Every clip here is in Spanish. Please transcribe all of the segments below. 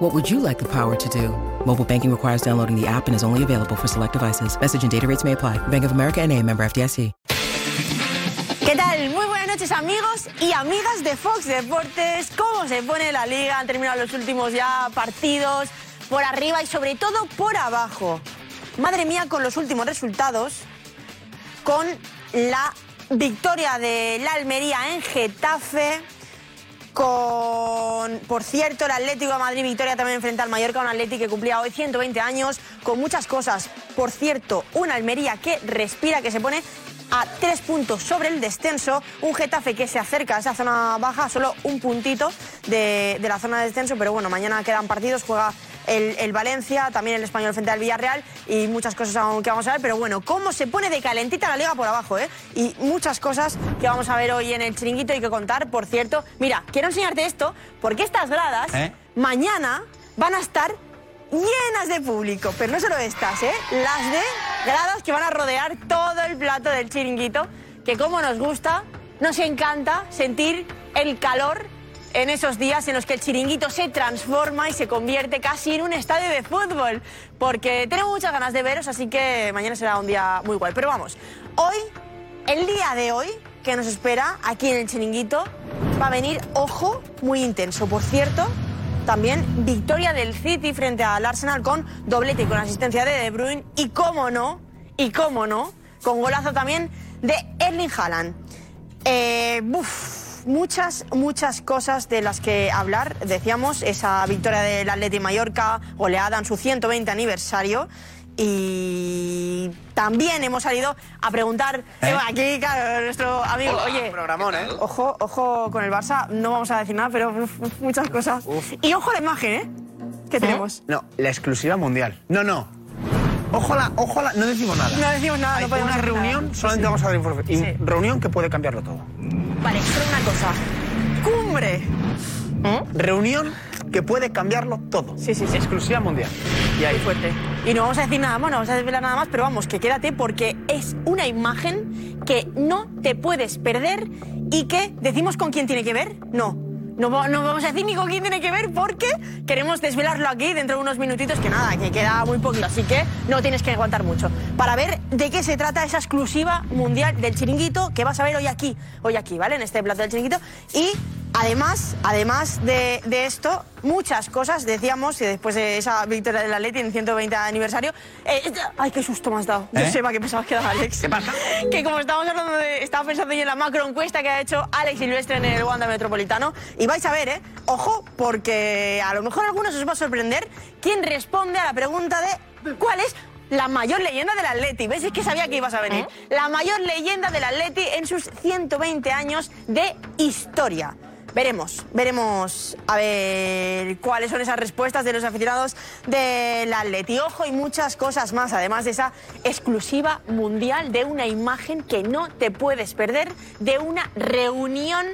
What would you like the power to do? Mobile banking requires downloading the app and is only available for select devices. Message and data rates may apply. Bank of America and a member FDIC. ¿Qué tal? Muy buenas noches amigos y amigas de Fox Deportes. ¿Cómo se pone la liga? Han terminado los últimos ya partidos por arriba y sobre todo por abajo. Madre mía con los últimos resultados, con la victoria de la Almería en Getafe, con, por cierto, el Atlético de Madrid victoria también frente al Mallorca, un Atlético que cumplía hoy 120 años, con muchas cosas. Por cierto, una Almería que respira, que se pone a tres puntos sobre el descenso, un Getafe que se acerca a esa zona baja, solo un puntito de, de la zona de descenso, pero bueno, mañana quedan partidos, juega el, el Valencia, también el español frente al Villarreal y muchas cosas aún que vamos a ver, pero bueno, cómo se pone de calentita la liga por abajo, ¿eh? Y muchas cosas que vamos a ver hoy en el chiringuito y que contar, por cierto. Mira, quiero enseñarte esto, porque estas gradas ¿Eh? mañana van a estar llenas de público, pero no solo estas, ¿eh? Las de gradas que van a rodear todo el plato del chiringuito, que como nos gusta, nos encanta sentir el calor en esos días en los que el chiringuito se transforma y se convierte casi en un estadio de fútbol, porque tenemos muchas ganas de veros, así que mañana será un día muy guay. Pero vamos, hoy, el día de hoy que nos espera aquí en el chiringuito, va a venir, ojo, muy intenso, por cierto. También victoria del City frente al Arsenal con doblete y con asistencia de De Bruyne y cómo no, y cómo no, con golazo también de Erling Haaland. Eh, buf, muchas, muchas cosas de las que hablar. Decíamos esa victoria del Atleti Mallorca, goleada en su 120 aniversario. Y también hemos salido a preguntar, eh, aquí, claro, nuestro amigo, oye, Ojo, ojo con el Barça, no vamos a decir nada, pero uf, uf, muchas cosas. Y ojo a la imagen, ¿eh? Que tenemos. No, la exclusiva mundial. No, no. Ojalá, ojalá, no decimos nada. No decimos nada, Hay no podemos una hacer nada. reunión, solamente vamos a dar información. Y Reunión que puede cambiarlo todo. Vale, solo una cosa. Cumbre. Reunión que puede cambiarlo todo. ¿Eh? Sí, sí, sí. Exclusiva mundial. Y ahí fue. fuerte. Y no vamos a decir nada más, no vamos a desvelar nada más, pero vamos, que quédate porque es una imagen que no te puedes perder y que decimos con quién tiene que ver. No, no, va- no vamos a decir ni con quién tiene que ver porque queremos desvelarlo aquí dentro de unos minutitos, que nada, que queda muy poquito, así que no tienes que aguantar mucho. Para ver de qué se trata esa exclusiva mundial del chiringuito que vas a ver hoy aquí, hoy aquí, ¿vale? En este plato del chiringuito. Y Además, además de, de esto, muchas cosas, decíamos, que después de esa victoria del Atleti en el 120 aniversario... eh, eh, ¡Ay, qué susto me has dado! Yo ¿Eh? sé para qué pensabas que era Alex. ¿Qué pasa? Que como estábamos hablando de... Estaba pensando yo en la macroencuesta que ha hecho Alex Silvestre en el Wanda Metropolitano. Y vais a ver, ¿eh? Ojo, porque a lo mejor a algunos os va a sorprender quién responde a la pregunta de cuál es... La mayor leyenda del Atleti. ¿Ves? Es que sabía que ibas a venir. La mayor leyenda del Atleti en sus 120 años de historia. Veremos, veremos a ver cuáles son esas respuestas de los aficionados del Atleti. Ojo y muchas cosas más, además de esa exclusiva mundial de una imagen que no te puedes perder, de una reunión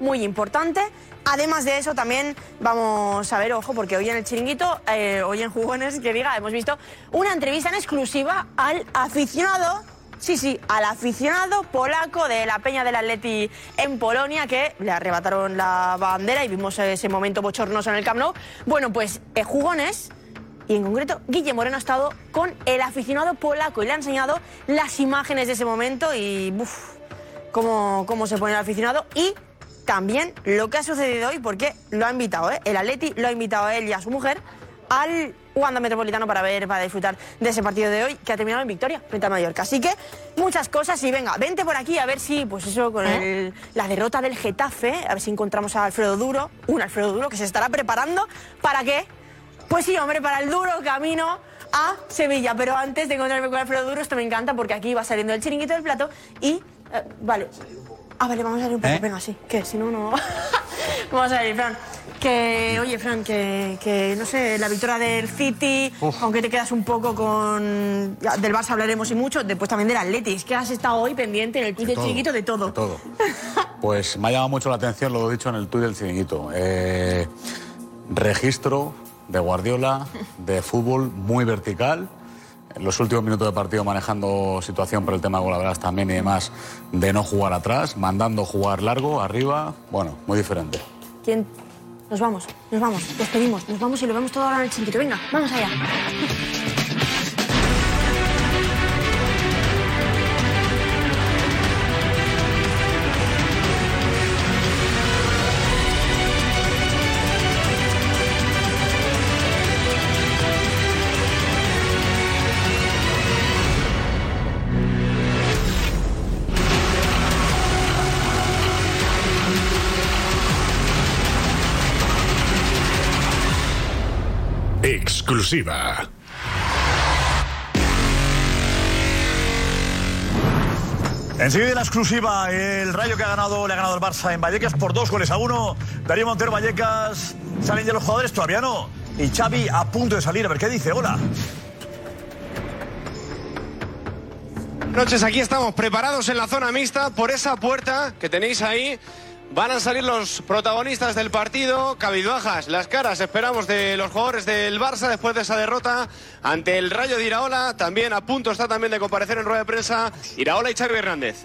muy importante. Además de eso, también vamos a ver, ojo, porque hoy en el chiringuito, eh, hoy en Jugones, que diga, hemos visto una entrevista en exclusiva al aficionado Sí, sí, al aficionado polaco de la Peña del Atleti en Polonia que le arrebataron la bandera y vimos ese momento bochornoso en el Camp Nou. Bueno, pues eh, Jugones y en concreto Guille Moreno ha estado con el aficionado polaco y le ha enseñado las imágenes de ese momento y uf, cómo, cómo se pone el aficionado y también lo que ha sucedido hoy porque lo ha invitado, ¿eh? el Atleti lo ha invitado a él y a su mujer al Wanda Metropolitano para ver, para disfrutar de ese partido de hoy que ha terminado en victoria frente a Mallorca. Así que muchas cosas y venga, vente por aquí a ver si, pues eso, con el- la derrota del Getafe, a ver si encontramos a Alfredo Duro, un Alfredo Duro que se estará preparando para que pues sí, hombre, para el duro camino a Sevilla. Pero antes de encontrarme con Alfredo Duro, esto me encanta porque aquí va saliendo el chiringuito del plato y. eh, vale. Ah, vale, vamos a salir un poco. ¿Eh? Venga, sí. Que si no, no. vamos a salir, Fran. Que, oye, Fran, que, que, no sé, la victoria del City, aunque te quedas un poco con. ya, Del Barça hablaremos y mucho, después también del Atleti. Es que has estado hoy pendiente en el tuit de todo, chiquito de todo. de todo. Pues me ha llamado mucho la atención lo dicho en el tuit del chiringuito. Eh, registro de Guardiola, de fútbol muy vertical. En los últimos minutos de partido manejando situación por el tema de Golabras también y demás, de no jugar atrás, mandando jugar largo, arriba. Bueno, muy diferente. ¿Quién? Nos vamos, nos vamos, despedimos, nos vamos y lo vemos todo ahora en el chiquito. Venga, vamos allá. Exclusiva. Enseguida la exclusiva, el rayo que ha ganado, le ha ganado el Barça en Vallecas por dos goles a uno. Darío Montero Vallecas, salen ya los jugadores, todavía no. Y Xavi a punto de salir, a ver qué dice, hola. Buenas noches, aquí estamos preparados en la zona mixta por esa puerta que tenéis ahí. Van a salir los protagonistas del partido, cabizbajas, las caras, esperamos, de los jugadores del Barça después de esa derrota ante el Rayo de Iraola. También a punto está también de comparecer en rueda de prensa Iraola y Xavi Hernández.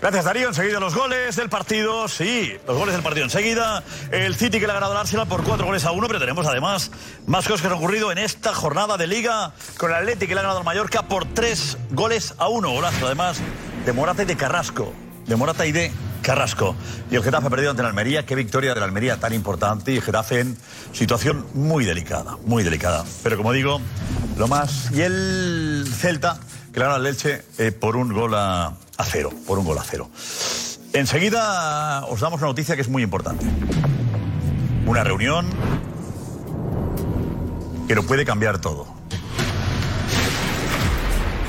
Gracias Darío, enseguida los goles del partido, sí, los goles del partido enseguida. El City que le ha ganado al Arsenal por cuatro goles a uno, pero tenemos además más cosas que han ocurrido en esta jornada de Liga con el Atleti que le ha ganado al Mallorca por tres goles a uno. Golazo además de Morata y de Carrasco, de Morata y de Carrasco. Y el Getafe ha perdido ante el Almería, qué victoria del Almería tan importante y el Getafe en situación muy delicada, muy delicada. Pero como digo, lo más... Y el Celta que le gana al Leche eh, por un gol a, a cero, por un gol a cero. Enseguida os damos una noticia que es muy importante. Una reunión que lo puede cambiar todo.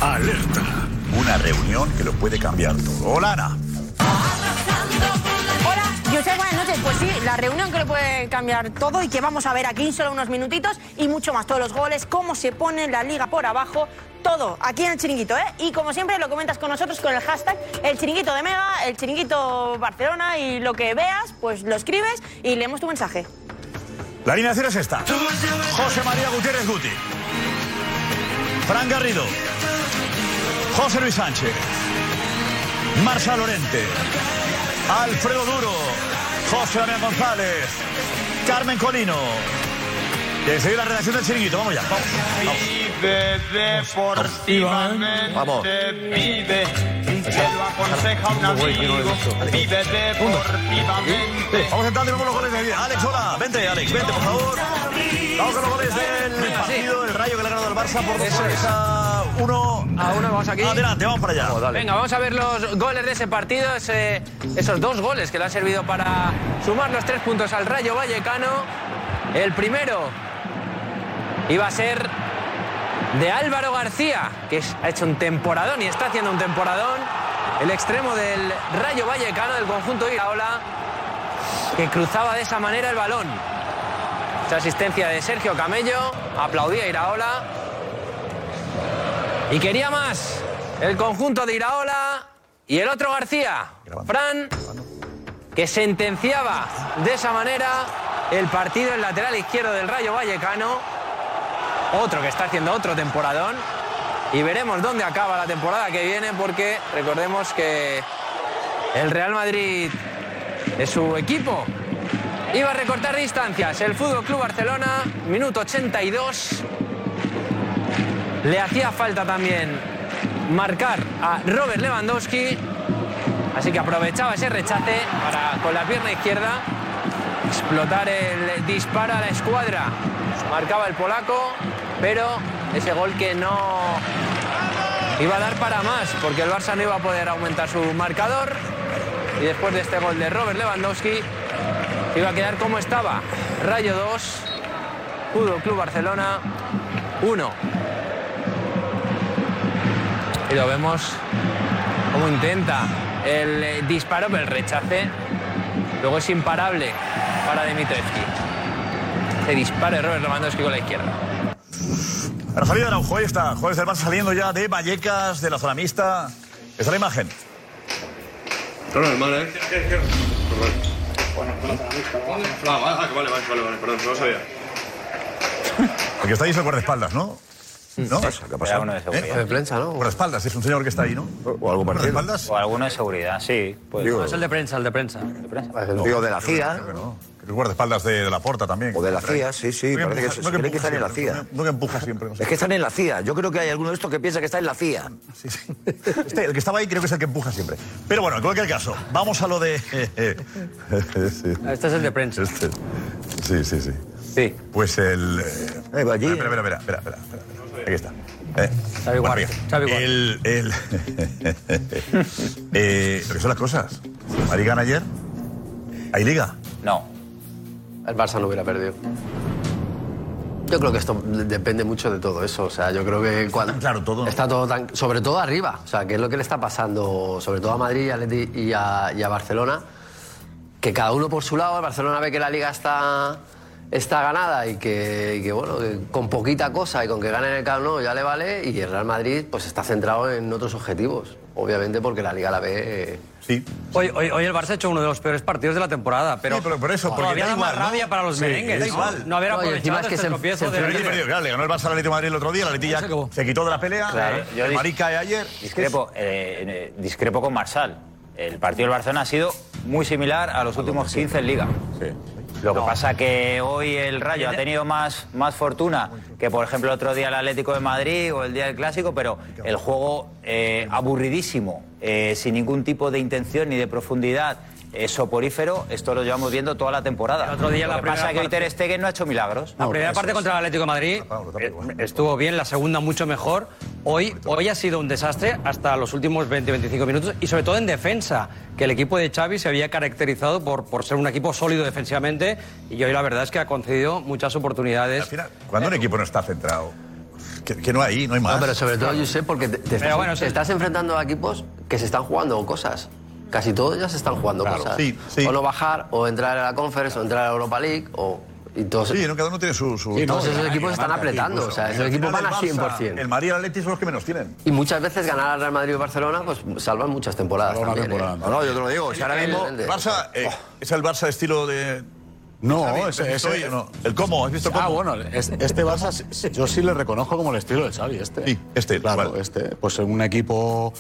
Alerta. Una reunión que lo puede cambiar todo. Hola Ana. Hola, Josep, buenas noches. Pues sí, la reunión que lo puede cambiar todo y que vamos a ver aquí en solo unos minutitos y mucho más. Todos los goles, cómo se pone la liga por abajo, todo aquí en el chiringuito, ¿eh? Y como siempre lo comentas con nosotros con el hashtag el chiringuito de Mega, el chiringuito Barcelona y lo que veas, pues lo escribes y leemos tu mensaje. La línea cero es esta. José María Gutiérrez Guti. Fran Garrido. José Luis Sánchez. Marcia Lorente. Alfredo Duro. José Damián González. Carmen Colino. Y enseguida la redacción del chiringuito. Vamos ya. Vamos. Vive deportivamente, Vamos. vive, te lo aconseja un amigo, vive deportivamente. Vamos entrando y vamos con los goles de vida. Alex, hola. Vente, Alex. Vente, por favor. Vamos con los goles del partido. El rayo que le ha ganado al Barça por dos goles a uno. A uno, vamos aquí. Adelante, vamos para allá. Venga, vamos a ver los goles de ese partido, ese- esos dos goles que le han servido para sumar los tres puntos al Rayo Vallecano. El primero iba a ser de Álvaro García, que es- ha hecho un temporadón y está haciendo un temporadón. El extremo del Rayo Vallecano del conjunto de Iraola, que cruzaba de esa manera el balón. Esa asistencia de Sergio Camello, aplaudía a Iraola. Y quería más el conjunto de Iraola y el otro García, Fran, que sentenciaba de esa manera el partido el lateral izquierdo del Rayo Vallecano. Otro que está haciendo otro temporadón. Y veremos dónde acaba la temporada que viene porque recordemos que el Real Madrid es su equipo. Iba a recortar distancias. El Fútbol Club Barcelona, minuto 82. Le hacía falta también marcar a Robert Lewandowski. Así que aprovechaba ese rechace para con la pierna izquierda explotar el disparo a la escuadra. Marcaba el polaco, pero ese gol que no iba a dar para más, porque el Barça no iba a poder aumentar su marcador. Y después de este gol de Robert Lewandowski, iba a quedar como estaba. Rayo 2, Fútbol Club Barcelona 1. Y lo vemos cómo intenta el eh, disparo, pero el rechace luego es imparable para Dimitrevski. ese disparo de Robert Lewandowski con la izquierda. La salida de Araujo, ahí está. Jueves del Barça saliendo ya de Vallecas, de la zona mixta. Está la imagen. No, normal, ¿eh? Ah, vale, vale, vale, vale, perdón, no lo sabía. El que está ahí es el guardaespaldas, ¿no? ¿No? ¿Qué ha pasado? uno de seguridad. ¿Eh? De prensa, ¿no? Guardaespaldas, es un señor que está ahí, ¿no? O algo parecido. ¿Guardaespaldas? O alguno de seguridad, sí. Pues, Digo, Es el de prensa, el de prensa. Ah, el tío de la CIA. Creo que no. Creo que es guardaespaldas de, de la porta también. O de la CIA, sí, sí, No parece que empuja- se no cree que empuja están en la siempre, CIA. No no que empuja siempre. no sé. Es que están en la CIA. Yo creo que hay alguno de estos que piensa que está en la CIA. Sí, sí. Este, el que estaba ahí creo que es el que empuja siempre. Pero bueno, en cualquier caso, vamos a lo de... sí, Este es el de prensa. este. sí, sí, sí. Sí. Pues el... eh, Ahí va allí. Espera, espera, espera, espera, espera, espera. Aquí está. Eh, Xavi bueno, Guardiola, venga. Xavi Guardiola. el, el, eh, lo que son las cosas. Madrid gana ayer. Hay liga. No. El Barça no hubiera perdido. Yo creo que esto de- depende mucho de todo eso. O sea, yo creo que cuando. tan claro todo, ¿no? Está todo tan. Sobre todo arriba. O sea, que es lo que le está pasando, sobre todo a Madrid y a, Atleti- y a- y a Barcelona. Que cada uno por su lado, el Barcelona ve que la liga está, está ganada y que, y que, bueno, que con poquita cosa y con que ganen el Camp Nou ya le vale. Y el Real Madrid, pues está centrado en otros objetivos. Obviamente, porque la liga la ve. eh, Sí. Hoy, hoy, hoy el Barça ha hecho uno de los peores partidos de la temporada, pero, Sí, pero por eso, porque todavía da da más igual, ¿no? rabia para los Sí, merengues. da ¿no? igual. No haber No, y aprovechado encima es que este se- tropiezo se de Pero el perdido, claro, le ganó el Barça al Atlético de Madrid el otro día, la Letilla Se se, acabó. quitó de la pelea, eh, Claro, yo el dis- Madrid cae ayer. Discrepo, eh, eh, discrepo con Marsal. El partido del Barcelona ha sido muy similar a los últimos 15 en Liga. Lo que pasa que hoy el Rayo ha tenido más, más fortuna que, por ejemplo, el otro día el Atlético de Madrid o el día del Clásico, pero el juego eh, aburridísimo, eh, sin ningún tipo de intención ni de profundidad, eh, soporífero, esto lo llevamos viendo toda la temporada. El otro día lo la que pasa primera es que hoy parte- Ter Stegen no ha hecho milagros. La primera parte contra el Atlético de Madrid eh, estuvo bien, la segunda mucho mejor. Hoy, hoy ha sido un desastre hasta los últimos 20-25 minutos y sobre todo en defensa, que el equipo de Xavi se había caracterizado por, por ser un equipo sólido defensivamente y hoy la verdad es que ha concedido muchas oportunidades. Eh, Al final, cuando un equipo no está centrado, que, que no hay, no hay más. No, pero sobre todo, Josep, porque te, te estás, bueno, te sí. estás enfrentando a equipos que se están jugando cosas. Casi todos ya se están jugando Claro, cosas. sí, sí. O no bajar, o entrar a la Conference, o entrar a la Europa League, o... Y todos, Sí, no, cada uno tiene su... su y todos no, esos la- equipos la están marca apretando. incluso. O sea, Al esos equipos final van a el Barça, 100%. El Madrid y el Atlético son los que menos tienen. Y muchas veces ganar al Real Madrid o Barcelona pues salvan muchas temporadas Salva una también. ¿eh? temporada. No, no, yo te lo digo. Si ahora mismo. Evidentemente. Barça, eh, ¿es el Barça estilo de...? No, Xavi? ese, ¿Has ese- visto hoy o no? ¿El cómo? ¿Has visto cómo? Ah, bueno, es- este Barça sí- yo sí le reconozco como el estilo de Xavi, este. Sí, este, Claro, vale. este. Pues un equipo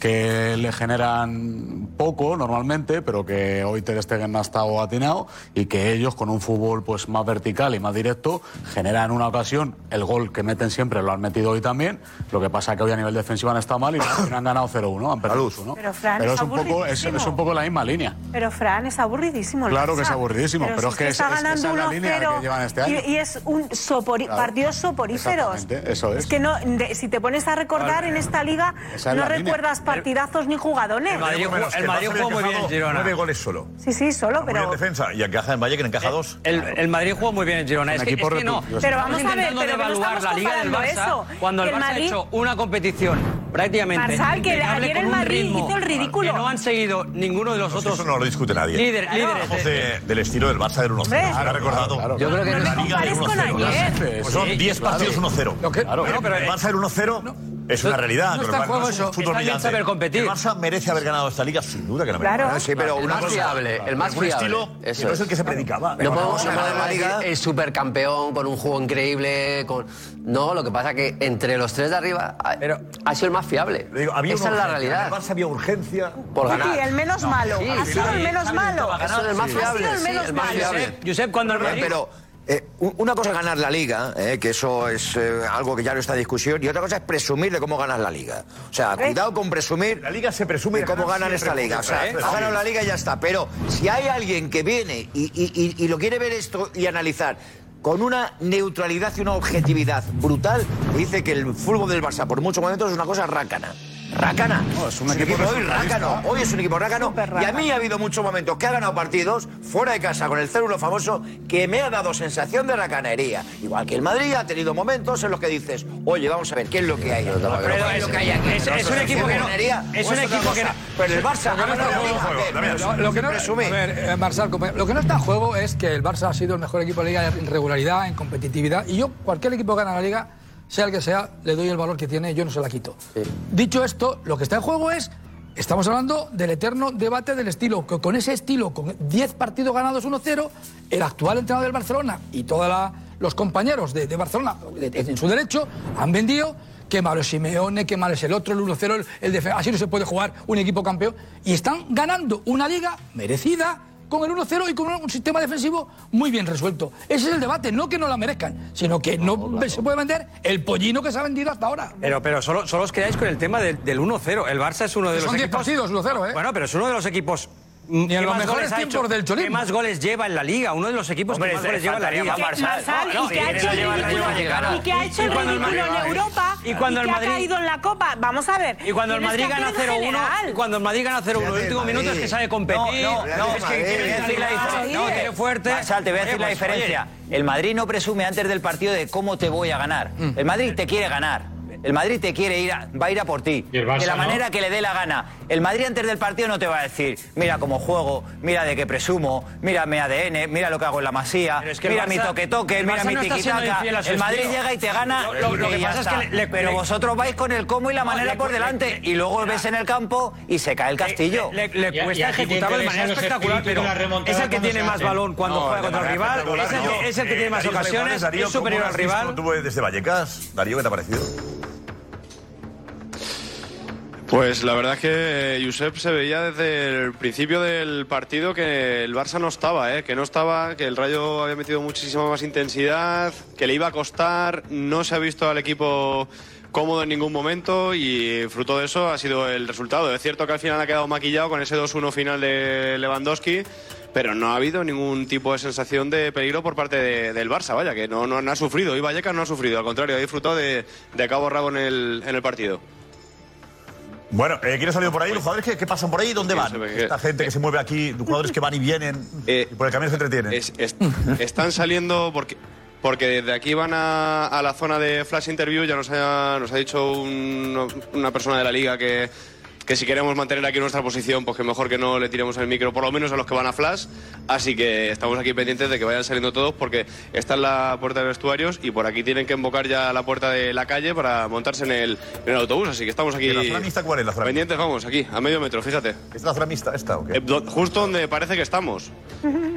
que le generan poco normalmente, pero que hoy Ter Stegen ha estado atinado y que ellos con un fútbol pues más vertical y más directo generan una ocasión, el gol que meten siempre lo han metido hoy también, lo que pasa que hoy a nivel defensivo han estado mal y no han ganado 0-1, han perdido 1 Pero, Fran, es es, un poco, es- aburridísimo. es un poco la misma línea. Pero Fran, es aburridísimo. el Claro Barça. que es aburridísimo, pero si es que está es- es- ganando esa es la 1-0 línea que llevan este año. Y, y es un sopori- Claro. partido soporíferos. Exactamente, eso es. que no, de- si te pones a recordar en esta liga, Esa es no la línea. recuerdas partidazos ni jugadores. El Madrid Por lo menos, jugó- el que Madrid Barça había jugó muy bien en encajado Girona. Nueve goles solo. Sí, sí, solo, Muy bien pero. defensa. Y encaja en Valle, que le encaja dos. Eh, El, el Madrid jugó muy bien en Girona. Un Es que, equipo es que no. retu- Pero vamos Estamos a ver, intentando pero que no devaluar estamos la Liga del Barça comparando eso. cuando el Que el Barça ha Madrid- hecho una competición prácticamente Marsal, que impecable ayer con el un Madrid ritmo hizo el ridículo. que no han seguido ninguno de los No, otros Pues Eso no lo discute nadie. líder- Claro. líderes. de- Hablamos de- del estilo del Barça del 1-0. Hombre. Se lo ha recordado. Yo creo que No no es- lo La Liga del compares con 1-0. ayer. Pues son 10 partidos 1-0. Claro. Pero No, pero, el eh, Barça el 1-0 es una realidad. no pero está en el Barça juego es un eso. fútbol Está bien brillante. saber competir. El Barça merece haber ganado esta liga, sin duda que la merece. Claro. Ah, Sí, pero El una más cosa. fiable, el más Un fiable. estilo que Eso no es. es el que se Oh, predicaba. No podemos vamos a hablar ganar la de liga. el supercampeón con un juego increíble. Con... No, lo que pasa que entre los tres de arriba ha, Pero- ha sido el más fiable. Le digo, había Esa es una la urgencia. En realidad. El Barça había urgencia. Por Guti, ganar. el menos malo. Sí, ha sí, sido sí, el menos malo. Eso es el más Ha fiable. sido el sí, menos el más malo. fiable. Josep, cuando el Madrid... Pero eh, un- una cosa es ganar la liga, eh, que eso es eh, algo que ya no está en discusión, y otra cosa es presumir de cómo ganas la liga. O sea, cuidado con presumir. La liga se presume de de cómo ganar ganan esta siempre, liga. O sea, ¿eh? siempre, ha ganado sí. la liga y ya está. Pero si hay alguien que viene y, y- y- y lo quiere ver esto y analizar con una neutralidad y una objetividad brutal, dice que el fútbol del Barça, por muchos momentos, es una cosa rácana. Rácana. es un Es equipo hoy resultadista. rácano. Hoy es un equipo rácano. Y a mí ha habido muchos momentos que ha ganado partidos fuera de casa con el célulo famoso que me ha dado sensación de racanería. Igual que el Madrid ha tenido momentos en los que dices, oye, vamos a ver qué es lo que hay. ¿Qué es lo que hay aquí? es- es un equipo que no- Racanería, es pues o un otra equipo que cosa. no- Pero el Lo que no Barça ha está ganado en la juego, Liga. Damián, Pero lo- lo que no- presumí. a ver, eh, Marsal, compañero, lo que no está en juego es que el Barça ha sido el mejor equipo de la liga en regularidad, en competitividad. Y yo, cualquier equipo que gana la liga, sea el que sea, le doy el valor que tiene, yo no se la quito. Dicho esto, lo que está en juego es. Estamos hablando del eterno debate del estilo. que Con ese estilo, con 10 partidos ganados 1-0, el actual entrenador del Barcelona y todos los compañeros de, de Barcelona, de- de- en su derecho, han vendido que malo es Simeone, que malo es el otro, el 1-0, el, el defen- así no se puede jugar un equipo campeón. Y están ganando una liga merecida con el 1-0 y con un, un sistema defensivo muy bien resuelto. Ese es el debate, no que no la merezcan, sino que no se puede vender el pollino que se ha vendido hasta ahora. Pero, pero solo, solo os quedáis con el tema del, del 1-0. El Barça es uno de Son los 10 equipos. partidos, 1-0, ¿eh? Bueno, pero es uno de los equipos. Ni en que los más mejores goles ha tiempos hecho, del Cholim. Que más goles lleva en la liga. Uno de los equipos Hombre, que más goles lleva en la faltaría liga. más Marsal. y que ha hecho el ridículo- y que ha hecho el ridículo en Europa eh. Y cuando el que ha Madrid. caído en la Copa. Vamos a ver. Y cuando el tienes Madrid que gana hacer en 0-1, general. y cuando el Madrid gana 0-1, el Fíjate, último Madrid. minuto es que sabe competir. No, no, no, es que quiere decir la diferencia. No, tiene fuerte. Marsal, te voy a decir Oye, la pues, diferencia. oye, El Madrid no presume antes del partido de cómo te voy a ganar. Mm. El Madrid te quiere ganar. El Madrid te quiere ir, a- va a ir a por ti. Y el Barça, de la ¿no? manera que le dé la gana. El Madrid antes del partido no te va a decir, mira cómo juego, mira de qué presumo, mira mi ADN, mira lo que hago en la masía, Pero es que el mira Barça- mi toque-toque, el mira Barça mi no está siendo tiquitaca. infiel a su El Madrid estilo. llega y te gana. Lo- lo- lo que y ya pasa es está. que le- le- Pero le- vosotros vais con el cómo y la No, manera le- por le- delante. y luego os ves en el campo y se cae el castillo. Le, le cuesta ejecutarlo de manera espectacular, pero es el que tiene más balón cuando juega contra el rival, es el que, es el que tiene más ocasiones, es superior al rival. Tú desde Vallecas, Darío, ¿qué te ha parecido? Pues la verdad es que eh, Josep se veía desde el principio del partido que el Barça no estaba, ¿eh? que no estaba, que el Rayo había metido muchísima más intensidad, que le iba a costar, no se ha visto al equipo cómodo en ningún momento y fruto de eso ha sido el resultado. Es cierto que al final ha quedado maquillado con ese 2-1 final de Lewandowski, pero no ha habido ningún tipo de sensación de peligro por parte de- del Barça, vaya, que no, no, no ha sufrido y Vallecas no ha sufrido, al contrario, ha disfrutado de, de cabo a rabo en el, en el partido. Bueno, eh, ¿quién ha salido por Pues, ahí? ¿Los jugadores que, que pasan por ahí? ¿Dónde van? Esta gente que se mueve aquí, jugadores que van y vienen, y por el camino se entretienen. Eh, Están saliendo porque, porque desde aquí van a, a la zona de flash interview. Ya nos ha, nos ha dicho un- una persona de la liga que, que si queremos mantener aquí nuestra posición, pues que mejor que no le tiremos el micro, por lo menos a los que van a flash. Así que estamos aquí pendientes de que vayan saliendo todos porque está en la puerta de vestuarios y por aquí tienen que invocar ya la puerta de la calle para montarse en el, en el autobús. Así que estamos aquí. ¿Y la zona mixta cuál es? ¿La zona pendientes, vamos, aquí, a medio metro, fíjate. ¿Es la zona mixta esta o qué? Eh, do- Justo donde parece que estamos.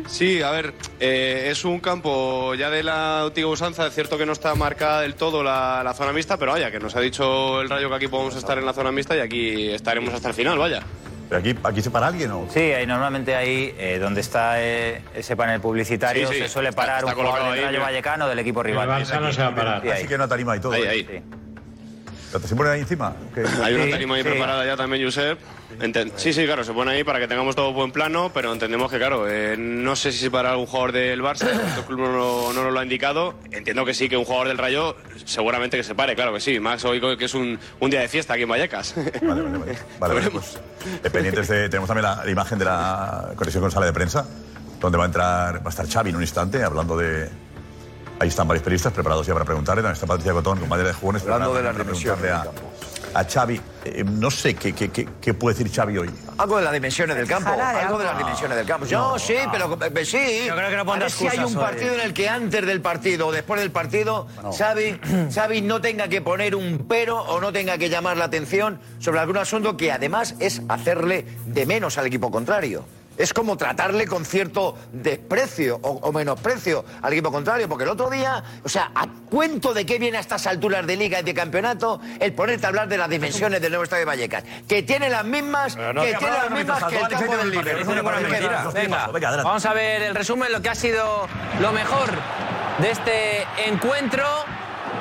Sí, a ver, eh, es un campo ya de la antigua usanza, es cierto que no está marcada del todo la, la zona mixta, pero vaya, que nos ha dicho el Rayo que aquí podemos estar en la zona mixta y aquí estaremos hasta el final, vaya. ¿Pero aquí, aquí se para alguien o...? Sí, ahí normalmente ahí eh, donde está eh, ese panel publicitario Sí, sí. se suele Está- parar está un jugador colocado del ahí, Rayo mira. Vallecano del equipo rival. Sí, ahí. Así que una tarima y todo. Ahí, ¿eh? ahí. Pero ¿Se ponen ahí encima? ¿Qué? Hay una tarima ahí preparada ya también, Josep. Enten- sí, sí, claro, se pone ahí para que tengamos todo buen plano, pero entendemos que, claro, eh, no sé si para algún jugador del Barça, el club no, lo- no nos lo ha indicado. Entiendo que sí, que un jugador del Rayo seguramente que se pare, claro que sí. Más hoy que es un, un día de fiesta aquí en Vallecas. Vale, vale, vale. Vale, vale, pues, eh, pendientes de- tenemos también la, la imagen de la conexión con sala de prensa, donde va a entrar, va a estar Xavi en un instante, hablando de... Ahí están varios periodistas preparados ya para preguntarle. También está Patricia Cotón, con madera de jugones, Hablando preparada de las para preguntarle a, a Xavi. Eh, no sé qué, qué, qué, qué puede decir Xavi hoy. Algo de las dimensiones del campo. Ojalá de Algo de las algo. dimensiones del campo. No, Yo sí, pero eh, sí. Yo creo que no pondrá A ver si hay excusas un hoy. ¿eh? partido en el que antes del partido o después del partido, Xavi, Xavi no tenga que poner un pero o no tenga que llamar la atención sobre algún asunto que además es hacerle de menos al equipo contrario. Es como tratarle con cierto desprecio o, o menosprecio al equipo contrario, porque el otro día, o sea, a cuento de qué viene a estas alturas de liga y de campeonato el ponerte a hablar de las dimensiones del nuevo estadio de Vallecas, que tiene las mismas, no que te tiene acuerdas las de mismas que el mientras campo Alba del Vicente Liverpool. no ninguna Venga, mentira. adelante. Venga, vamos a ver el resumen, lo que ha sido lo mejor de este encuentro.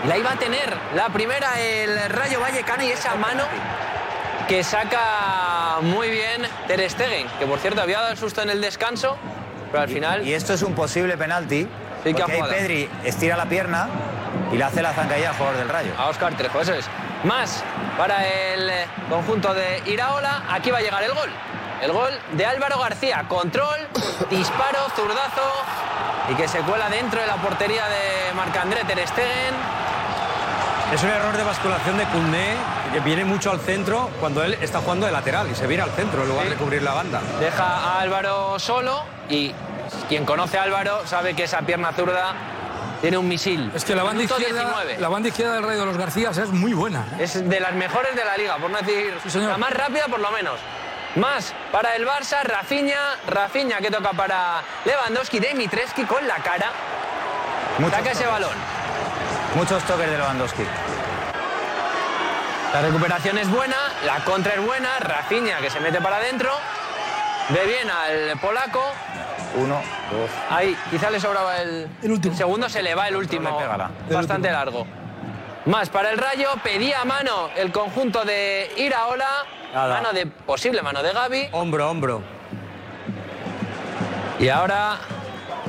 La iba a tener la primera el Rayo Vallecano y esa mano que saca muy bien Ter Stegen, que por cierto había dado el susto en el descanso, pero al final... Y esto es un posible penalti. Sí, que porque ha ahí jugado. Pedri estira la pierna y le hace la zancadilla al jugador del Rayo. A Oscar Trejo, eso es. más para el conjunto de Iraola. Aquí va a llegar el gol. El gol de Álvaro García. Control, disparo, zurdazo y que se cuela dentro de la portería de Marc-André Ter Stegen. Es un error de basculación de Cundé, que viene mucho al centro cuando él está jugando de lateral y se viene al centro en lugar de cubrir la banda. Deja a Álvaro solo y quien conoce a Álvaro sabe que esa pierna zurda tiene un misil. Es que la banda, Minuto izquierda, 19. la banda izquierda del Rey de los Garcías es muy buena. ¿eh? Es de las mejores de la liga, por no decir la más rápida por lo menos. Más para el Barça, Rafinha, Rafinha que toca para Lewandowski, Demitreski con la cara. Saca ese balón. Muchos toques de Lewandowski. La recuperación es buena, la contra es buena, Rafinha que se mete para adentro, ve bien al polaco. Uno, dos. Ahí, quizá le sobraba el, el segundo, se le va el último. Bastante largo. Más para el Rayo, pedía mano el conjunto de Iraola, Nada. mano de posible mano de Gaby. Hombro, hombro. Y ahora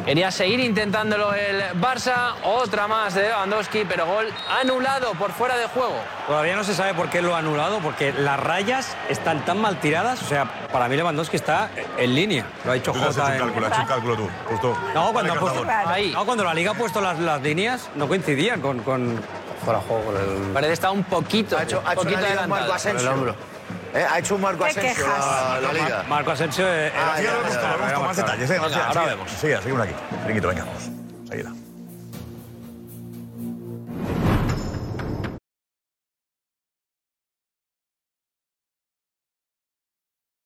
quería seguir intentándolo el Barça, otra más de Lewandowski, pero gol anulado por fuera de juego. Todavía no se sabe por qué lo ha anulado, porque las rayas están tan mal tiradas. O sea, para mí Lewandowski está en línea. Lo ha hecho Tú te has Jota. hecho un en- cálculo, has hecho un cálculo tú, justo. No, cuando, ha Dale, puesto- Carvajal. no, cuando la liga ha puesto las, las líneas, no coincidían con. con... Fuera juego con el. Parece está un poquito. Ha hecho, ha hecho poquito una liga un adelantado. Marco Asensio. Con el hombro. Eh, Ha hecho un Marco Te Asensio quejas. la, la liga. Marco Asensio. eh, era- Ah, ya, era- ya, era- ya, vamos era con Más marcado. detalles, eh. Venga, García, ahora sigue, vemos. Sigue, seguimos aquí. Riquito, venga, vamos. Seguida.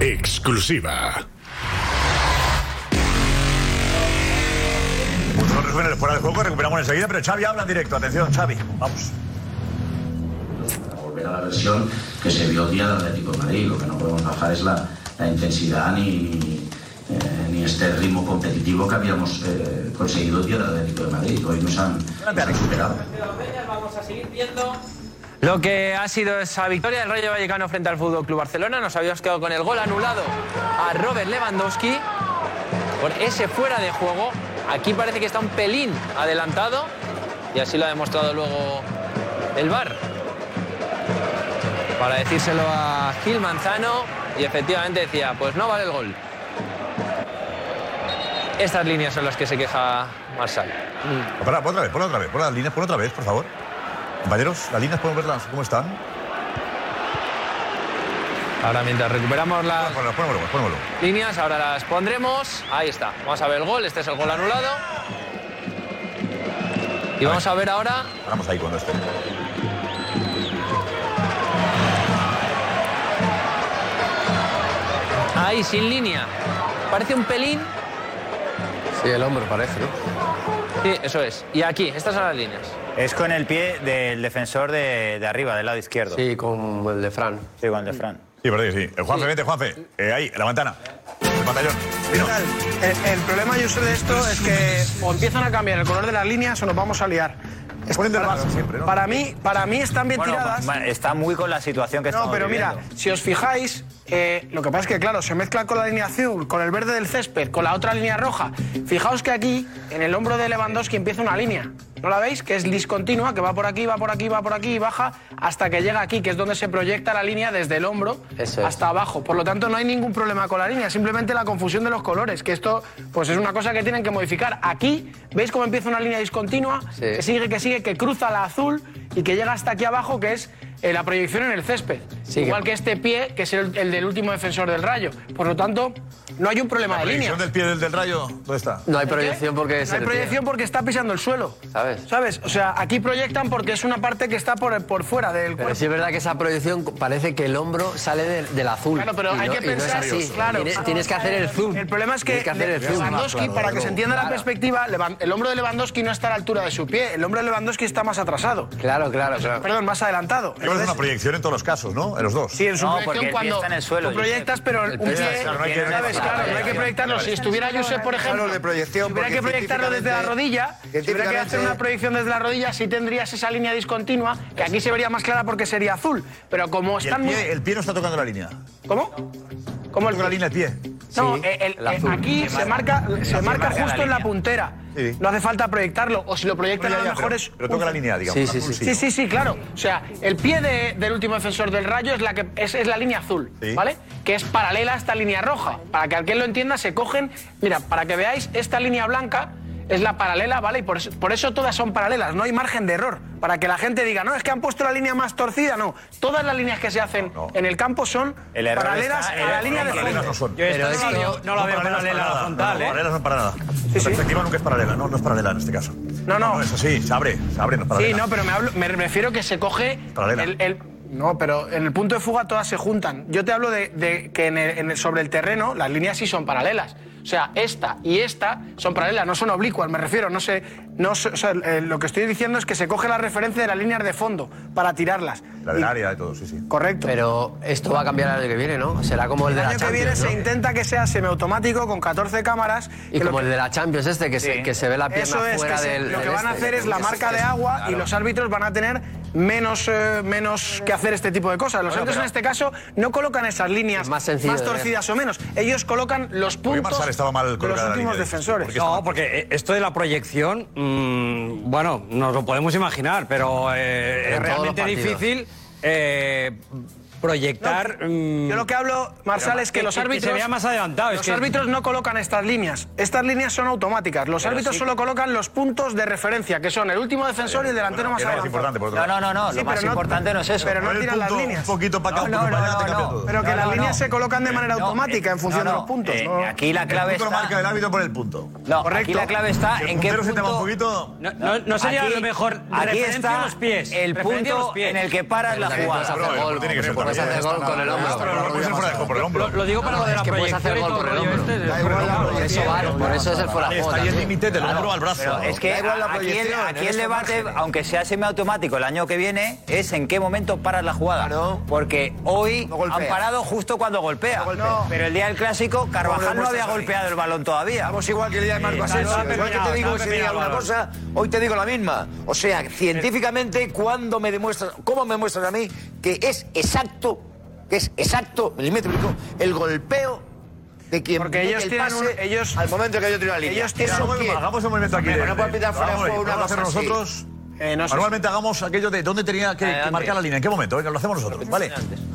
Exclusiva. Muchos resúmenes fuera de juego, recuperamos enseguida, pero Xavi habla en directo. Atención, Xavi. Vamos. volver a la versión que se vio día del Atlético de Madrid. Lo que no podemos bajar es la, la intensidad ni, ni, eh, ni este ritmo competitivo que habíamos eh, conseguido día del Atlético de Madrid. Hoy nos han, nos han superado. Vamos a seguir viendo. Lo que ha sido esa victoria del Rayo Vallecano frente al Fútbol Club Barcelona. Nos habíamos quedado con el gol anulado a Robert Lewandowski por ese fuera de juego. Aquí parece que está un pelín adelantado y así lo ha demostrado luego el VAR. Para decírselo a Gil Manzano y efectivamente decía, pues no vale el gol. Estas líneas son las que se queja Marsal. Mm. Para, pon otra vez, pon otra vez, pon las líneas, pon otra vez, por favor. Compañeros, las líneas podemos verlas cómo están. Ahora mientras recuperamos las Pónmelo, pónmelo. líneas, ahora las pondremos. Ahí está. Vamos a ver el gol. Este es el gol anulado. Y vamos a ver ahora. Vamos ahí cuando esté. Ahí, sin línea. Parece un pelín. Sí, el hombro parece, ¿no? Sí, eso es. Y aquí, estas son las líneas. Es con el pie del defensor de, de arriba, del lado izquierdo. Sí, con el de Fran. Sí, con el de Fran. Sí, perdí, sí. El Juanfe, vete, Juanfe. Eh, ahí, en la ventana. El batallón. El, el problema, yo de esto es que o empiezan a cambiar el color de las líneas o nos vamos a liar. para, para mí, para mí están bien Bueno, tiradas. ma- está muy con la situación que No, estamos pero mira, viviendo. si os fijáis, eh, lo que pasa es que, claro, se mezcla con la línea azul, con el verde del césped, con la otra línea roja. Fijaos que aquí, en el hombro de Lewandowski, empieza una línea. ¿No la veis? Que es discontinua, que va por aquí, va por aquí, va por aquí y baja hasta que llega aquí, que es donde se proyecta la línea desde el hombro hasta abajo. Por lo tanto, no hay ningún problema con la línea, simplemente la confusión de los colores, que esto pues es una cosa que tienen que modificar. Aquí, ¿veis cómo empieza una línea discontinua? Sí. Que sigue, que sigue, que cruza la azul y que llega hasta aquí abajo, que es eh, la proyección en el césped. Sí, Igual que este pie, que es el, el del último defensor del Rayo. Por lo tanto, no hay un problema de La línea. proyección del pie del, del rayo, ¿dónde está? No hay proyección porque No hay proyección porque está pisando el suelo. ¿Sabes? ¿Sabes? O sea, aquí proyectan porque es una parte que está por, por fuera del Pero cuerpo. sí es verdad que esa proyección parece que el hombro sale de- del azul. Claro, pero y hay no- que y no es pensar. así. claro. ah, Tienes, tienes que hacer el zoom. El problema es que, Tienes hacer el zoom. Lewandowski, para que se entienda la Claro. perspectiva, Levan- el hombro de Lewandowski no está a la altura de su pie. El hombro de Lewandowski está más atrasado. Claro, claro, claro. Perdón, más adelantado. Yo creo que es una proyección en todos los casos, ¿no? En los dos. Sí, en su No, proyección porque el pie cuando está en el suelo, tú Josep. proyectas, pero El un pie pie- está- no hay que- ¿sabes? Claro, no hay que proyectarlo. Si estuviera Josep, por ejemplo, Claro, de proyección, si hubiera porque que proyectarlo desde la rodilla, si hubiera que hacer una proyección desde la rodilla, sí tendrías esa línea discontinua, que aquí se vería más clara porque sería azul. Pero como Y el están muy... pie, el pie no está tocando la línea. ¿Cómo? ¿Cómo el la línea de pie? No, Sí, eh, el- el eh, azul. aquí Se se marca- marca, se se marca marca la justo en la línea. puntera. Sí. No hace falta proyectarlo. O si lo proyectan No, ya, a lo ya, mejor pero- es. pero toca la línea, digamos, Sí, la sí, azul, sí, sí. sí. Sí, sí, claro. O sea, el pie de- del último defensor del rayo es la que es, es la línea azul, Sí. ¿vale? Que es paralela a esta línea roja. Para que alguien lo entienda, se cogen. Mira, para que veáis, esta línea blanca. Es la paralela, ¿vale? Y por eso, por eso todas son paralelas, no hay margen de error. Para que la gente diga, no, es que han puesto la línea más torcida, no. Todas las líneas que se hacen en el campo son El error paralelas a está- la el- línea no, de fondo. paralelas no son. Yo Pero esto no es lo que- veo- no la veo paralelas paralela para a la nada, frontal, no, ¿eh? paralelas no para nada. La perspectiva nunca es paralela, no, no es paralela en este caso. No, no. es así, se abre, se abre, no es Sí, paralela. no, pero me, hablo- me refiero que se coge. Paralela. El, el- no, pero en el punto de fuga todas se juntan. Yo te hablo de, de que en el- en el- sobre el terreno las líneas sí son paralelas. O sea, esta y esta son paralelas, no son oblicuas, me refiero. No sé, no, sé- o sea, eh, lo que estoy diciendo es que se coge la referencia de las líneas de fondo para tirarlas. La del área y todo, sí, sí. Correcto. Pero esto va a cambiar el año que viene, ¿no? Será como el El de la año que viene Champions, se ¿no? intenta que sea semiautomático con 14 cámaras. Y que lo como que- el de la Champions este, que, se, que se ve la pierna Eso es, fuera que se- del... lo que del van a este. hacer es la marca de agua y Claro. los árbitros van a tener menos, eh, menos que hacer este tipo de cosas. Los Bueno, árbitros pero- en este caso no colocan esas líneas más, sencillo de ver. torcidas o menos. Ellos colocan los puntos Marsal estaba mal de los colocada la últimos línea, defensores. No, porque eh, esto de la proyección, mm, bueno, nos lo podemos imaginar, pero eh, Pero en es todos los realmente partidos. difícil eh, proyectar. mm, Yo lo que hablo, Marsal, pero Eh, es que los se árbitros. vea más adelantado, es Los que- árbitros no colocan estas líneas. Estas líneas son automáticas. Los Pero árbitros sí. solo colocan los puntos de referencia, que son el último defensor y el delantero Eh, más adelantado. No, no, no, no. Sí, lo pero más importante no es eso. Pero no tiran las líneas. No, no, no, no, no. Pero que No, las no, líneas no. se colocan de manera No, automática eh, en función no, de no, los puntos. eh, ¿no? aquí la clave El punto está- lo marca el árbitro por el punto. No, aquí la clave está Si el en qué puntero se te va un punto- poquito... No, no- no sería Aquí- lo mejor aquí referencia está a los pies, el referencia a punto los pies. en el que paras la Pero jugada. puedes hacer gol, tiene que ser puedes también. hacer gol con el hombro. Ah, pero no puede ser fuera de juego, por el hombro. Lo digo para lo de la proyección y todo el rollo este. Da igual la proyección. Está ahí el límite del Claro, hombro al brazo. pero Es que Da igual la aquí, el, proyección, aquí en el esos debate, márgenes. aunque sea semiautomático el año que viene, es en qué momento paras la jugada. Porque hoy golpea. han parado justo cuando golpea. Pero el día del clásico, Carvajal pues no había golpeado el balón todavía. Vamos igual que el día de Marco Sí, Asensio. estaba Igual que te pepinado, digo estaba ese día pepinado, una cosa, hoy te digo la misma. O sea, científicamente, ¿cuándo me demuestras, cómo me muestras a mí que es exacto, que es exacto, milimétrico, el golpeo de quien Porque mete ellos el tienen pase un- ellos- al momento que yo tiro la línea? ellos tienen- ¿Eso Hagamos- qué? Hagamos un movimiento aquí. Bueno, de- no puedo pitar fuera de vamos, juego una vamos a hacer cosa así. nosotros. Eh, no sé Normalmente hagamos aquello de dónde tenía que, que Adelante. marcar la línea, en qué momento. Venga, lo hacemos nosotros, ¿vale?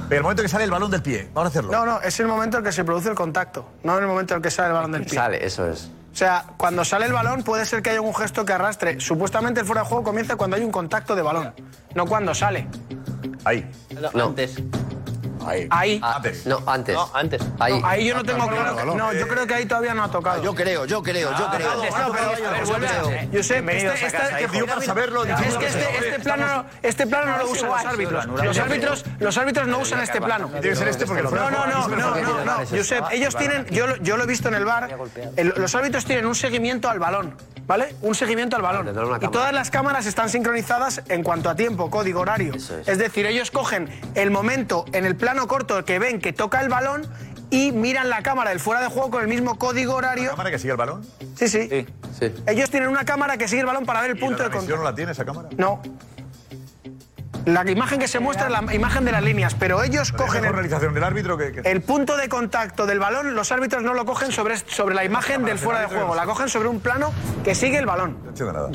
Pero el momento que sale el balón del pie, vamos a hacerlo. No, no, es el momento en el que se produce el contacto, no en el momento en el que sale el balón del pie. Sale, eso es. O sea, cuando sale el balón puede ser que haya un gesto que arrastre. Supuestamente el fuera de juego comienza cuando hay un contacto de balón, no cuando sale. Ahí. No. Antes. Ahí. Ahí. Ah, No, antes. No, antes. Ahí. No, ahí yo no tengo claro. que- No, yo creo que ahí todavía no ha tocado. Ah, Yo creo, Ah, yo creo, yo creo. No, pero yo creo. Josep, Bienvenidos este, a este, casa, que hijo. Digo para saberlo, digo es para que este, saberlo. este plano, no- este plano no lo Es usan igual, los árbitros. anula, Los anula. árbitros, los árbitros no usan este plano. Tiene que ser este porque lo No, no, no, veo. no, no, no. Josep, ellos tienen, yo, lo- yo lo he visto en el bar, el- los árbitros tienen un seguimiento al balón, ¿vale? Un seguimiento al balón. Y todas las cámaras están sincronizadas en cuanto a tiempo, código horario. es. Es decir, ellos cogen el momento en el plano corto que ven que toca el balón y miran la cámara del fuera de juego con el mismo código horario. ¿Cámara que sigue el balón? Sí, sí. Sí. Ellos tienen una cámara que sigue el balón para ver el ¿Y la punto de transmisión contacto. no la tiene esa cámara? No. La imagen que se muestra es la imagen de las líneas, pero ellos cogen ¿Mejor el, realización del árbitro que... que- el punto de contacto del balón, los árbitros no lo cogen sobre, sobre la imagen del fuera de juego, la cogen sobre un plano que sigue el balón.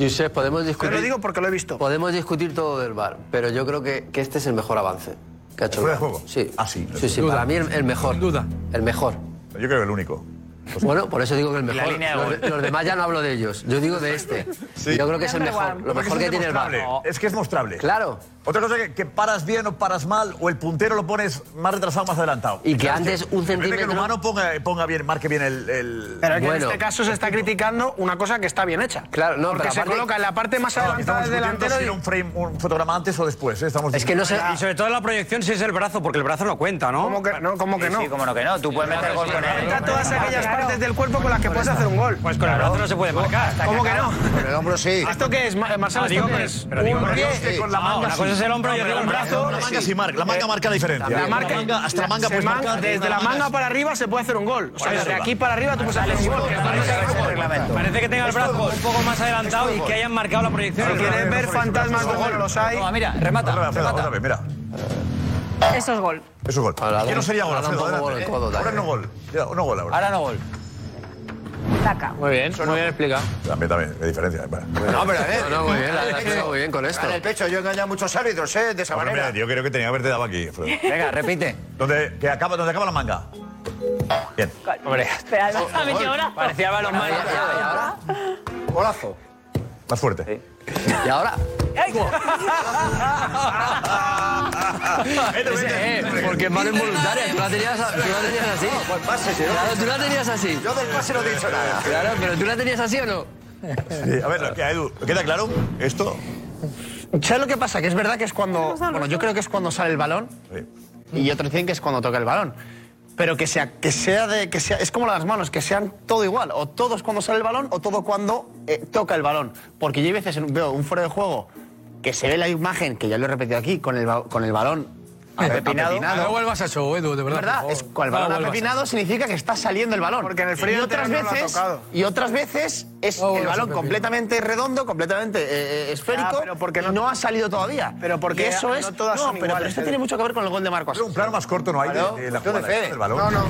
Josep, podemos discutir... Pero lo digo porque lo he visto. Podemos discutir todo del bar, pero yo creo que, que este es el mejor avance que ha hecho el ¿Fuera de VAR. juego? Sí. Ah, sí. Sí, sí, para mí el, el mejor. Sin duda. El mejor. Yo creo que el único. Bueno, por eso digo que el Y la mejor. línea de Los, gol. los demás ya no hablo de ellos. Yo digo de este. Yo creo que es el mejor. Lo Porque mejor eso es que tiene el bar. demostrable, Es que es mostrable. Claro. Otra cosa que, que paras bien o paras mal, o el puntero lo pones más retrasado más adelantado. Y que Claro, antes es que un depende de Que centímetro- el humano ponga, ponga bien, marque bien el. el- Pero que en este caso se está criticando una cosa que está bien hecha. Claro, no, Porque pero se aparte- coloca en la parte más Claro, aquí adelantada estamos del discutiendo delantero si y era un frame, un fotograma antes o después. ¿eh? Estamos discutiendo. Y sobre todo en la proyección, si es el brazo, porque el brazo no cuenta, ¿no? ¿Cómo que no? ¿Cómo que no? Sí, cómo no que no. Tú puedes meter gol con él. está todas aquellas partes del cuerpo con las que puedes hacer un gol. Pues con el brazo no se puede marcar. ¿Cómo que no? Con el hombro sí. ¿Esto qué es, Ma- Marcelo? Ah, digo, ¿Esto qué pero- es? pero digo, Un pie pero- eh, con la manga, sí. y Hombre, otro la manga- la manga sí marca, la manga marca la diferencia. La La marca, manga- hasta la manga se puedes man- marcar. Desde la manga para arriba se puede hacer un gol. O sea, Por eso desde va. aquí para arriba tú puedes hacer un gol. Parece que tenga el brazo un poco más adelantado y que hayan marcado la proyección. Si quieres ver fantasmas como no los hay. Mira, remata. Otra vez, Alfredo, otra vez, mira. Eso es gol. Eso es gol. Ahora Que no sería gol, ahora Alfredo, un poco adelante. gol el codo, Ahora dale. no gol. Ya, No gol ahora. Ahora no gol. Taca. Muy bien, muy bien explicado. También, también, qué diferencia. eh, bueno. No, pero a ver. No, no, muy bien, la verdad que muy bien con esto. En el pecho, yo he engañado a muchos árbitros, ¿eh? De esa Bueno, manera. mira, yo creo que tenía que haberte dado aquí, Alfredo. Venga, repite. Donde, que acaba, donde acaba la manga. Bien. Hombre, Espera, Oh, ha metido brazo. Parecía Ah, balonmano. Golazo. Más fuerte. Y ahora, Ay. Este eh, porque es mano involuntaria. Tú la tenías, tú la tenías así. pues Claro, tú la tenías así. Yo del pase no he dicho nada. Claro, pero tú la tenías así o no. Sí, a ver, lo que- Edu, ¿queda claro esto? ¿Sabes lo que pasa? Que es verdad que es cuando. Bueno, yo creo que es cuando sale el balón. Y otros dicen que es cuando toca el balón. Pero que sea, que sea de. Que sea, es como las manos, que sean todo igual. O todos cuando sale el balón o todo cuando eh, toca el balón. Porque yo a veces veo un fuera de juego que se ve la imagen, que ya lo he repetido aquí, con el, ba- con el balón apepinado. No vuelvas a eso, Edu, de verdad. ¿Verdad? por Es, favor. Ah, con el balón No vuelvas a eso. apepinado significa que está saliendo el balón. Porque en el frío y otras entero no lo ha veces, tocado. Y otras veces es Ah, No el vuelvas a balón pepinado. completamente redondo, completamente eh, eh, esférico, Ya, pero porque y no, ha salido todavía. Pero porque Y eso no es, todas son pero- pero, iguales, esto Edu. tiene mucho que ver con el gol de Marco Pero Asensio. un plano más corto no hay Claro, de, de la yo de jugada Fede. esta del balón. No, no.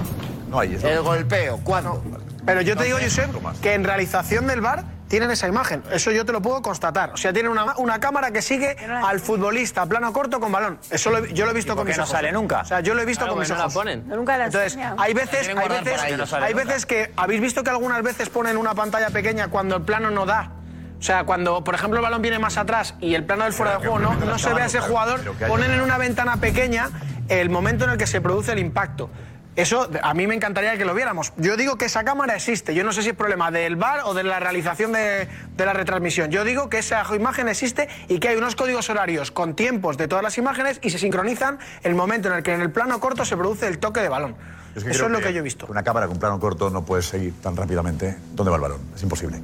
No hay esto. El golpeo, cuatro. Pero yo te digo, Josep, más. que en realización del bar tienen esa imagen. Eso yo te lo puedo constatar. O sea, tienen una, una cámara que sigue al futbolista a plano corto con balón. Eso lo he- yo lo he visto por con qué mis no ojos. sale nunca? O sea, yo lo he visto Claro, con mis porque no la ojos. ponen. Nunca la Entonces, enseñan. hay veces, Quieren hay guardar veces, para ellos. No sale hay nunca. veces que habéis visto que algunas veces ponen una pantalla pequeña cuando el plano no da. O sea, cuando, por ejemplo, el balón viene más atrás y el plano del fuera de juego no, no se ve a ese jugador, ponen en una ventana pequeña el momento en el que se produce el impacto. Eso a mí me encantaría que lo viéramos. Yo digo que esa cámara existe. Yo no sé si es problema del VAR o de la realización de, de la retransmisión. Yo digo que esa imagen existe y que hay unos códigos horarios con tiempos de todas las imágenes y se sincronizan el momento en el que en el plano corto se produce el toque de balón. Es Eso creo es lo que yo he visto. Una cámara con plano corto no puede seguir tan rápidamente ¿eh? dónde va el balón. Es imposible.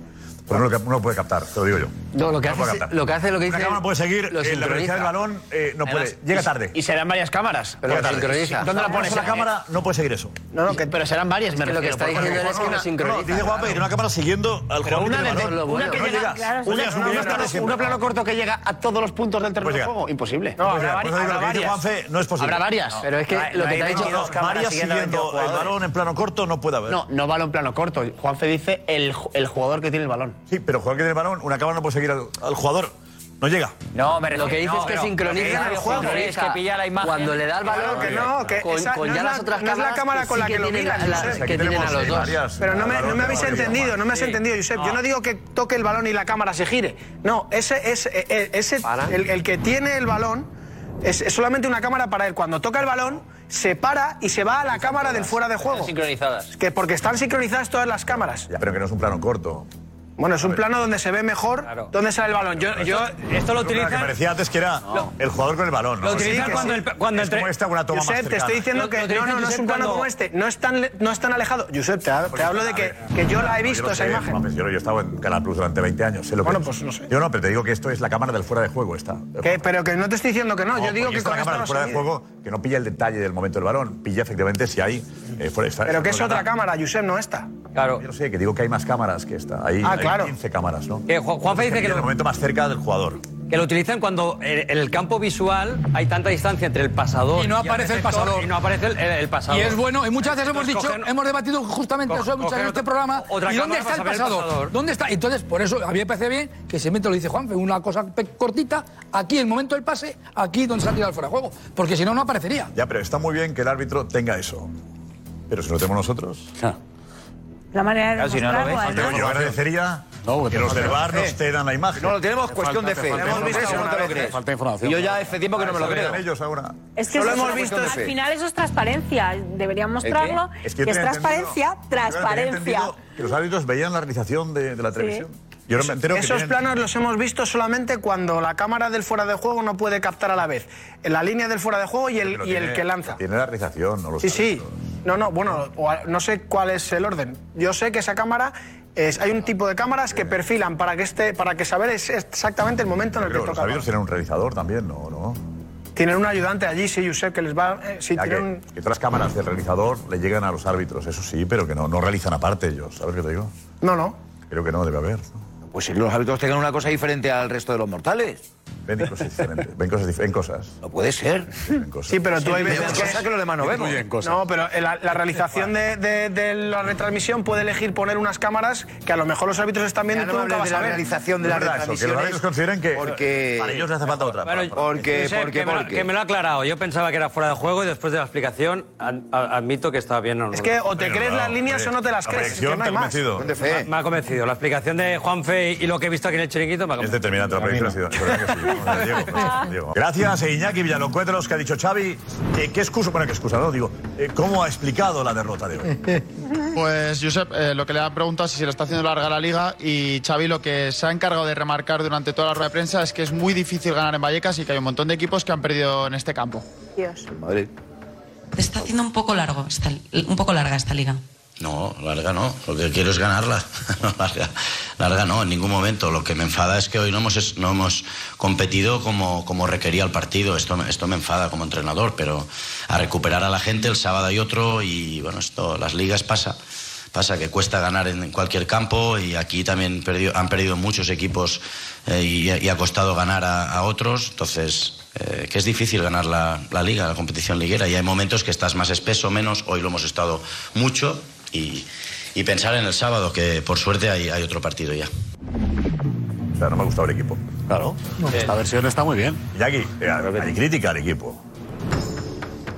Pero no lo, cap- no lo puede captar, te lo digo yo. No, lo que hace puede es- captar. lo que hace- lo que Una dice- cámara puede seguir lo eh, la sincroniza. velocidad del balón, eh, no Además, puede. Llega tarde. Y serán varias cámaras. Pero Llega lo tarde. sincroniza. Ah, ¿Dónde la pones? La cámara no puede seguir eso. No, no, que- pero serán varias, me que lo que refiero, está porque- diciendo él es que lo No, dice sincroniza. Juanpe que tiene una cámara siguiendo Pero al jugador. una, que tiene de- el balón. una que No llega- llega. claro, Una una- es un una- plano una- siempre. un plano corto que llega a todos los puntos del terreno Pues de llega. juego, imposible. No, habrá varias- Por eso digo, habrá lo que dice varias. Juanfe no es posible. Habrá varias. No. Pero es que No hay- lo no que hay te ha dicho. 22 cámaras Varias siguiendo a siguiendo 22 el balón en plano corto no puede haber. No, no balón plano corto. Juanfe dice el, ju- el jugador que tiene el balón. Sí, pero jugador que tiene el balón, una cámara no puede seguir al, al jugador. No llega. No, me refiero- Lo que dices no, que pero- lo que sincroniza, dice el juego es que pilla la imagen. Cuando le da el balón, Claro que no, que con, esa con no ya es las la- otras no es la cámaras cámara con la sí que lo tienen miran, a- las- Josep. que Aquí tienen a los dos. Pero no me, no me habéis entendido, no me has entendido, Josep. Yo no digo que toque el balón y la cámara se gire. No, ese es ese, el, el que tiene el balón es, es solamente una cámara para él. Cuando toca el balón, se para y se va a la cámara del fuera de juego. Sincronizadas. Que porque están sincronizadas todas las cámaras. Ya, pero que no es un plano corto. Bueno, es un plano donde se ve mejor dónde sale el balón. Yo, yo Esto lo Lo que utilizan. parecía antes que era el jugador con el balón. ¿no? Lo utilizan Sí, que cuando sí. el- cuando es el tre- como esta una toma Josep, más te estoy cercana. diciendo Lo- que lo no, utilizan, no, no es Josep, un plano cuando- como este. No es tan, le- no es tan alejado. Josep, te, ha- te hablo de que, que yo la he visto, no esa sé, imagen. mames, Yo, yo he estado en Canal Plus durante 20 años. Sé lo que Bueno, es. pues no sé. Yo no, pero te digo que esto es la cámara del fuera de juego. Esta. Que- pero que no te estoy diciendo que no. yo digo porque que esta con es esto la cámara no se del fuera de mide. juego que no pilla el detalle del momento del balón. Pilla efectivamente si hay eh, fuera esta- Pero que es esta- otra cámara, Josep, no esta. Claro. Yo no sé, que digo que hay más cámaras que esta. Hay, Ah, hay claro. 15 cámaras, ¿no? Que Ju- Juanfe dice que el lo, momento más cerca del jugador. que lo utilizan cuando eh, en en el campo visual hay tanta distancia entre el pasador Y no aparece el receptor pasador. Y no aparece el, el- el Y pasador. es bueno, y muchas veces hemos dicho, Entonces, cogen- hemos debatido justamente coge- eso muchas coger veces en este otra- programa. otra ¿Y dónde cámara está el para saber el pasador? pasador. ¿Dónde está? Entonces, por eso, a mí me parece bien que se mete, lo dice Juanfe, una cosa pe- cortita, aquí el momento del pase, aquí donde se ha tirado el fuera de juego. Porque si no, no aparecería. Ya, pero está muy bien que el árbitro tenga eso. Pero si lo tenemos nosotros. La manera de Claro, si no lo demostrarlo. ves. además. Yo agradecería que los del bar nos te dan la imagen. No, lo tenemos cuestión de fe. Hemos visto cómo te lo crees. Y yo ya hace tiempo que no me Ah, lo creo. ellos ahora. Es que eso es una cuestión de fe. al final eso es transparencia. Deberían ¿El qué? mostrarlo. Es Es que yo que es tenía transparencia, transparencia. Que los árbitros veían la realización de, de la televisión. Yo no me entero que Esos tienen- planos los hemos visto solamente cuando la cámara del fuera de juego no puede captar a la vez la línea del fuera de juego y el, pero y el tiene- que lanza. Tiene la realización, no lo Sí, sabe. sí. No, no, bueno, o a- no sé cuál es el orden. Yo sé que esa cámara es hay un tipo de cámaras que perfilan para que este para que saber es exactamente el momento en el que Pero los toca. árbitros tienen un realizador también, ¿no? no. Tienen un ayudante allí, sí, Josep, que les va eh, sí, Ya que, tienen que todas las cámaras del realizador le llegan a los árbitros, eso sí, pero que no, no realizan aparte ellos. ¿Sabes qué te digo? No, no. Creo que no, debe haber. Pues si los árbitros tengan una cosa diferente al resto de los mortales. Ven cosas diferentes, ven cosas diferentes. cosas. No puede ser. Sí, pero tú hay veces que... que los demás no vemos. No, pero la, la realización de, de- de la retransmisión puede elegir poner unas cámaras que a lo mejor los árbitros están viendo Ya y no tú me nunca vas hables de a la ver. realización de las retransmisiones. consideran que Porque... para ellos le hace falta otra. Bueno, porque, Josep, porque, que, me lo, porque. que me lo ha aclarado. Yo pensaba que era fuera de juego y después de la explicación ad- a- admito que estaba bien. Es que o te Pero crees no, las líneas hombre, o no te las la crees, es que proyección no hay te ha más. convencido. Con de fe. Me, ha- me ha convencido. La explicación de Juan Fe y lo que he visto aquí en el chiringuito me ha convencido. Es determinante la proyección. ha sido- es verdad que sí, vamos, Diego, pues, Diego. Gracias, e Iñaki Villaloncuetros, que ha dicho Xavi. eh, ¿Qué excusa? Bueno, ¿qué excusa? No, digo, eh, ¿cómo ha explicado la derrota de hoy? Pues Josep, eh, lo que le ha preguntado es si se le está haciendo larga la liga y Xavi lo que se ha encargado de remarcar durante toda la rueda de prensa es que es muy difícil ganar en Vallecas y que hay un montón de equipos que han perdido en este campo. Dios. Madrid. Te está haciendo un poco largo, esta- un poco larga esta liga. No, larga no. Lo que quiero es ganarla. No, larga, larga no, en ningún momento. Lo que me enfada es que hoy no hemos, es- no hemos competido como, como requería el partido. Esto, me- esto me enfada como entrenador, pero a recuperar a la gente el sábado hay otro y bueno, esto, las ligas pasa. Pasa que cuesta ganar en cualquier campo y aquí también perdió- han perdido muchos equipos eh, y, y ha costado ganar a, a otros. Entonces, eh, que es difícil ganar la, la liga, la competición liguera. Y hay momentos que estás más espeso, menos. Hoy lo hemos estado mucho y, y pensar en el sábado, que por suerte hay, hay otro partido ya. O sea, no me ha gustado el equipo. Claro. Esta versión está muy bien. Iñaki, eh, hay crítica al equipo.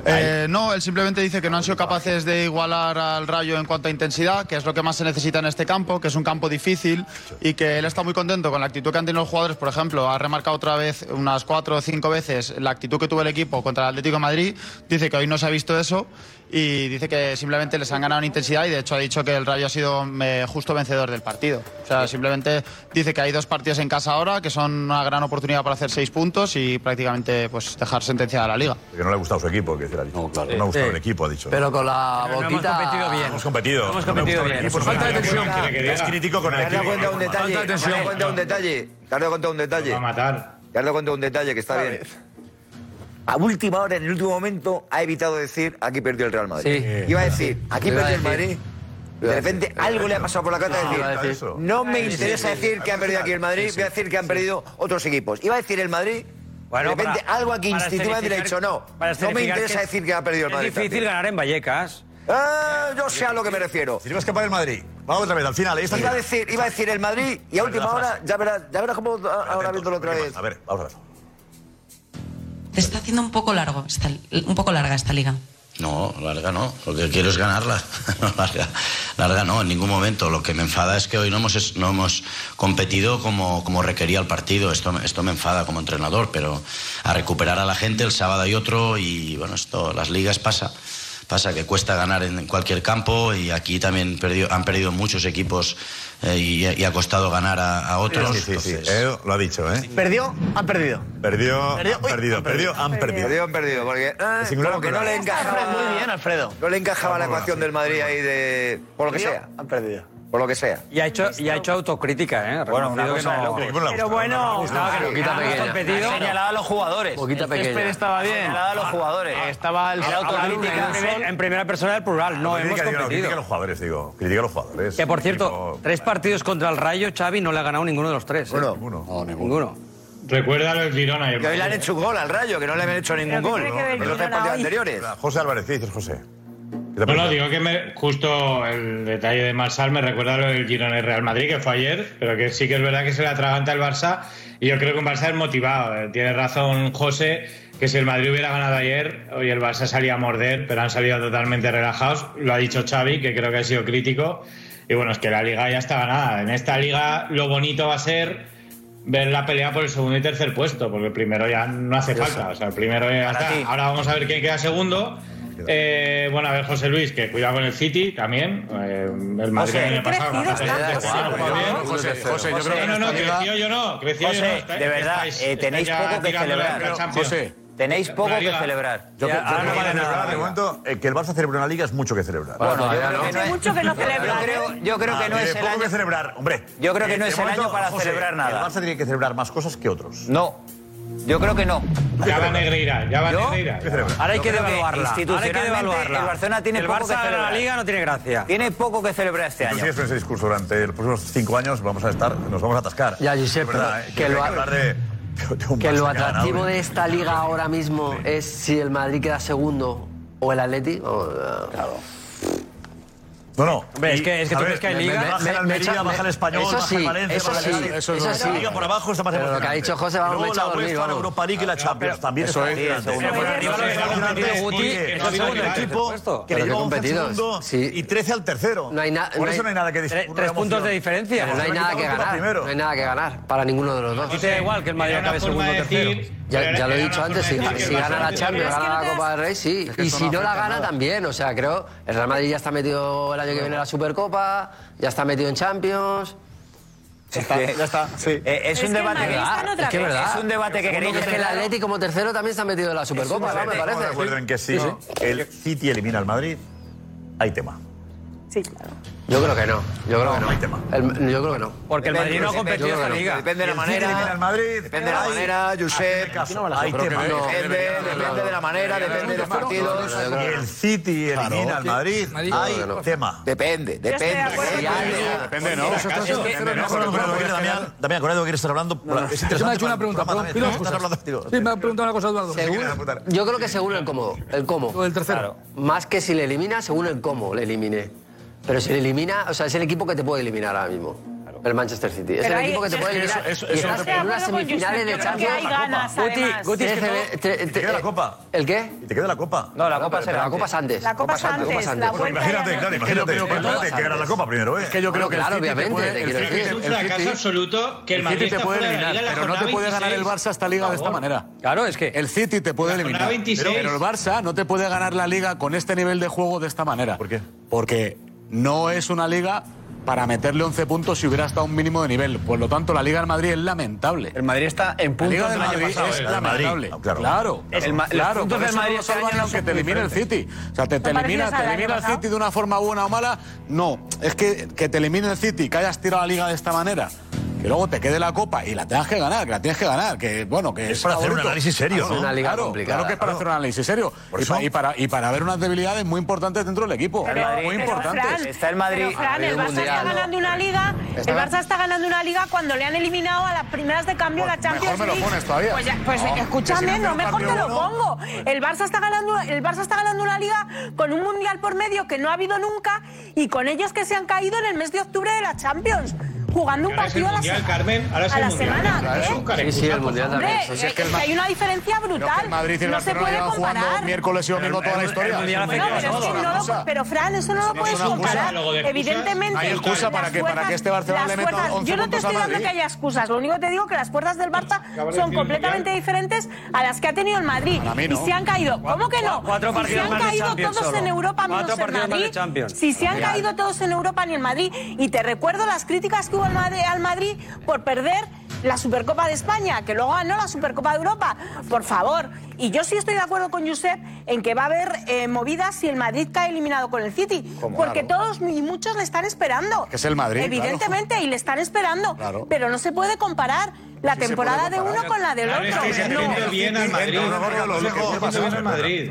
Eh, no, él simplemente dice que no han sido capaces de igualar al Rayo en cuanto a intensidad, que es lo que más se necesita en este campo, que es un campo difícil y que él está muy contento con la actitud que han tenido los jugadores. Por ejemplo, ha remarcado otra vez unas cuatro o cinco veces la actitud que tuvo el equipo contra el Atlético de Madrid. Dice que hoy no se ha visto eso y dice que simplemente les han ganado en intensidad y de hecho ha dicho que el Rayo ha sido eh, justo vencedor del partido. O sea, simplemente dice que hay dos partidos en casa ahora que son una gran oportunidad para hacer seis puntos y prácticamente pues dejar sentenciada la liga. Porque no le ha gustado su equipo, que decir, ha dicho. No, claro. No me ha gustado Sí. el equipo, ha dicho. Pero con la Pero no boquita- Hemos competido bien. Hemos competido. Hemos No me competido gusta el bien. equipo, Falta es de una tensión. locura. Que le quería- Es crítico con el Te has dado equipo. cuenta de un detalle. Falta de Te has dado tensión. cuenta de un detalle. Te has dado cuenta de un detalle. a matar. Te has dado cuenta de un detalle que está bien. A última hora, en el último momento, ha evitado decir aquí perdió el Real Madrid. Sí. Iba a decir, aquí Iba a perdió el decir. Madrid. De repente algo le ha pasado por la cabeza No, de iba a decir, decir. no me Sí, sí, interesa sí. decir que ha perdido aquí el Madrid, voy a decir que han perdido otros equipos. Iba a dectivamente decir el Madrid. de repente algo aquí instintivamente le ha dicho, no, no me interesa decir que ha perdido el Madrid. Es difícil también. ganar en Vallecas. Ah, yo sé a lo que me refiero. Si no escapar el Madrid. Vamos otra vez, al final. Esta Iba a decir, iba a decir el Madrid y a Vale, última la hora, frase. ya verás, ya verás cómo ah, ahora viéndolo otra vez. A ver, vamos a ver. Te está haciendo un poco largo, esta- un poco larga esta liga. No, larga no. Lo que quiero es ganarla. No, larga, larga no, en ningún momento. Lo que me enfada es que hoy no hemos, es- no hemos competido como, como requería el partido. Esto, me- esto me enfada como entrenador, pero a recuperar a la gente el sábado hay otro y bueno, esto, las ligas pasa. Pasa que cuesta ganar en cualquier campo y aquí también perdió- han perdido muchos equipos eh, y, y ha costado ganar a, a otros. Sí, sí, sí. Entonces- Eh, lo ha dicho, ¿eh? Perdió, han perdido. Perdió, Perdió, han uy, perdido, han perdió, han perdido. Perdido, han perdido, porque ah, El singular como que han no le perdido. encajaba. Muy bien, Alfredo. No le encajaba la ecuación del Madrid ahí de. Por lo que Perdió, sea. Han perdido. Por lo que sea. Y ha hecho, y ha hecho autocrítica, ¿eh? Bueno, una Reconocido cosa de loco. El equipo no le ha Pero gustado, no le ha bueno, gustado. que no, Boquita que no, pequeña. competido. Ha señalado a los jugadores. Boquita El césped pequeña. estaba bien. Ha señalado a los jugadores. Estaba Ah, Ah, el- Era autocrítica. Ahora, En primer- en primera persona del plural, no hemos Crítica, digo, no, Crítica a competido. los jugadores, digo. Crítica a los jugadores. Que por cierto, tres partidos contra el Rayo, Xavi no le ha ganado ninguno de los tres. ¿eh? Ninguno. Ninguno. Recuerda el Girona. Que hoy le han hecho un gol al Rayo, que no le habían hecho ningún gol. En los tres partidos anteriores. José Álvarez, ¿qué dices, José? No, no, digo que me, justo el detalle de Marsal me recuerda lo del Girona y Real Madrid, que fue ayer, pero que sí que es verdad que se le atraganta el Barça. Y yo creo que un Barça es motivado. eh. Tiene razón José, que si el Madrid hubiera ganado ayer, hoy el Barça salía a morder, pero han salido totalmente relajados. Lo ha dicho Xavi, que creo que ha sido crítico. Y bueno, es que la liga ya está ganada. En esta liga lo bonito va a ser ver la pelea por el segundo y tercer puesto, porque el primero ya no hace Eso. falta. O sea, el primero ya Para está. ti. Ahora vamos a ver quién queda segundo. Eh, bueno, a ver, José Luis, que cuidado con el City también. Eh, el Madrid José, el año pasado. crecido ganó está, el José, City, por ganó. favor. ¿eh? José, José, yo creo que No, en no, esta liga- creció yo no. Creció yo no. José, Está- de verdad, estáis- eh, estáis tenéis ya poco que tirando la celebrar. Champions. tenéis La poco que liga. celebrar. Yo, Ya, creo- yo ahora creo no que vale en el nada. Real, de momento eh, que el Barça celebra una liga es mucho que celebrar. Bueno, yo creo que no- Yo creo, yo creo que no Ah, es eh, el poco año que celebrar, hombre. Yo creo que Eh, no de es el momento, año para José, celebrar nada. El Barça tiene que celebrar más cosas que otros. No. Yo creo que no. Ya va Negreira, ya va ¿Yo? Negreira. Ahora hay que Yo creo devaluarla, ahora hay que institucionalmente, devaluarla. El Barcelona tiene El poco que Barça de la celebrar. Liga no tiene gracia. Tiene poco que celebrar este Si año. sigues con ese discurso durante los próximos cinco años, vamos a estar, nos vamos a atascar. Ya, Josep, Es verdad, pero eh, que hay lo ha- hablar de, de un Que Pues Barça lo ha ganado atractivo y- de esta liga ahora mismo es si el Madrid queda segundo o el Atleti. eh, claro. No, no. Hombre, es que, es que a tú crees ver, que hay me- liga. me- Baja el Almería, baja el Español, eso baja sí, el Valencia, eso baja el sí, Real. eso La sí. Liga por abajo está más Pero lo que ha dicho José, vamos, Luego me echa a la dormir, UEFA, la vamos. Europa League y la Champions también Eso está es, adelante. sí, segundo. Por arriba lo Pero dejaron qué adelante, competido, porque Guti, Es el eso segundo es, por equipo supuesto. que le Pero qué lleva 11 competidos, segundo sí. y 13 al tercero. No hay na- Por eso no hay nada que discutir. Tres puntos de diferencia. No hay nada que ganar. No hay nada que ganar para ninguno de los dos. Y te da igual que el Madrid Era una acabe forma segundo o de tercero. decir- Ya, ya lo he dicho antes, si, si gana la Champions, gana la Copa del Rey, sí. Es que Y eso si no no la afecta gana nada. también, o sea, creo, el Real Madrid ya está metido el año que viene en la Supercopa, ya está metido en Champions. Ya está, ya está, sí. es un debate que- es que es verdad. es un debate que queréis Es que el generar. Atleti como tercero también está metido en la Supercopa, ¿no? Me Estamos de acuerdo en que parece. si Sí, el City elimina al Madrid, hay tema. Sí, claro. Yo creo que no. Yo creo que no. El- yo creo que no. Porque el Madrid no ha competido en la liga. Depende de la Y el City elimina manera. al Madrid. Depende de la Ay, manera, Josep. Hay Pero tema. que no, que Depende, no, no, no, depende de la manera, depende de los partidos. El City elimina al Madrid, hay tema. Depende, depende. Depende, ¿no? Depende, ¿no? Con algo que quieres, Damián, Damián, con algo que quieres estar hablando. Es interesante Yo me ha hecho para una el pregunta. programa pido también. Estás excusas. hablando, tío. Sí, me ha preguntado una cosa, Eduardo. Yo creo que según el cómo. El cómo. O el tercero. Más que si le elimina, según el cómo le elimine. Pero si le elimina, o sea, es el equipo que te puede eliminar ahora mismo. El Manchester City. Es Pero el ahí- equipo que te yo puede es que eliminar. eso- eso- y eso- estás Estoy de en unas acuerdo con semifinales Josep, de yo creo que Champions. hay ganas, Guti, además. Guti, es que Trece- tre- Te queda la copa. ¿El qué? Y te queda la copa. No, la copa pero- será pero la copa es antes. La copa es antes, la antes. Pues vuelta imagínate, ya no. claro, imagínate, Es que yo creo todas espérate, que gana la antes. copa primero, ¿eh? Es que yo creo Bueno, que claro, el City te obviamente, puede, te el quiero City- decir. el Es un fracaso City- absoluto que el City Madrid te está puede fuera de la eliminar, liga en la pero no te jornada puede ganar el 26. Barça esta liga de esta manera. Claro, es que el City te puede eliminar, 26. pero el Barça no te puede ganar la liga con este nivel de juego de esta manera. ¿Por qué? Porque no es una liga para meterle 11 puntos si hubiera estado un mínimo de nivel. Por lo tanto, la Liga del Madrid es lamentable. El Madrid está en La Liga puntos del del año Madrid pasado, es el Madrid. lamentable. Ah, claro. Claro, claro. El ma- los claro. puntos Por del eso no Madrid lo este año salvan no aunque son te muy elimine el City. O sea, te, te Son elimina, parecidos te al año elimina el pasado. City de una forma buena o mala. No, es que, que te elimine el City, que hayas tirado la Liga de esta manera. Que luego te quede la copa y la tengas que ganar, que la tienes que ganar, que bueno, que Es es, para hacer un favorito. análisis serio, Claro, ¿no? claro, Claro que es para hacer un análisis serio. Por Y, eso- pa- y para, y para ver unas debilidades muy importantes dentro del equipo. Pero- muy pero, importantes. Fran, Está el Madrid. Pero, Fran, el Barça está ganando una liga. El Está- Barça está ganando una liga cuando le han eliminado a las primeras de cambio la Champions Pues mejor me lo League. pones todavía. Pues, ya- pues, No, que si escúchame, no Pues hace no un mejor te cambio lo bueno. pongo. El Barça está ganando, el Barça está ganando una liga con un mundial por medio que no ha habido nunca y con ellos que se han caído en el mes de octubre de la Champions. Jugando un Ahora es el partido a la, Mundial, se- Carmen, ahora es a el la Mundial. semana. Claro, ¿eh? es un Sí, sí, el Mundial también. Hombre, Si es que el es Ma- que hay una diferencia Pero que brutal. el Madrid y el no se Barcelona puede llevan jugando comparar. miércoles y domingo toda la historia. Bueno, pero, es que no lo- pero, Fran, eso no lo no puedes es una excusa. comparar. Luego de excusas, Evidentemente. no hay excusa las para que- para que este Barcelona las le meta fuerzas- 11 Yo no te puntos estoy a dando Madrid. que haya excusas. Lo único que te digo es que las fuerzas del Barça de son decir completamente diferentes a las que ha tenido el Madrid. Para mí no. Y se han caído. ¿Cómo que no? Cua- cuatro si se partidos han más de caído Champions todos solo. en Europa Cuatro menos en partidos más de Madrid. Champions. Si se han Real. caído todos en Europa ni en Madrid. Y te recuerdo las críticas que hubo al Madrid, al Madrid por perder la Supercopa de España, que luego ganó la Supercopa de Europa. Por favor. Y yo sí estoy de acuerdo con Josep en que va a haber eh, movidas si el Madrid cae eliminado con el City. ¿Cómo? Porque todos y muchos le están esperando. Que es el Madrid, Evidentemente, y le están esperando. Claro. Pero no se puede comparar la Sí se temporada puede de comparar. uno con la del Claro, otro. estáis No. haciendo bien al Madrid.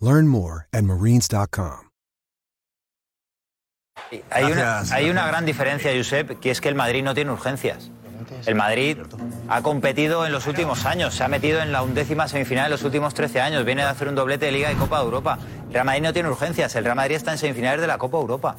Learn more at marines.com. Hay, una, Gracias. hay una gran diferencia, Josep, que es que el Madrid no tiene urgencias. El Madrid ha competido en los últimos años, se ha metido en la undécima semifinal en los últimos 13 años, viene de hacer un doblete de Liga y Copa de Europa. El Real Madrid no tiene urgencias, el Real Madrid está en semifinales de la Copa Europa.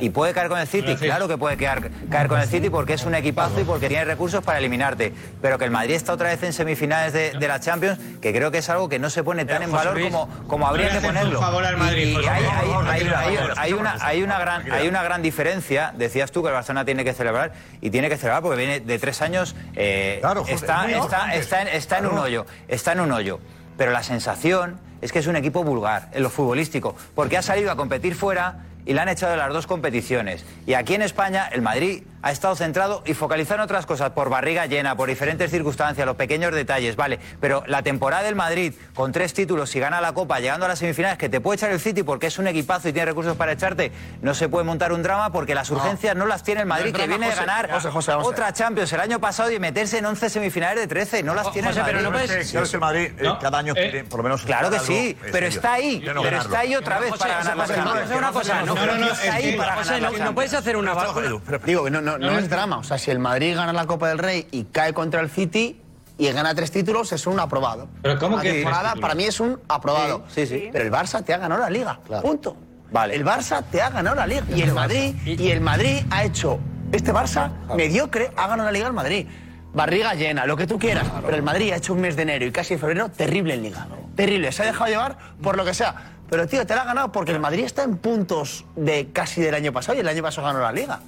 Y puede caer con el City, claro que puede quedar- caer con el City porque es un equipazo y porque tiene recursos para eliminarte. Pero que el Madrid está otra vez en semifinales de, de la Champions, que creo que es algo que no se pone tan en José valor Luis, como, como no habría le que haces un ponerlo. favor al Madrid, Y- y José hay- Luis, por favor, hay- hay- tranquilo, hay- tranquilo, hay una- Hay una gran- hay una gran diferencia, decías tú que el Barcelona tiene que celebrar y tiene que celebrar porque viene de tres años, eh, José, está, muy está, importante. está en, está en un Claro. hoyo, está en un hoyo. Pero la sensación es que es un equipo vulgar en lo futbolístico, porque ha salido a competir fuera y le han echado de las dos competiciones. Y aquí en España el Madrid ha estado centrado y focalizado en otras cosas, por barriga llena, por diferentes circunstancias, los pequeños detalles, vale. Pero la temporada del Madrid, con tres títulos, si gana la Copa, llegando a las semifinales, que te puede echar el City porque es un equipazo y tiene recursos para echarte, no se puede montar un drama porque las urgencias no, las tiene el Madrid, No, que drama, viene de José, ganar José, José, vamos a ver. otra Champions el año pasado y meterse en 11 semifinales de 13. No Oh, las tiene José, el Madrid. pero no puedes- Claro, es que el Madrid, eh, No. cada año tiene, por lo menos, Claro que algo, sí, eh, pero serio. está ahí. Pero Quiero ganarlo. está ahí otra vez José, para José, ganar las José, Champions. José, una cosa, no, Pero no, está es ahí que, para José, ganar no- las no puedes hacer una Champions. vacuna. Digo que no, no, no es drama. O sea, si el Madrid gana la Copa del Rey y cae contra el City y gana tres títulos, es un aprobado. Pero ¿cómo La que tres temporada títulos? para mí es un aprobado. Sí, sí. Pero el Barça te ha ganado la Liga. Punto. Vale. El Barça te ha ganado la Liga. Y el Madrid, y el Madrid ha hecho. Este Barça mediocre ha ganado la Liga al Madrid. Barriga llena, lo que tú quieras. Pero el Madrid ha hecho un mes de enero y casi febrero terrible en Liga. Terrible. Se ha dejado llevar por lo que sea. Pero, tío, te la ha ganado porque el Madrid está en puntos de casi del año pasado y el año pasado ganó la Liga.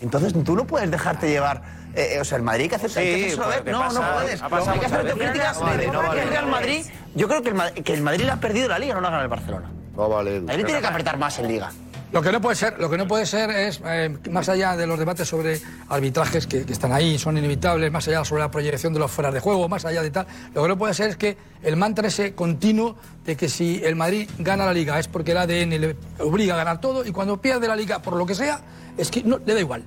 Entonces tú no puedes dejarte llevar. eh, eh, o sea, el Madrid hay que hacerse, hay que Sí, hacerse una pues, vez. que No, pasa- no puedes. ha pasado Hay que muchas hacer veces. autocríticas. No vale, de no verdad que vale. el Real Madrid. Yo creo que el, Ma- que el Madrid le ha perdido la liga, no la ha ganado el Barcelona. No vale. Madrid tiene que apretar más en liga. Lo que no puede ser, lo que no puede ser es, eh, más allá de los debates sobre arbitrajes que, que están ahí, son inevitables, más allá sobre la proyección de los fueras de juego, más allá de tal, lo que no puede ser es que el mantra ese continuo de que si el Madrid gana la liga es porque el ADN le obliga a ganar todo y cuando pierde la liga por lo que sea, es que no, le da igual.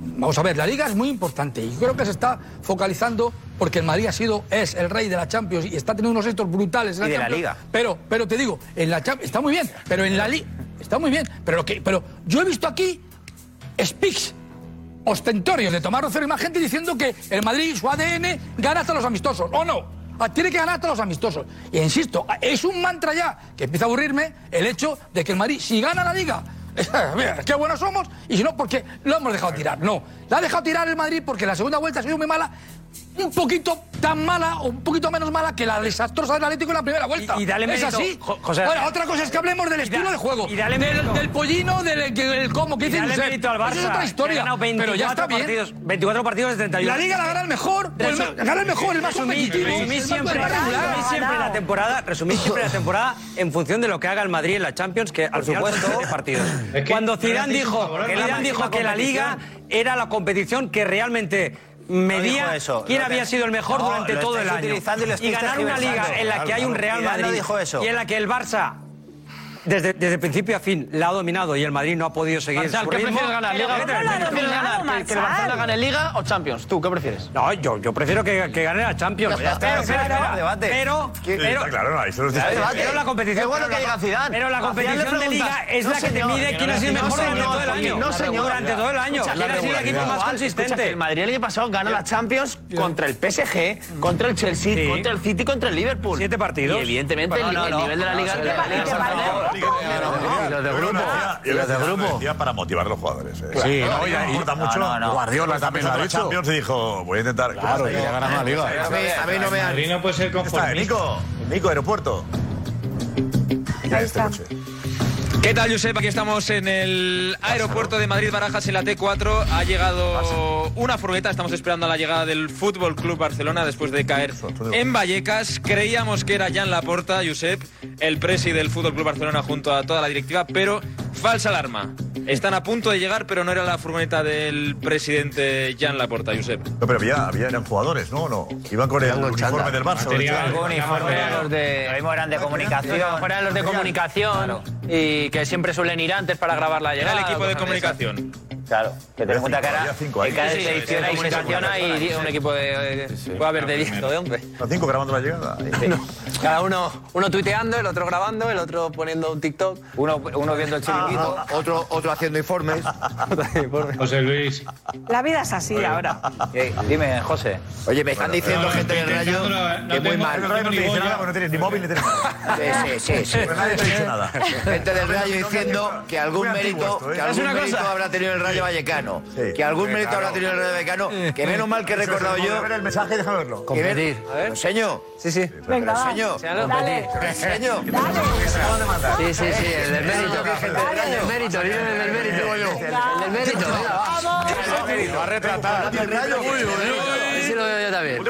Vamos a ver, la liga es muy importante y creo que se está focalizando porque el Madrid ha sido, es el rey de la Champions y está teniendo unos éxitos brutales en Y de la Champions, Liga. Pero, pero te digo, en la Champions está muy bien, pero en la liga está muy bien. Pero lo que, pero yo he visto aquí speaks ostentorios de Tomás Rocero y más gente diciendo que el Madrid, su ADN, gana hasta los amistosos. ¿O no? Ah, Tiene que ganar hasta los amistosos. Y insisto, ah, es un mantra ya que empieza a aburrirme el hecho de que el Madrid, si gana la liga, mira, qué buenos somos, y si no, porque lo hemos dejado tirar. No, la ha dejado tirar el Madrid porque la segunda vuelta ha sido muy mala. Un poquito tan mala o un poquito menos mala que la desastrosa del Atlético en la primera vuelta. Y- y dale es mérito, así. Jo- José- Ahora, otra cosa es que hablemos del estilo de juego. y dale del, mérito. del pollino, del, del cómo, que Y dice dale Josep. mérito al Eso Barça. pues Es otra que ha historia. ganado Pero ya está 24 bien. partidos, 24 partidos de 31. La liga la gana el mejor, o el Resu- ma- gana el mejor, el más resumí- competitivo, resumí el más siempre, regular. resumí siempre la temporada, resumí siempre la temporada en función de lo que haga el Madrid en la Champions, que al final son Este 13 partidos. Cuando Zidane pero es dijo, infavorable. Zidane La máxima dijo que la liga era la competición que realmente medía dijo eso. quién Lo había te- sido el mejor No, durante lo todo el estáis año. utilizando y lo estáis ganar una liga tergiversando. en la que hay un Claro, Real Zidane no Madrid dijo eso. y en la que el Barça desde, desde principio a fin la ha dominado y el Madrid no ha podido seguir Marsal, su ¿qué ritmo. prefieres ganar, Liga? Pero no la ha ¿Qué prefieres dominado, ganar, que- que el Marsal. Barcelona gane Liga o Champions? ¿Tú qué prefieres? No, yo, yo prefiero que, que gane la Champions. Ya está, pero, ya está, pero- el debate. pero- Sí, pero- está claro, no, ahí se los discute. Claro, pero la competición, Es bueno pero que la- diga Zidane. Pero la A Zidane le competición de preguntas, liga es no, la que te señor. mide quién ha sido el No, mejor señor, durante todo el porque año. no, señor. Durante todo el año. Escucha, ¿Quién ha sido el equipo más igual, escucha, consistente? que el Madrid el año pasado ganó la Champions contra el PSG, contra el Chelsea, contra el City, contra el Liverpool. Siete partidos. Y evidentemente el, No, no, el no. nivel de la No, Liga... se de la le- Liga y te Santander. los de grupo. Y los de grupo. para motivar a los jugadores. ¿eh? Sí. no, y ahí importa mucho. No, no, no. Guardiola Está también lo ha pensando en dicho. Champions y dijo, voy a intentar. Claro, que ya ganamos la Liga. A mí, A mí no me han- Madrid no puede ser conformista. Nico, Nico, aeropuerto. Mira este coche. ¿Qué tal, Josep? Aquí estamos en el aeropuerto de Madrid-Barajas en la T4. Ha llegado una furgoneta, estamos esperando a la llegada del Fútbol Club Barcelona después de caer en Vallecas. Creíamos que era Jan Laporta, Josep, el presi del Fútbol Club Barcelona junto a toda la directiva, pero falsa alarma. Están a punto de llegar, pero no era la furgoneta del presidente Jan Laporta, Josep. No, pero había, había eran jugadores, ¿no? ¿O no? Iban con el uniforme del Barça. Tenía algún ¿no? uniforme. Los de, lo mismo eran de comunicación. Fueran los de comunicación y que siempre suelen ir antes para grabar la Era llegada. el equipo de cosas esas. comunicación. Claro, que ten en cuenta que ahora cinco en cada años. selección hay Sí, sí, sí, selección sí, sí, sí, hay sí, un sí. equipo de... Puede haber de 10 de 11. A cinco grabando la llegada. Cada uno, uno tuiteando, el otro grabando, el otro poniendo un TikTok. Uno, viendo el chiringuito. otro, otro haciendo informes. José Luis. La vida es así ahora. Dime, José. Oye, me están diciendo gente del Rayo que muy mal. El Rayo no te dice nada porque no tienes ni móvil ni teléfono. Sí, sí, sí. sí. Pero nadie te ha dicho nada. Gente del Rayo diciendo que algún ¿eh? Muy antiguo mérito, esto, ¿eh? que algún Es una mérito cosa. habrá tenido el Rayo Vallecano. Que algún hombre, mérito claro. habrá tenido el Rayo Vallecano. Que menos mal que he Eso es, recordado vamos a yo. ver el mensaje y déjame verlo. Que ver- Enseño. Sí, sí. Venga, va. enseño. Enséñalo. Dale. Enseño. Sí, sí, sí, el del mérito. El del mérito, el del mérito. El del mérito. Va a retratar. El Rayo, uy, uy, Sí lo veo yo también.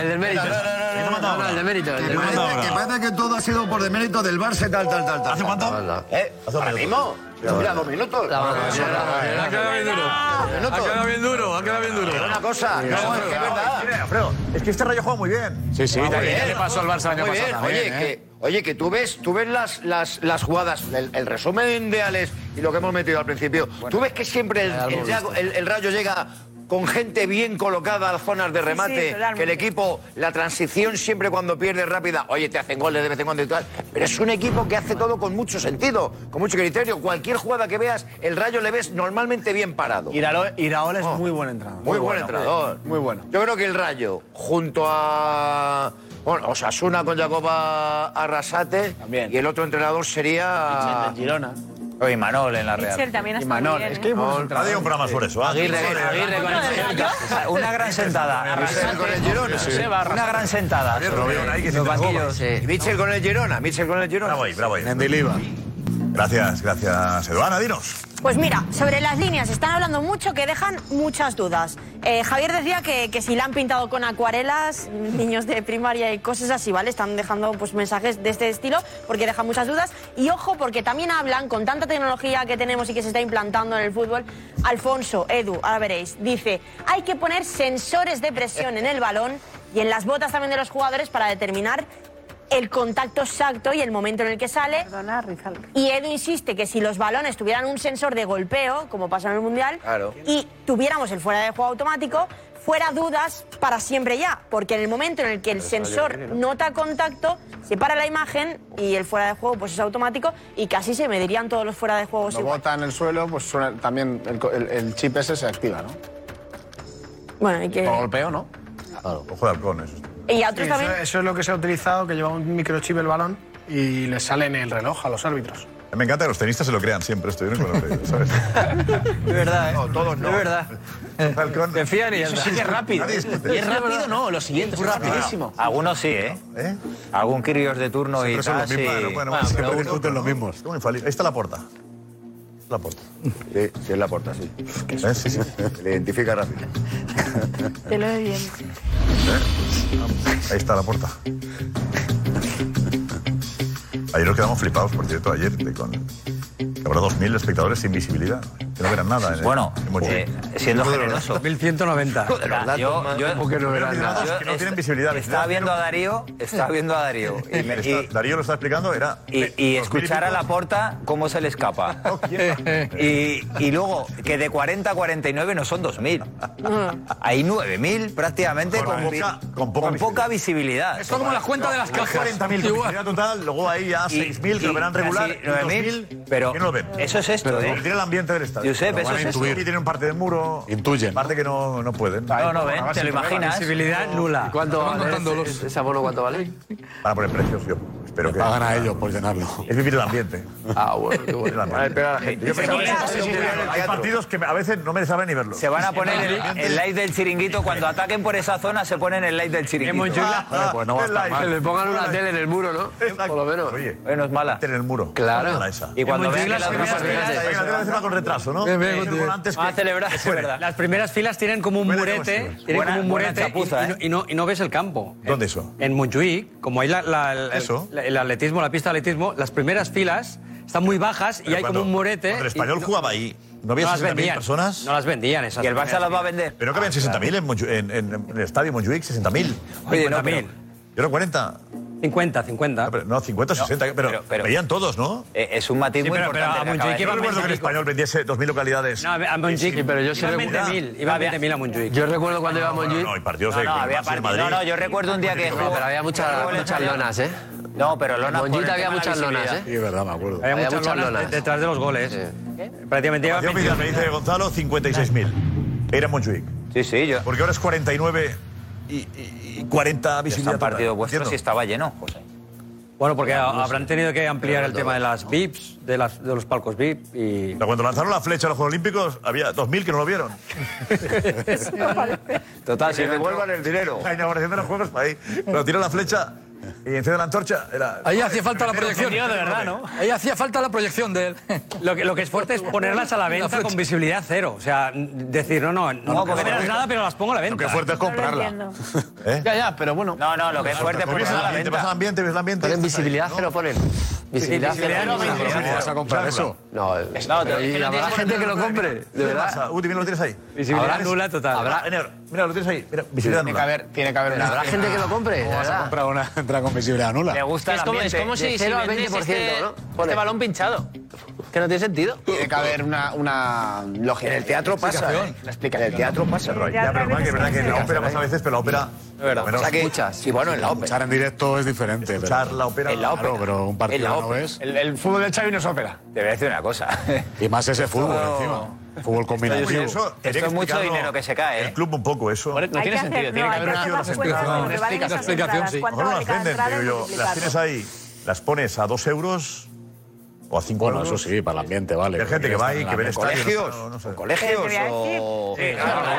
El del mérito. No, no, el del mérito. El del mérito. Que parece que todo ha sido por demérito del Barça, tal, tal, tal. tal. ¿Hace cuánto? ¿Eh? ¿Ahora mismo? Mira, dos minutos. Ah, Ha quedado bien duro. Ha quedado bien duro, ha quedado bien duro. Una cosa, no, es que es verdad. Mira, Alfredo, es que este Rayo juega muy bien. Sí, sí, Muy también. bien. le pasó al Barça el año Muy bien, pasado Oye, también, ¿eh? que, oye, que tú ves, tú ves las, las, las jugadas, el, el resumen de Alex y lo que hemos metido al principio. tú ves que siempre el, algo el Rayo- visto. el- el Rayo llega con gente bien colocada a las zonas de Sí, sí, remate, totalmente. que el equipo, la transición siempre cuando pierde rápida, oye, te hacen goles de vez en cuando y tal, pero es un equipo que hace todo con mucho sentido, con mucho criterio. Cualquier jugada que veas, el Rayo le ves normalmente bien parado. Oh. Iraola, es muy buen entrenador. Muy, buen entrenador. Muy bueno. Yo creo que el Rayo, junto a. Bueno, Osasuna con Jacoba Arrasate. Y el otro entrenador sería. Girona. Oye, Manol en la Real. Michel también ha estado muy bien, ¿eh? un programa sobre ¿ah? eso. Aguirre, Sí, sí, Aguirre con el Una gran sentada. Arrasate con el Girona. Sí. Una gran sentada. Los banquillos. Y Mitchell con el Girona. Mitchell con el Girona. Bravo ahí, bravo ahí. Gracias, gracias, Eduana. Dinos. Pues mira, sobre las líneas, están hablando mucho que dejan muchas dudas. Eh, Javier decía que, que si la han pintado con acuarelas, niños de primaria y cosas así, ¿vale? Están dejando pues, mensajes de este estilo porque dejan muchas dudas. Y ojo, porque también hablan con tanta tecnología que tenemos y que se está implantando en el fútbol. Alfonso, Edu, ahora veréis, dice, hay que poner sensores de presión en el balón y en las botas también de los jugadores para determinar el contacto exacto y el momento en el que sale. Y Edu insiste que si los balones tuvieran un sensor de golpeo, como pasa en el Mundial, Claro. y tuviéramos el fuera de juego automático, fuera dudas para siempre ya, porque en el momento en el que el sensor nota contacto, se para la imagen y el fuera de juego pues es automático y casi se medirían todos los fuera de Pues juego. Cuando igual. bota en el suelo, pues suena- también el, co- el- el chip ese se activa, ¿no? Bueno, hay que... Por golpeo, ¿no? Claro, ojo de halcón, eso. Y a otros Sí, también... Eso, eso es lo que se ha utilizado, que lleva un microchip el balón y le sale en el reloj a los árbitros. Me encanta que los tenistas se lo crean siempre, estuvieron con los pedidos, ¿sabes? De verdad, ¿eh? No, todos no. De verdad. Halcón. Te fían y ya Eso está. sí que es rápido. Nadie discute. Y es rápido, no, lo siguiente. Es rapidísimo. Algunos sí, ¿eh? Algún Kirios de turno y Siempre son tal, los sí. mismos, Ah, bueno, bueno, Bueno, siempre pero discuten los mismos. Como infalible. Ahí está la puerta. La puerta. Sí, sí, es la puerta, sí. ¿Eh? Sí, sí. Le identifica rápido. Te lo bien. ¿Eh? Ahí está la puerta. Ayer nos quedamos flipados, por cierto, ayer de con... que Habrá 2.000 espectadores sin visibilidad. Que no verán nada. en el- Bueno, en Mochi. eh, siendo Uno de los generoso. 1190. Joder, los datos, Yo- madre. yo- ¿Cómo que no verán nada? Datos que no tienen visibilidad. Estaba viendo a Darío, estaba viendo a Darío. Y, me- y- Está- Darío lo está explicando, era... y- y escuchar a Laporta cómo se le escapa. Y, y luego, que de 40 a 49 no son 2.000. Ah. Hay 9.000 prácticamente Con con, vi- poca- con poca visibilidad. Esto Hay 40.000 con visibilidad total, luego ahí ya 6.000 que lo verán regular, y 2.000 pero que no lo ven. eso es esto, Pero ¿eh? porque tiene el ambiente del estadio. Josep, Lo eso van a es esto. intuir. Y tienen parte del muro, Intuyen. parte que no, no pueden. No, no ven, te lo imaginas. nula. ¿Cuánto vale? ese- Ese abono cuánto vale? Van a poner precios, yo espero que... Pagan a ellos por llenarlo. Es vivir el ambiente. Ah, bueno, qué bueno. Yo pensaba que esto sí, sí, sí, Hay partidos que a veces no me saben ni verlos. Se van a poner el, el live del chiringuito. Cuando ataquen por esa zona, se ponen el live del chiringuito. Bueno, pues no va a estar mal. Que le pongan una tele en el muro, ¿no? Por lo menos. Oye, no es mala. En el muro. Claro. Mala esa. Y cuando En vean que Montjuic las primeras tropas filas- reales- la primera vez va con retraso, ¿no? Bien, bien, Sí, bien. el volante es Van a que- celebrar, que es fuera. verdad. Las primeras filas tienen como un Buena murete, cosa. tienen Buena- como un buena murete y- chapuza, y, no- y no, y no ves el campo. ¿Dónde eso? En Montjuic, como hay la- la- el, el- el atletismo, la pista de atletismo, las primeras filas están muy bajas y Pero hay cuando- como un murete. cuando el y español no- jugaba ahí, ¿no había las 60.000 vendían. personas? No las vendían esas. Ah, ¿Y el Barça las va a vender? Ah, Pero que habían 60.000 en, Montju- en- en- en el estadio Montjuic, 60.000. Oye, no, 50.000. Yo era 40. 50, 50. pero no, 50, 60, pero, veían todos, ¿no? Eh, Es un matiz Sí, muy pero- pero importante. a el que acaba Montjuic de iba decir. Recuerdo que el español vendiese 2.000 localidades. No, a Montjuic, Sí, sí. pero yo sé Iban que- 20.000, iban Había- 20.000 a Montjuic. Yo recuerdo cuando iba a Montjuic. No, no, hay partidos No, de- no, con había Barça y partido- Madrid. no, no, yo recuerdo un día que No, pero había muchas, muchas lonas, ¿eh? No, pero lonas Montjuic por el había tema de la muchas lonas, ¿eh? visibilidad. Sí, es verdad, me acuerdo. Había, muchas, lonas de- detrás de los goles. Prácticamente Yo me dice Gonzalo 56.000. Era Montjuic. Sí, sí, yo. Porque ahora es 49 y, y- y 40 Está visibilidad. un partido vuestro si estaba lleno, José. Bueno, porque ha- habrán tenido que ampliar el tema de las VIPs, de, las, de los palcos VIP y... Cuando lanzaron la flecha a los Juegos Olímpicos, había 2.000 que no lo vieron. Total, si devuelvan el dinero. La inauguración de los Juegos, ahí. Cuando tiran la flecha y encienden la antorcha, era... Ahí hacía falta la proyección. tío, de verdad, ¿no? Ahí hacía falta la proyección de él. Lo que, lo que es fuerte es ponerlas a la venta con visibilidad cero. O sea, n- decir, no, no, no, porque me das no- nada, pero las pongo a la venta. Lo que fuerte es comprarla. ¿eh? Ya, ya, pero bueno. No, no, lo que es fuerte es Porque ves el ponerla a la venta. ambiente, ves el ambiente, ves el ambiente. Ponen visibilidad, cero ponen. Visibilidad, visibilidad, cero. no, visibilidad. ¿Cómo vas a comprar eso? No, eh, No, pero te- y que no habrá tienes gente que lo nada. compre, de ¿Qué verdad. pasa? Uti, mira, lo tienes ahí. Visibilidad nula total. Habrá- Mira, mira, lo tienes ahí. Mira, visibilidad Tiene nula. que haber- tiene que haber Pero habrá gente que lo compre, de ¿Cómo vas a verdad. comprar una entrada con visibilidad nula? Me gusta Es el como, es ambiente. como de si, si cero al vendes 20%, este, ¿no? este balón pinchado. Que no tiene sentido. Tiene que haber una, una lógica. En el teatro pasa. ¿eh? La explicación. En el teatro pasa. Ya, pero es verdad que en la ópera pasa a veces, pero la ópera... O sea que- Sí, bueno, en la ópera. Escuchar en directo es diferente. Escuchar pero, la ópera- En la ópera. Claro, pero un partido En la no ópera. ves. El, el fútbol de Xavi no es ópera. Te voy a decir una cosa. Y más ese fútbol encima. Fútbol combinativo. Oye, eso- Oh. Esto es mucho dinero que se cae, ¿eh? El club un poco, eso. no Hay tiene que sentido, hacer- tiene no, que hay haber que una- hacer las explicación. cuentas de lo que valen esas entradas, cuánto Mejor vale las cada venden, entrada digo y yo, Las multiplicarlo. tienes ahí, las pones a 2 euros o a 5 Bueno, euros. eso sí, para el ambiente, vale. Hay gente que va ahí, que ve el estadio. colegios, no- no sé. colegios ¿Cómo o... le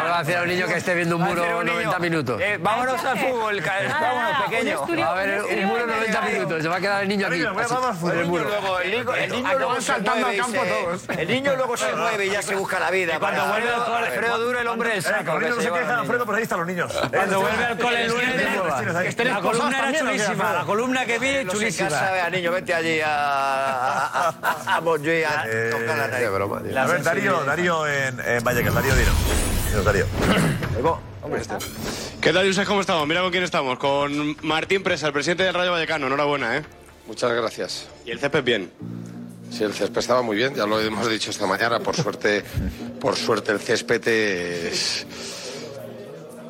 va a decir a un niño que esté viendo un Va a decir muro un niño, 90 minutos? Eh, vámonos al fútbol, ca- vámonos, pequeño. Va a ver un muro 90 minutos, se va a quedar el niño aquí. Venga, voy a así, vamos al fútbol. en el El niño muro. luego, el niño- el niño Acaban luego se saltando mueve al y campo se- todos. El niño luego se mueve y ya se busca la vida. Y cuando para- vuelve al cole, Alfredo Duro, el hombre del Eh, saco. Carolina, que no se sé lleva qué a los dicen, Alfredo, niños. pero ahí están los niños. Cuando vuelve al cole el lunes, La columna era chulísima, la columna que vi, Los en chulísima. casa, vea, niño, vete allí a, Ah, a, a, a Montjuïc a tocar Eh, la nariz. A ver, Darío, Darío en, en Vallecas, Darío Dino. Dinos, Darío. ¿Qué tal, Josep? ¿Cómo estamos? Mira con quién estamos. Con Martín Presa, el presidente del Rayo Vallecano. Enhorabuena, ¿eh? Muchas gracias. ¿Y el césped bien? Sí, el césped estaba muy bien, ya lo hemos dicho esta mañana. Por suerte, por suerte el césped es...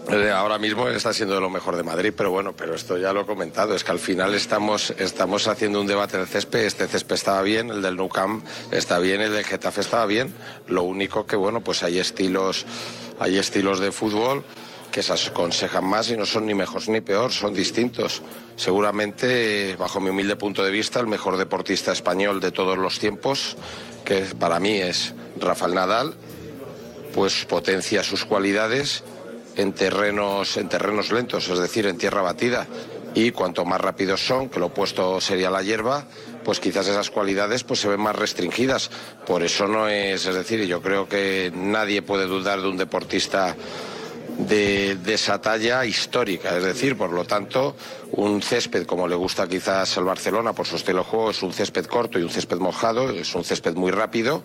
eh, Ahora mismo está siendo de lo mejor de Madrid, pero bueno, pero esto ya lo he comentado, es que al final estamos, estamos haciendo un debate del césped, este césped estaba bien, el del Nou Camp está bien, el del Getafe estaba bien, lo único que bueno, pues hay estilos, hay estilos de fútbol que se aconsejan más y no son ni mejor ni peor, son distintos. Seguramente, eh, bajo mi humilde punto de vista, el mejor deportista español de todos los tiempos, que para mí es Rafael Nadal, pues potencia sus cualidades en terrenos, en terrenos lentos, es decir, en tierra batida. Y cuanto más rápidos son, que lo opuesto sería la hierba, pues quizás esas cualidades pues se ven más restringidas. Por eso no es, es decir, yo creo que nadie puede dudar de un deportista de, de esa talla histórica. Es decir, por lo tanto, un césped, como le gusta quizás al Barcelona por su estilo de juego, es un césped corto y un césped mojado, es un césped muy rápido.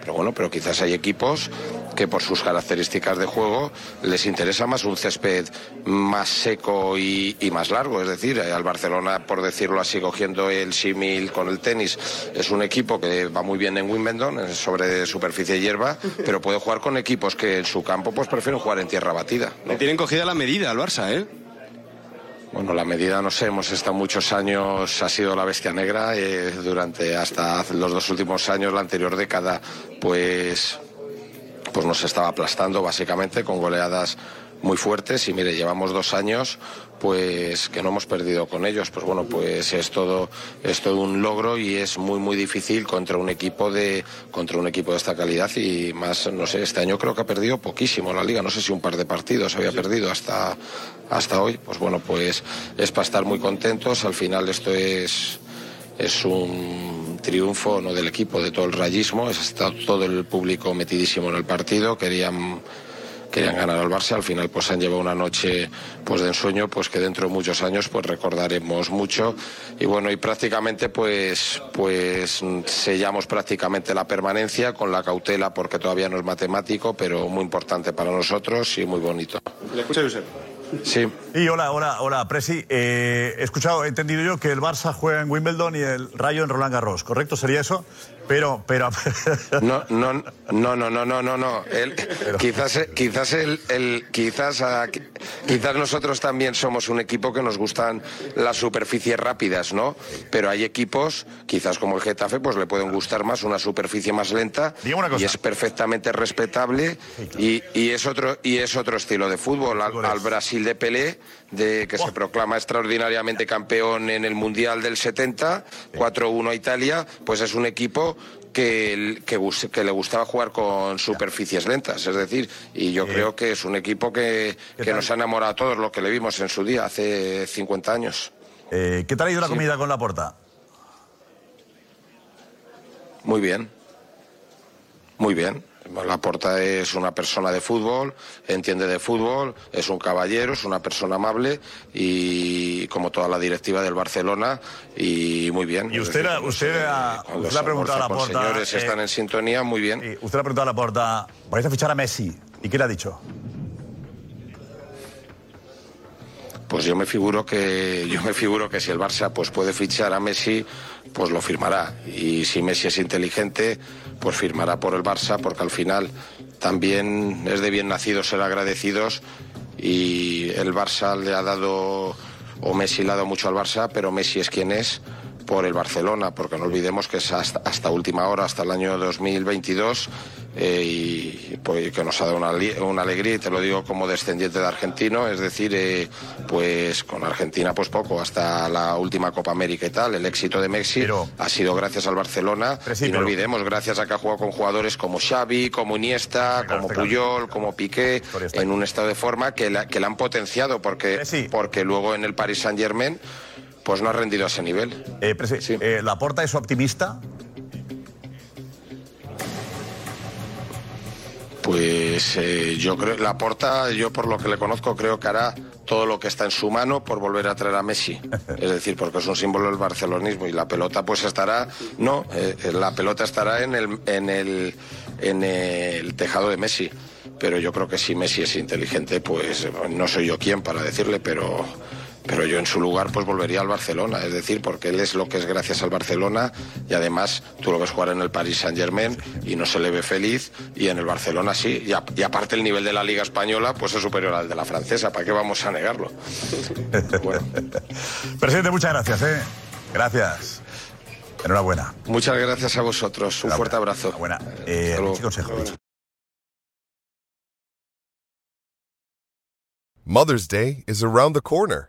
Pero bueno, pero quizás hay equipos que por sus características de juego les interesa más un césped más seco y, y más largo. Es decir, eh, al Barcelona, por decirlo así, cogiendo el símil con el tenis, es un equipo que va muy bien en Wimbledon, eh, sobre superficie de hierba, pero puede jugar con equipos que en su campo pues prefieren jugar en tierra batida. Le tienen cogida la medida al Barça, ¿eh? Bueno, la medida, no sé, hemos estado muchos años, ha sido la bestia negra, eh, durante hasta hace los dos últimos años, la anterior década, pues, pues nos estaba aplastando básicamente con goleadas muy fuertes y mire, llevamos dos años pues que no hemos perdido con ellos, pues bueno, pues es todo, es todo un logro y es muy muy difícil contra un equipo de, contra un equipo de esta calidad y más, no sé, este año creo que ha perdido poquísimo la liga, no sé si un par de partidos había perdido hasta, hasta hoy, pues bueno, pues es para estar muy contentos, al final esto es, es un triunfo no del equipo, de todo el rayismo, está todo el público metidísimo en el partido, querían querían ganar al Barça, al final pues han llevado una noche pues de ensueño, pues que dentro de muchos años pues recordaremos mucho y bueno, y prácticamente pues pues sellamos prácticamente la permanencia con la cautela porque todavía no es matemático, pero muy importante para nosotros y muy bonito. Le escucha, Josep. Sí. Y hola, hola, hola, Presi. Eh, he escuchado, he entendido yo que el Barça juega en Wimbledon y el Rayo en Roland Garros, ¿correcto? ¿Sería eso? Pero, pero... No, no, no, no, no, no, no, no. El- quizás, eh, quizás el, el- quizás, ah, qui- quizás nosotros también somos un equipo que nos gustan las superficies rápidas, ¿no? Pero hay equipos, quizás como el Getafe, pues le pueden gustar más una superficie más lenta y es perfectamente respetable y, y es otro y es otro estilo de fútbol. Al, al Brasil de Pelé, de que se proclama extraordinariamente campeón en el Mundial del 70, 4-1 a Italia, pues es un equipo que, el- que, gus- que le gustaba jugar con superficies lentas, es decir, y yo creo que es un equipo que, que nos ha enamorado a todos lo que le vimos en su día hace 50 años. Eh, ¿Qué tal ha ido la Sí. comida con la porta? Muy bien. Muy bien. Laporta es una persona de fútbol, entiende de fútbol, es un caballero, es una persona amable y como toda la directiva del Barcelona y muy bien. Y usted, ha- usted, ha- Cuando usted se le ha preguntado a la almuerza con porta... señores eh, están en sintonía, muy bien. Usted le ha preguntado a la porta, vais a fichar a Messi. ¿Y qué le ha dicho? Pues yo me figuro que yo me figuro que si el Barça pues puede fichar a Messi, pues lo firmará. Y si Messi es inteligente, pues firmará por el Barça, porque al final también es de bien nacido ser agradecidos y el Barça le ha dado o Messi le ha dado mucho al Barça, pero Messi es quien es por el Barcelona, porque no olvidemos que es hasta, hasta última hora, hasta el año 2022, eh, y pues, que nos ha dado una, ali- una alegría, y te lo digo como descendiente de argentino, es decir, eh, pues con Argentina pues poco, hasta la última Copa América y tal, el éxito de Messi ha sido gracias al Barcelona, y no pero- olvidemos, gracias a que ha jugado con jugadores como Xavi, como Iniesta, como Puyol, como Piqué, en un estado de forma que la, que la han potenciado, porque, porque luego en el Paris Saint-Germain pues no ha rendido a ese nivel. Eh, presi- eh, ¿La porta es optimista? Pues eh, yo creo, la porta, yo por lo que le conozco, creo que hará todo lo que está en su mano por volver a traer a Messi. Es decir, porque es un símbolo del barcelonismo y la pelota pues estará, no, eh, eh, la pelota estará en el, en el, en el tejado de Messi. Pero yo creo que si Messi es inteligente, pues eh, no soy yo quien para decirle, pero, pero yo en su lugar pues volvería al Barcelona, es decir, porque él es lo que es gracias al Barcelona y además tú lo ves jugar en el Paris Saint Germain y no se le ve feliz y en el Barcelona sí, y, a- y aparte el nivel de la liga española pues es superior al de la francesa, ¿para qué vamos a negarlo? Presidente, muchas gracias. ¿eh? Gracias. Enhorabuena. Muchas gracias a vosotros, un fuerte abrazo. Buena. Eh, ¿Qué consejo? Mother's Day is around the corner.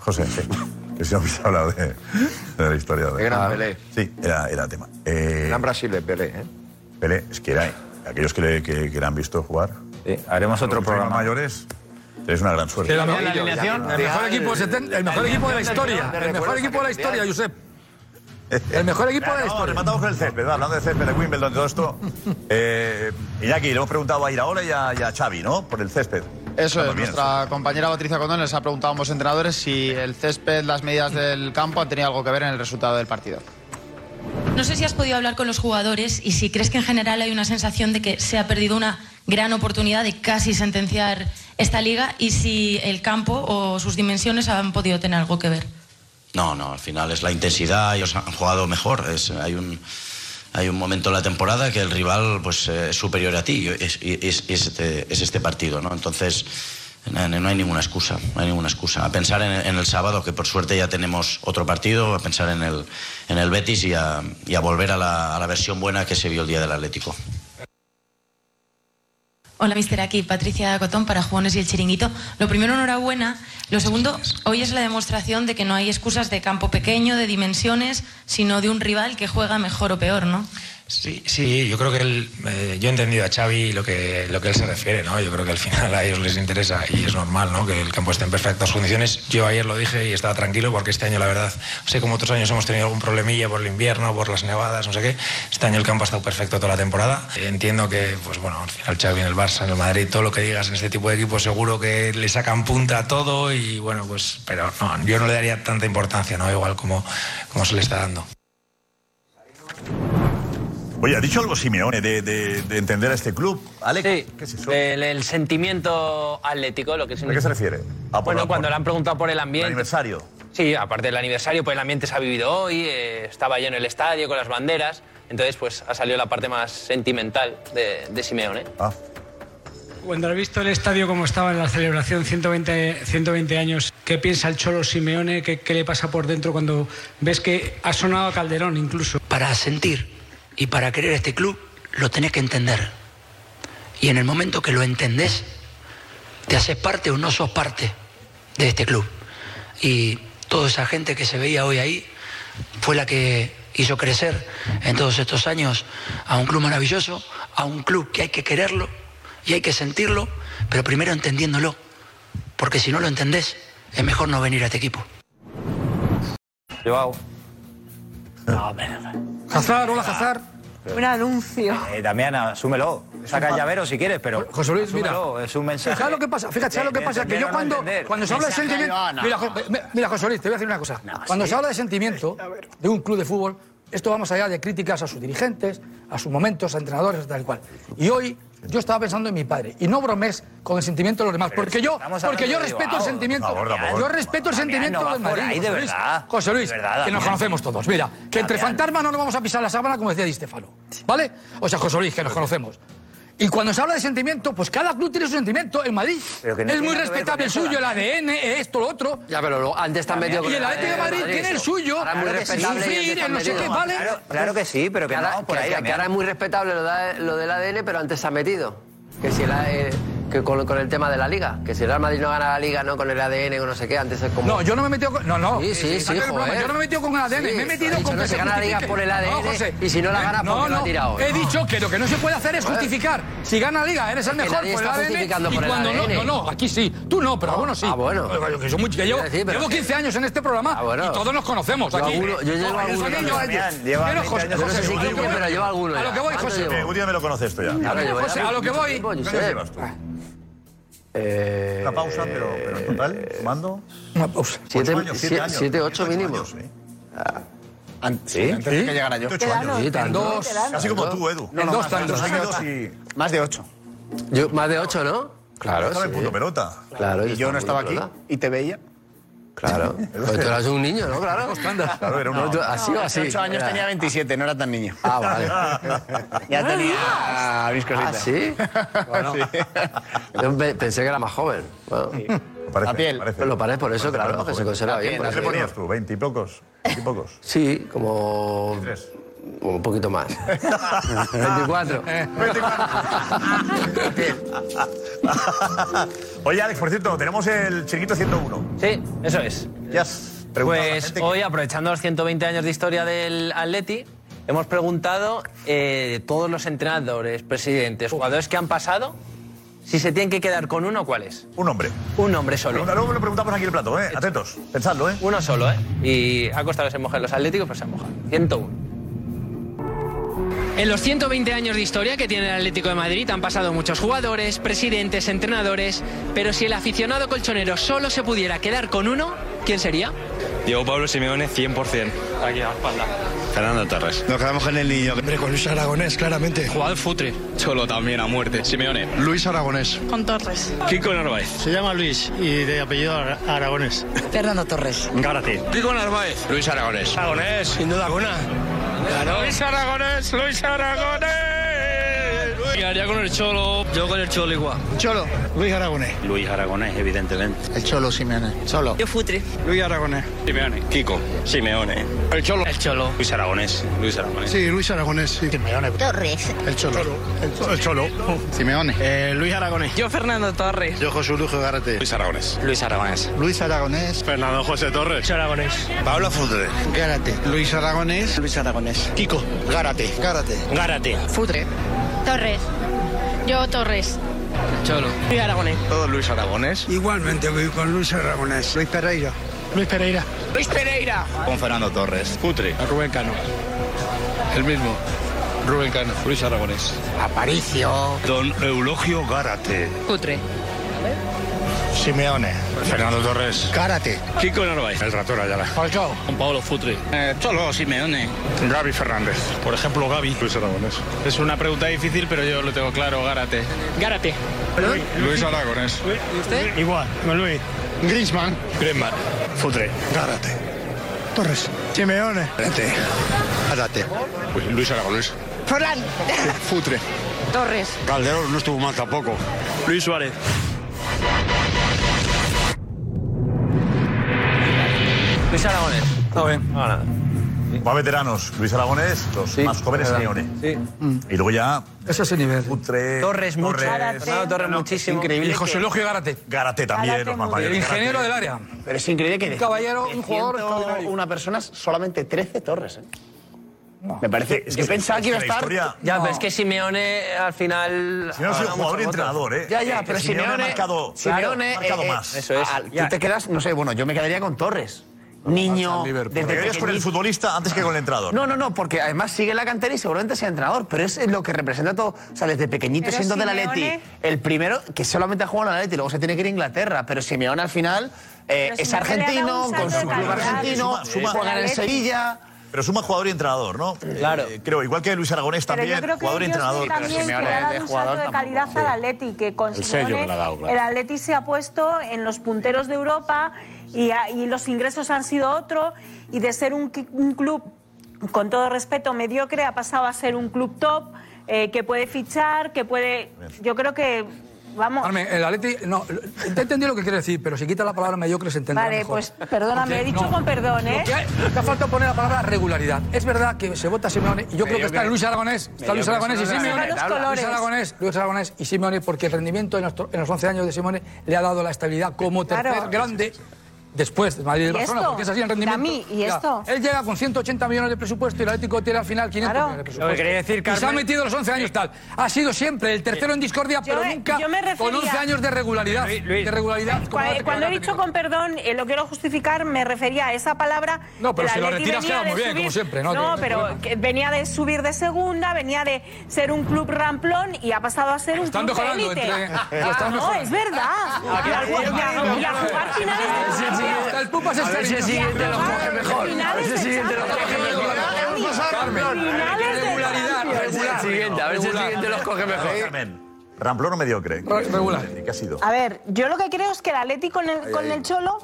José, sí. que si no habéis hablado de, de la historia. De... Ah, Qué gran Pelé. Sí, era, era tema. Eh, Gran Brasil de Pelé, ¿eh? Pelé, es que era, aquellos que le, que, que le han visto jugar. haremos otro programa. mayores, tenéis una gran suerte. Pero la alineación, el mejor equipo de seten- el mejor equipo de la historia, el mejor equipo de la historia, Josep. El mejor equipo de la Vamos, historia. rematamos con el césped, ¿verdad? hablando de césped, de Wimbledon, de todo esto. Eh, Iñaki, le hemos preguntado a Iraola y a, y a Xavi, ¿no? Por el césped. Eso Estamos es, bien, nuestra compañera Patricia Condón les ha preguntado a ambos entrenadores si el césped, las medidas del campo han tenido algo que ver en el resultado del partido. No sé si has podido hablar con los jugadores y si crees que en general hay una sensación de que se ha perdido una gran oportunidad de casi sentenciar esta liga y si el campo o sus dimensiones han podido tener algo que ver. No, no, al final es la intensidad, ellos han jugado mejor. Es, hay, un, hay un momento en la temporada que el rival pues, eh, es superior a ti, es, es- es este, es este partido, ¿no? Entonces, no, no hay ninguna excusa, no hay ninguna excusa. A pensar en, en el sábado, que por suerte ya tenemos otro partido, a pensar en el, en el Betis y a, y a volver a la, a la versión buena que se vio el día del Atlético. Hola, mister. Aquí Patricia Cotón para Jugones y el Chiringuito. Lo primero, enhorabuena. Lo segundo, hoy es la demostración de que no hay excusas de campo pequeño, de dimensiones, sino de un rival que juega mejor o peor, ¿no? Sí, sí, yo creo que él, eh, yo he entendido a Xavi lo que, lo que él se refiere, ¿no? Yo creo que al final a ellos les interesa y es normal, ¿no? Que el campo esté en perfectas condiciones. Yo ayer lo dije y estaba tranquilo porque este año, la verdad, sé como otros años hemos tenido algún problemilla por el invierno, por las nevadas, no sé qué. Este año el campo ha estado perfecto toda la temporada. Entiendo que, pues bueno, al final Xavi en el Barça, en el Madrid, todo lo que digas en este tipo de equipos seguro que le sacan punta a todo y bueno, pues, pero no, yo no le daría tanta importancia, ¿no? Igual como, como se le está dando. Oye, ¿ha dicho algo Simeone de, de- de entender a este club? Alex, ¿qué es eso? El, el sentimiento atlético, lo que ¿A qué se refiere? Ah, por- bueno, por- cuando le han preguntado por el ambiente. ¿El aniversario? Sí, aparte del aniversario, pues el ambiente se ha vivido hoy, eh, estaba lleno el estadio con las banderas, entonces pues ha salido la parte más sentimental de, de Simeone. Ah. Cuando has visto el estadio como estaba en la celebración, 120, 120 años, ¿qué piensa el Cholo Simeone? ¿Qué, qué le pasa por dentro cuando ves que ha sonado a Calderón incluso? Para sentir y para querer este club lo tenés que entender. Y en el momento que lo entendés, te haces parte o no sos parte de este club. Y toda esa gente que se veía hoy ahí fue la que hizo crecer en todos estos años a un club maravilloso, a un club que hay que quererlo y hay que sentirlo, pero primero entendiéndolo. Porque si no lo entendés, es mejor no venir a este equipo. Joao. Hazar, hola Hazar. Un anuncio. Eh, Damián, asúmelo. Saca el llavero si quieres, pero. José Luis, mira. asúmelo, Es un mensaje. Fijaos lo que pasa, fíjate ¿sabes lo que pasa, que yo cuando, cuando se habla de sentimiento... Mira, Jo- me- mira, José Luis, te voy a decir una cosa. cuando se habla de sentimiento de un club de fútbol, esto va más allá de críticas a sus dirigentes, a sus momentos, a entrenadores, tal y cual. Y hoy yo estaba pensando en mi padre, y no bromes con el sentimiento de los demás, porque yo, estamos porque yo hablando de respeto el Bilbao. sentimiento, Por yo favor, Damián, respeto el Damián, sentimiento no va de por Madrid. ahí, de José Luis. verdad. José Luis, De verdad, que nos Damián. conocemos todos. Mira, que entre Damián. fantasmas no nos vamos a pisar la sábana, como decía Di Stefano, ¿vale? O sea, José Luis, que nos conocemos. Y cuando se habla de sentimiento, pues cada club tiene su sentimiento. El Madrid Pero que no es tiene muy nada que ver respetable el con eso, suyo, el ADN, esto, lo otro. Ya, pero lo- antes está metido con Y el Atlético de Madrid tiene el suyo, Ahora es muy claro que sí. respetable. y sufrir, antes está el no sé metido. qué, ¿vale? Claro, claro que sí, pero que ahora, no, por que- ahí, que Damián. ahora es muy respetable lo, da- lo del ADN, pero antes se ha metido. Que si el A- eh, que con, con el tema de la liga, que si el Real Madrid no gana la liga, no con el ADN o no sé qué, antes es como. No, yo no me he metido con. No, no. Sí, sí, Eh, sí, saca el broma, joder. Yo no me he metido con el ADN. Sí, me he ha metido dicho, con no, que se se gana la liga justifique. por el ADN, y si no la Eh, gana, no, porque lo ha no, tirado, He ¿no? dicho que lo que no se puede hacer es Joder. justificar. Si gana la liga, Ah, eres el Que mejor pues nadie por el está ADN. justificando Y por el cuando no, ADN. no, no, aquí sí. Tú no, pero algunos sí. Ah, bueno. Yo- yo- yo soy muy- yo llevo, Quiero decir, pero llevo que- 15 años en este programa Ah, bueno. y todos nos conocemos Yo aquí. alguno- yo llevo Joder, alguno José, también. yo- Pero Lleva 20 José, años, José, no sé si a lo que quién, voy- pero lleva alguno A ya. lo que voy, ¿Cuánto José. llevo? Eh, un día me lo conoces tú ya. Ahora llevo ya José, a lo que mucho voy. tiempo, Josep. ¿Cuántos llevas tú? Eh, Una pausa, pero, pero en total, sumando. Una pausa. Siete, años, siete siete- años. siete, ocho mínimo. Antes, ¿Sí? antes de que llegara yo. Ocho años. Sí, tanto. Casi como tú, Edu. En dos, más, tantos. más de ocho. Más de ocho. Yo- más de ocho, ¿no? Claro. Estaba en punto pelota. Claro, Y yo no estaba estaba en aquí punto y te veía. Claro. Pues tú eras un niño, ¿no? Claro. Claro, era un- No, tú- así o Hace así. ocho años Era- tenía 27, no era tan niño. Ah, vale. ya tenía mis ¿Ah, cositas. sí? Bueno. Yo pe- pensé que era más joven. Bueno. Parece, La piel. parece. Pues lo parece por eso, claro, que se conserva bien. por eso ¿Cuántos le ponías digo. tú? ¿Veinte y pocos? ¿Veinte y pocos? Sí, como... Un poquito más. 24. Oye, Alex, por cierto, tenemos el chiquito 101. Sí, eso es. Pues hoy, aprovechando los 120 años de historia del Atleti, hemos preguntado eh, todos los entrenadores, presidentes, jugadores que han pasado, si se tienen que quedar con uno, ¿cuál es? Un hombre. Un hombre solo. Pregunta- Luego lo preguntamos aquí en el plato, ¿eh? Atentos, pensadlo, ¿eh? Uno solo, ¿eh? Y ha costado que se mojen los atléticos, pues pero se han mojado. 101. En los 120 años de historia que tiene el Atlético de Madrid han pasado muchos jugadores, presidentes, entrenadores, pero si el aficionado colchonero solo se pudiera quedar con uno, ¿quién sería? Diego Pablo Simeone 100%. Aquí a la espalda. Fernando Torres. Nos quedamos con el niño. Hombre, con Luis Aragonés, claramente. Juan Futre. Cholo también a muerte. Simeone. Luis Aragonés. Con Torres. Kiko Narváez. Se llama Luis y de apellido Aragonés. Fernando Torres. Gárate. Kiko Narváez. Luis Aragonés. Aragonés, sin duda alguna. Luis Aragonés, Luis Aragonés. quedaría con el Cholo. Yo con el Cholo igual. Cholo. Luis Aragonés. Luis Aragonés, evidentemente. El Cholo Simeone. Cholo. Yo Futre. Luis Aragonés. Simeone. Kiko. Simeone. El Cholo. El Cholo. Luis Aragonés. Luis Aragonés. Sí, Luis Aragonés, sí. Simeone. Torres. El Cholo. El Cholo. Simeone. Luis Aragonés. Yo Fernando Torres. Yo José Luis Garate. Luis Aragonés. Luis Aragonés. Luis Aragonés. Fernando José Torres. Luis Aragonés. Pablo Futre. Gárate. Luis Aragonés. Luis Aragonés. Kiko. Gárate. Gárate. Gárate. Futre. Torres. Yo Torres. Cholo. Luis Aragonés. Todo Luis Aragonés. Igualmente voy con Luis Aragonés. Luis Pereira. Luis Pereira. Luis Pereira. Con Fernando Torres. Futre. Rubén Cano. El mismo. Rubén Cano. Luis Aragonés. Aparicio. Don Eulogio Gárate. Cutre. Simeone. Fernando Torres. Gárate. Kiko Narváez. El ratón Ayala. Falcao. Juan Pablo Futre. Eh, Cholo Simeone. Gaby Fernández. Por ejemplo, Gaby. Luis Aragonés. Es una pregunta difícil, pero yo lo tengo claro. Gárate. Gárate. Luis Aragonés. ¿Y usted? Igual. Luis. Griezmann. Griezmann. Futre. Gárate. Torres. Simeone. Gárate. Gárate. Luis Aragonés. Forlán. Futre. Torres. Calderón no estuvo mal tampoco. Luis Suárez. Luis Aragonés. Está bien. No, nada. Va veteranos, Luis Aragonés, los más jóvenes es Simeone. Y luego ya. Ese es el nivel. Putre, Torres mucho. Gárate. Fernando No, increíble. Y José Eulogio Gárate. Gárate también, Gárate los más mucho. mayores. El ingeniero del área. Pero es increíble que Un caballero, un jugador 300 una persona solamente 13 torres. ¿eh? Me parece. Es yo que- pensaba que iba a la estar. historia- Ya, No. pero es que Simeone al final. Simeone ha sido habrá jugador mucho y voto. entrenador, ¿eh? Ya, ya, pero Simeone ha marcado- Simeone, eh, eh, Eso es. Al- Tú te quedas, no sé, bueno, yo me quedaría con Torres. Niño, desde Te quedarías con el pequeñito. futbolista antes que con el entrenador. No, no, no, porque además sigue en la cantera y seguramente sea entrenador, pero es lo que representa todo. O sea, desde pequeñito Pero siendo del Simeone- Atleti, el primero que solamente ha jugado en el Atleti, luego se tiene que ir a Inglaterra, pero Simeone al final eh, Pero es Simeone le ha dado argentino, un con su salto de club calidad. argentino, juega en el Sevilla. Pero suma jugador y entrenador, ¿no? Claro. creo, igual que Luis Aragonés Pero también, yo creo que jugador y ellos entrenador. también que le ha dado un salto de calidad al Atleti, que con El sello Simeone, que le ha dado, claro. el Atleti se ha puesto en los punteros de Europa y, a- y los ingresos han sido otro y de ser un, qui- un club con todo respeto mediocre ha pasado a ser un club top eh, que puede fichar, que puede, yo creo que vamos. Carmen, el Atleti, no, te he entendido lo que quiere decir, pero si quita la palabra mediocre se entenderá Vale, mejor. pues, perdóname, Porque he dicho con perdón, ¿eh? Lo que hay- Te ha faltado poner la palabra regularidad. Es verdad que se vota Simeone, y yo creo que Mediocre. está Luis Aragonés, está Luis Mediocre, Aragonés y eso no es Simeone. nada. Los Luis colores. Aragonés, Luis Aragonés y Simeone, porque el rendimiento en, nuestro- en los 11 años de Simeone le ha dado la estabilidad como tercer Claro. grande. Después de Madrid y ¿Y Barcelona, esto? porque es así en rendimiento. Dami, ¿y Ya, esto? él llega con 180 millones de presupuesto y el Atlético tiene al final 500 Claro. millones de Lo presupuesto. que quería decir, Y se ha Carmen- metido los 11 años tal. Ha sido siempre el tercero en discordia, pero me- nunca yo me con refería- 11 años de regularidad. Luis, De regularidad. como la Cuando, que cuando he ahora dicho con perdón, eh, lo quiero justificar, me refería a esa palabra. No, pero el si lo Atleti retiras venía queda de muy bien, como siempre, ¿no? No hay pero problema. que venía de subir de segunda, venía de ser un club ramplón y ha pasado a ser un Están club de mejorando, élite. entre- Ah, lo están No, mejorando. es verdad. Ah, Y a- claro, y a- y a jugar finales de Champions. El Pupas es cariño. Finales de Champions. Carmen, Finales de regularidad, regular. siguiente, a ver si el siguiente los coge mejor. Carmen, ¿ramplón o mediocre? Regular. ¿Qué ha sido? A ver, yo lo que creo es que el Atleti con el, Ahí, con ahí. el Cholo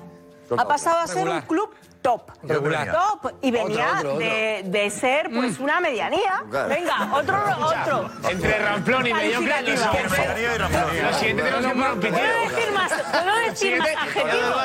ha pasado a ser Regular. un club top. Regular. Top. Y venía Otro, otro, De, de ser Mm. pues una medianía. Claro. Venga, otro, otro. Entre Ramplón y mediocre, lo siguiente- Lo siguiente tenemos que poner un Puedo decir más, puedo decir más adjetivos,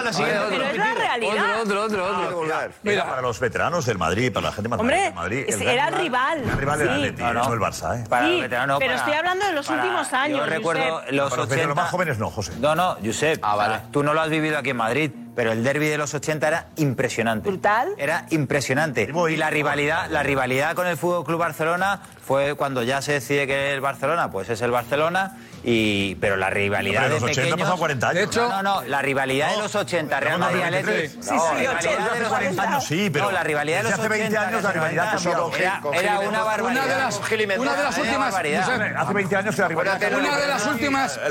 pero es la realidad. Otro, otro, Ah, otro. Mira, para los veteranos del Madrid, para la gente más Hombre, grande del Madrid. es- era rival, El rival del sí. Atleti, No, no. no el Barça, ¿eh? Para Sí, pero estoy hablando de los últimos años. Yo recuerdo Josep. los Para los 80... veteranos más jóvenes no, José. No, no, Josep. Ah, vale. tú no lo has vivido aquí en Madrid, pero el derby de los 80 era impresionante. Brutal. Era impresionante. Y la rivalidad, la rivalidad con el Fútbol Club Barcelona fue cuando ya se decide que el Barcelona, pues es el Barcelona, y pero la rivalidad Hombre, de los 80 pequeños- pasado 40 años. De hecho, no, no, no, la rivalidad de No, los 80, Real estamos en Madrid, 93. Atlético. Sí, sí, la rivalidad hace de los 40 años, sí, pero No, la rivalidad de los desde 80. hace 20 años la rivalidad era- ha cambiado. Era, Con era Gil, una con barbaridad. Una de las- Una de las Era últimas, barbaridad. Josep, Hace 20 años la rivalidad. una de las últimas, El Barça-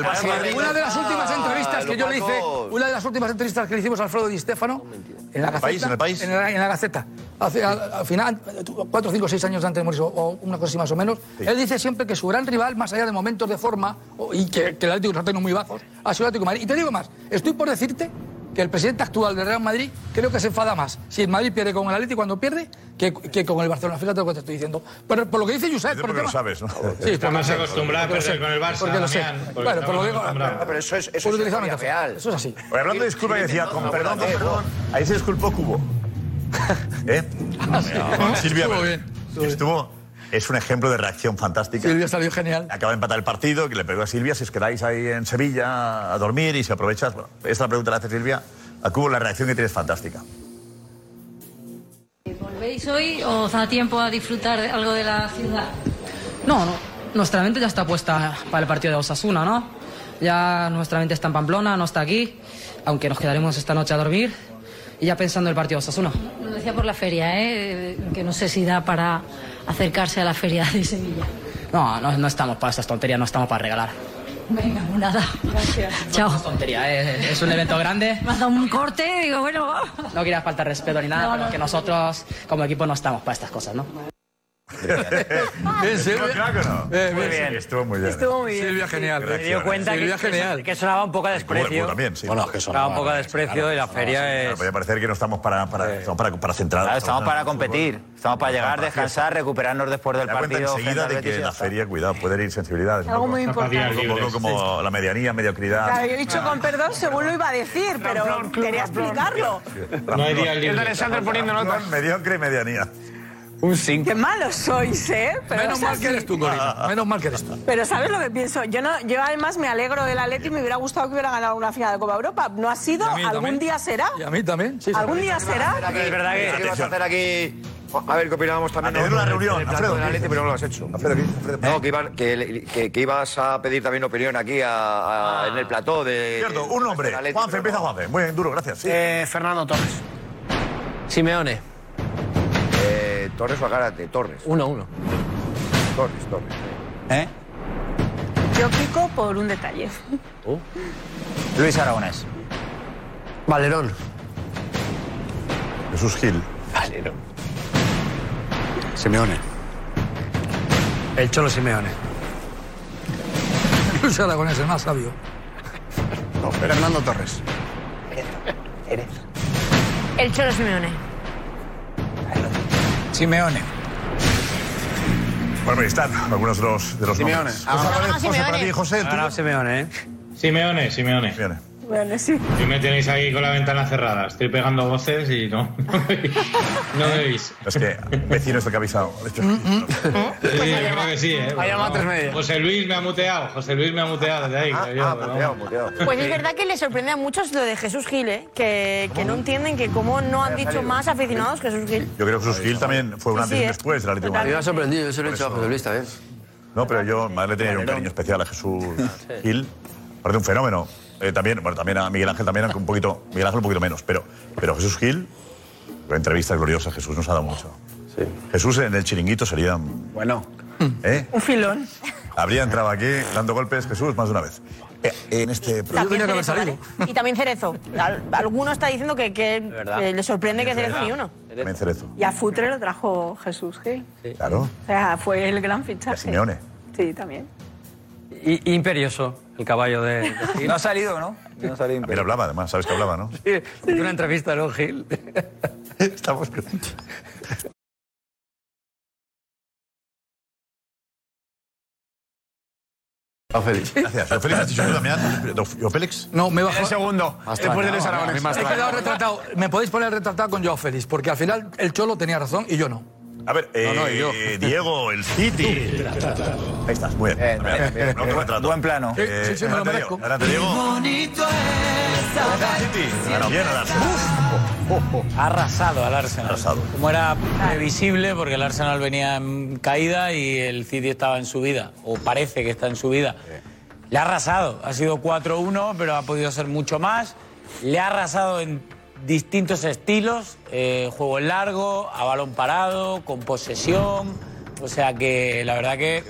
una de las últimas Ah, entrevistas que lo yo le hice, mató. una de las últimas entrevistas que le hicimos a Alfredo Di Stefano en la ¿En el Gaceta, país, en el país? en la, en la Gaceta, hace, al, al final cuatro, cinco, seis años antes de morir o una cosa así más o menos, él dice siempre que su gran rival, más allá de momentos de forma o- y que, que el Atlético nos ha tenido muy bajos, ha sido el Atlético de Madrid. Y te digo más, estoy por decirte que el presidente actual del Real Madrid creo que se enfada más si el Madrid pierde con el Atlético cuando pierde que, que con el Barcelona. Fíjate lo que te estoy diciendo. Pero por lo que dice Josep... porque el lo tema- sabes, ¿no? Sí, por lo más sé, acostumbrado porque lo sé, Porque lo sé. Bueno, por lo digo... Pero eso es, eso es real. Eso es así. Oye, hablando de disculpa, yo decía, con No, perdón, con no, perdón. Ahí se disculpó Cubo. ¿Eh? ¿no? Silvia Ah, Estuvo Verde. Estuvo. Es un ejemplo de reacción fantástica. Silvia salió genial. Acaba de empatar el partido, que le pegó a Silvia. Si os quedáis ahí en Sevilla a dormir y si aprovechas. Bueno, esta pregunta la hace Silvia. A Cubo, la reacción que tiene es fantástica. ¿Volvéis hoy o os da tiempo a disfrutar de algo de la ciudad? No, no. Nuestra mente ya está puesta para el partido de Osasuna, ¿no? Ya nuestra mente está en Pamplona, no está aquí, aunque nos quedaremos esta noche a dormir y ya pensando en el partido de Osasuna. Lo decía por la feria, ¿eh? que no sé si da para acercarse a la feria de Sevilla. No, no, no estamos para esas tonterías, no estamos para regalar. Venga, pues nada. Gracias. Chao. Es tontería, ¿eh? es un evento grande. Me has dado un corte, digo, bueno, va. No quieras faltar respeto ni nada, No, pero no, que nosotros como equipo no estamos para estas cosas, ¿no? Bien, Silvia. Claro que no. Eh, Muy bien. Estuvo muy bien. Estuvo muy bien. Silvia, genial. Me dio cuenta que, Silvia, genial. que sonaba un poco a desprecio. también, sí. Bueno, es que sonaba un poco a desprecio y la feria es... Puede parecer que no estamos para, para, estamos para, para centrar. Claro, estamos para competir, estamos para llegar, para la descansar, recuperarnos después del Te das cuenta partido. enseguida de que en la feria, cuidado, puede ir sensibilidades. Algo Un muy poco- importante. Un poco como la medianía, mediocridad. Claro, yo he dicho con perdón según lo iba a decir, pero quería explicarlo. No hay día libre. Alexander poniendo notas. Mediocre y medianía. Un 5. Qué malo sois, ¿eh? Pero Menos es mal que así. eres tú, Ah. Corina. Menos mal que eres tú. Pero ¿sabes lo que pienso? Yo no, yo además me alegro del Atleti y me hubiera gustado que hubiera ganado una final de Copa Europa. No ha sido, Y a mí algún también. día será. Y a mí también. sí, sí. ¿Algún día será? Es verdad que... ¿Qué vas a hacer aquí? A ver, ¿qué opinábamos también? Tener una reunión, Alfredo, ¿qué dices? ¿eh? pero no lo has hecho. No, que, iban- que- que- que ibas a pedir también opinión aquí a- Ah. a- en el plató de... Cierto, un hombre. Atleti, Juanfe, pero empieza Juanfe. Muy bien, duro, gracias. Sí. Fernando Torres. Simeone. Eh, Torres o Agárate, Torres. Uno, uno. Torres, Torres. ¿Eh? Yo pico por un detalle. Luis Aragonés. Valerón. Jesús Gil. Valero. Simeone. El Cholo Simeone. Luis Aragonés, el más sabio. Fernando Torres. El Cholo Simeone. Simeone. Bueno, ahí están algunos de los, de los Simeone. nombres. Ah, José ah, Álvarez, ah, José, Simeone. para ti, José, tú- Simeone, ¿eh? Simeone, Simeone. Bueno, sí. Y me tenéis ahí con la ventana cerrada. Estoy pegando voces y no. no me veis. ¿Eh? Es que vecinos de Cabizao. De hecho, Sí, yo creo que sí, ¿eh? Ha llamado a tres medias. Ah, José Luis me ha muteado. José Luis me ha muteado desde ahí. creo yo, pero muteado, vamos. muteado. Pues es verdad que le sorprende a muchos lo de Jesús Gil, ¿eh? que, que no entienden que cómo no han dicho más aficionados Jesús Gil. Yo creo que Jesús Gil también fue un Sí, antes y sí, un ¿eh? después del Atlético de Total. Madrid. Me ha sorprendido, yo se lo he hecho a José Luis también. No, pero yo más le tenía yo un cariño especial a Jesús Gil. Parece un fenómeno. Eh, también, bueno, también a Miguel Ángel también, aunque un poquito, Miguel Ángel un poquito menos, pero, pero Jesús Gil, la entrevista gloriosa, Jesús nos ha dado mucho. Jesús en el chiringuito sería, Bueno. ¿eh? Un filón. Habría entrado aquí dando golpes Jesús más de una vez. Eh, en este También Cerezo, ¿vale? Y también Cerezo. Al- alguno está diciendo que, que, verdad. que le sorprende que Es Cerezo verdad. ni uno. También Cerezo. Y a Futre lo trajo Jesús Gil. Claro. O sea, fue el gran fichaje. Simeone. Sí, también. Y, imperioso, el caballo de. No ha salido, ¿no? No ha salido. También hablaba, además, sabes que hablaba, ¿no? Una entrevista, ¿no, Gil? Estamos. Félix. Gracias. Yo, Félix, has dicho tú también. Yo, Félix. No, me bajó. Ah, El segundo, Más después de traña, Luis Aragonés. a mí más He traña. quedado retratado. Me podéis poner retratado con Joao Félix, porque al final el Cholo tenía razón y yo no. A ver, eh, no, y yo. Diego, el City. Ahí estás, muy bien. Bien, bien, bien. No, qué Eh, buen trato. Buen plano. Sí, sí, sí, me lo ahora te merezco. digo, ahora te digo. bonito Ahora bien, al Arsenal. Ha arrasado al Arsenal. Arrasado. Como era previsible, porque el Arsenal venía en caída y el City estaba en subida, o parece que está en subida. Le ha arrasado. Ha sido 4-1, pero ha podido ser mucho más. Le ha arrasado en distintos estilos: eh, juego largo, a balón parado, con posesión. O sea que la verdad que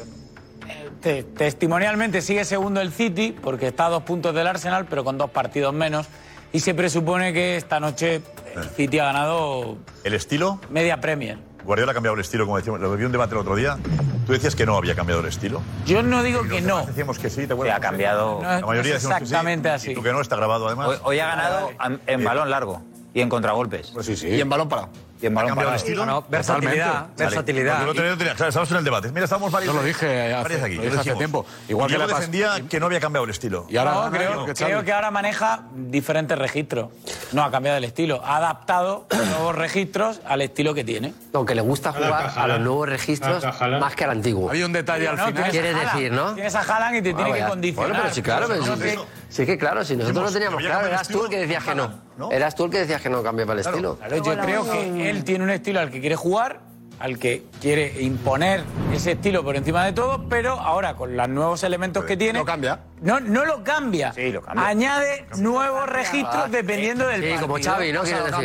te- testimonialmente sigue segundo el City porque está a dos puntos del Arsenal, pero con dos partidos menos. Y se presupone que esta noche el City ha ganado. ¿El estilo? Media Premier. Guardiola ha cambiado el estilo, como decíamos. Lo vi en un debate el otro día. Tú decías que no había cambiado el estilo. Yo no digo que no. Decíamos que sí, te acuerdas. ha cambiado. La mayoría decimos que sí. así. Y tú que no, está grabado además. Eh, Hoy, hoy ha ganado en, en balón largo y en contragolpes. sí, sí. Y en balón parado. Y en ¿Ha balón cambiado el parado. estilo? No, no, versatilidad, Totalmente. versatilidad. Porque lo tenía- tenía- claro, estábamos en el debate. Mira, estábamos varios. Yo lo dije hace- varios aquí, lo dije hace dijimos. tiempo. Igual yo que le pas- defendía que no había cambiado el estilo. Y ahora- No, creo, creo que ahora maneja diferentes registros. No ha cambiado el estilo. Ha adaptado nuevos registros al estilo que tiene. No, que le gusta Ala, jugar a Cajala. los nuevos registros Ala, Cajala. más que al antiguo. Había un detalle al final. Quieres Tienes a decir, Haaland. ¿no? Tienes a Haaland y te tiene que condicionar. Bueno, pero sí, claro. Pero No, sí, no, sí, no. sí que claro, si nosotros lo Dijimos, teníamos había claro, cambiado el eras tú el que decías que no. ¿no? Eras tú el que decías que no cambiaba el Claro, estilo. claro, yo creo que él tiene un estilo al que quiere jugar, al que quiere imponer ese estilo por encima de todo, pero ahora con los nuevos elementos que tiene. Lo cambia. No, no lo cambia. Añade nuevos registros dependiendo del Ah, Sí, partido. como Xavi, ¿no? Quieres decir.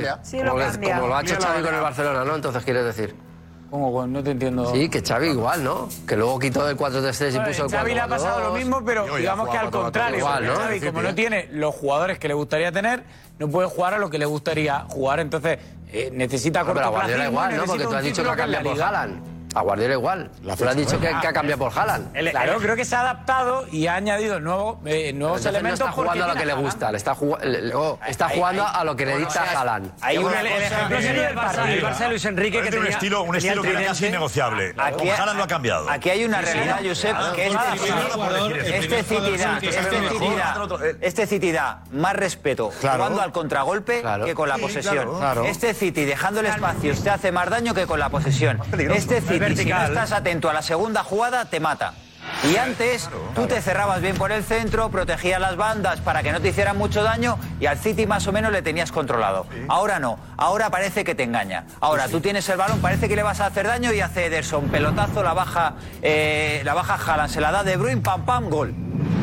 como, le- como lo ha hecho Xavi con el Barcelona, ¿no? Entonces quieres decir. ¿Cómo? No te entiendo. Sí, que Xavi igual, ¿no? Que luego quitó el 4-3-3 y Vale, Este puso el 4 Xavi le ha pasado lo mismo, pero Yo ya digamos que jugaba al todo, todo, contrario. todo. porque Igual, ¿no? Xavi, como Sí, no sí. tiene los jugadores que le gustaría tener, no puede jugar a lo que le gustaría jugar. Entonces, eh, necesita No, pero a Guardiola cortoplacismo, igual, ¿no? necesita Porque tú un has dicho que título ha cambiado por le diga. Haaland. A Guardiola igual. Tú le has fecha, dicho que, ¿no? que ha cambiado por Haaland. El- claro, creo que se ha adaptado y ha añadido nuevos, eh, nuevos Entonces no elementos. está porque jugando a lo tiene que le Haaland. gusta, le está, jugando- le- le- oh, está Ahí- jugando ahí- a lo que le bueno, dicta o sea, Haaland. hay Yo un- una el cosa ejemplo que sería viene el Barça, arriba. el Barça de Luis Enrique, que Parece un tenía- estilo, un tenía estilo que era tridente. casi innegociable. Aquí- Con Haaland lo ha cambiado. aquí hay una realidad, Josep, que es Haaland, Haaland, Haaland, Haaland, Haaland, este City Haaland, da, Haaland, este Haaland, City da, este City da más respeto jugando al contragolpe que con la Sí, posesión. claro. Claro. Este City dejando el espacio te hace más daño que con la posesión. Este City, si no vertical. estás atento a la segunda jugada, te mata. Y antes tú te cerrabas bien por el centro, protegías las bandas para que no te hicieran mucho daño y al City más o menos le tenías controlado. Ahora no, ahora parece que te engaña. Ahora tú tienes el balón, parece que le vas a hacer daño y hace Ederson, pelotazo, la baja, eh, la baja Haaland, se la da De Bruyne, pam pam, gol.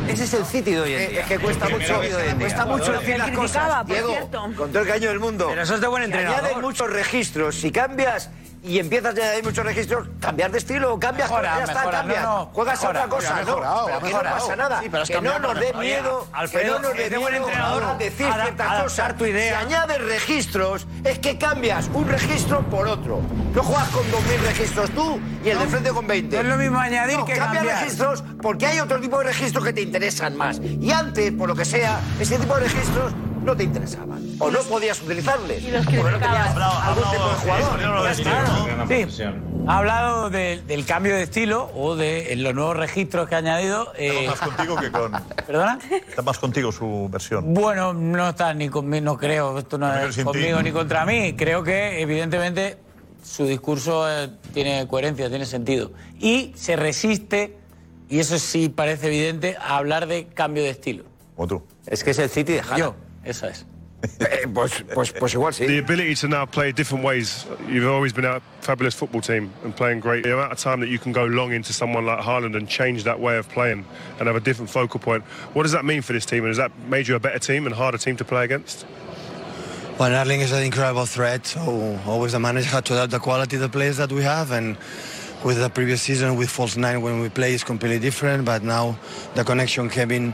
Ese es el City de hoy en día. Es que Eh, cuesta mucho, cuesta mucho decir las cosas. Diego, con todo el caño del mundo. Pero eso es de buen Si entrenador. añades muchos registros. Si cambias y empiezas a añadir muchos registros, cambiar de estilo, cambias, Mejora, ya está, mejora, cambias. no, no, Juegas mejora, a otra cosa, ha mejorado, no, pero ha que mejorado. no pasa nada. Sí, pero has que no cambiado, nos dé pero- miedo, Oye, Alfredo, que no nos dé es de buen miedo entrenador, a decir ada- ciertas adaptar cosas. tu idea. Si añades registros, es que cambias un registro por otro. No juegas con 2.000 registros tú y el de frente con 20. No es lo mismo añadir No, que cambia cambiar. registros porque hay otro tipo de registros que te interesan más. Y antes, por lo que sea, ese tipo de registros no te interesaban. O no podías utilizarles. Porque no tenías algún tipo de jugador. Ya está. Pues Sí. Ha hablado de- del cambio de estilo o de en los nuevos registros que ha añadido. eh, Está más contigo que con. ¿Perdona? Está más contigo su versión. Bueno, no está ni conmigo, no creo, esto no Pero es sin ti. conmigo ni contra mí. Creo que, evidentemente, su discurso eh, tiene coherencia, tiene sentido. Y se resiste, y eso sí parece evidente, a hablar de cambio de estilo. Como tú. Es que es el City de Yo, esa es. Eh, pues, pues, pues igual sí. The ability to now play different ways. You've always been a fabulous football team and playing great. The amount of time that you can go long into someone like Haaland and change that way of playing and have a different focal point. What does that mean for this team? And has that made you a better team and harder team to play against? Well, Erling is an incredible threat, so always the manager had to adapt the quality of the players that we have. And with the previous season, with false nine, when we play, is completely different. But now the connection Kevin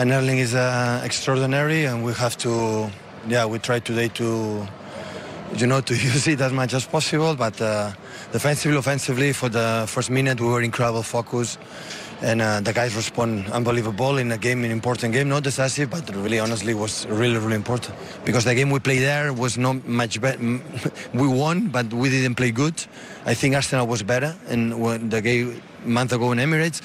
and Erling is uh, extraordinary, and we have to, yeah, we try today to, you know, to use it as much as possible. But uh, defensively, offensively, for the first minute, we were incredible focus. And uh, the guys respond unbelievable in a game, an important game, not decisive, but really, honestly, was really, really important because the game we played there was not much better. We won, but we didn't play good. I think Arsenal was better in when the game month ago in Emirates,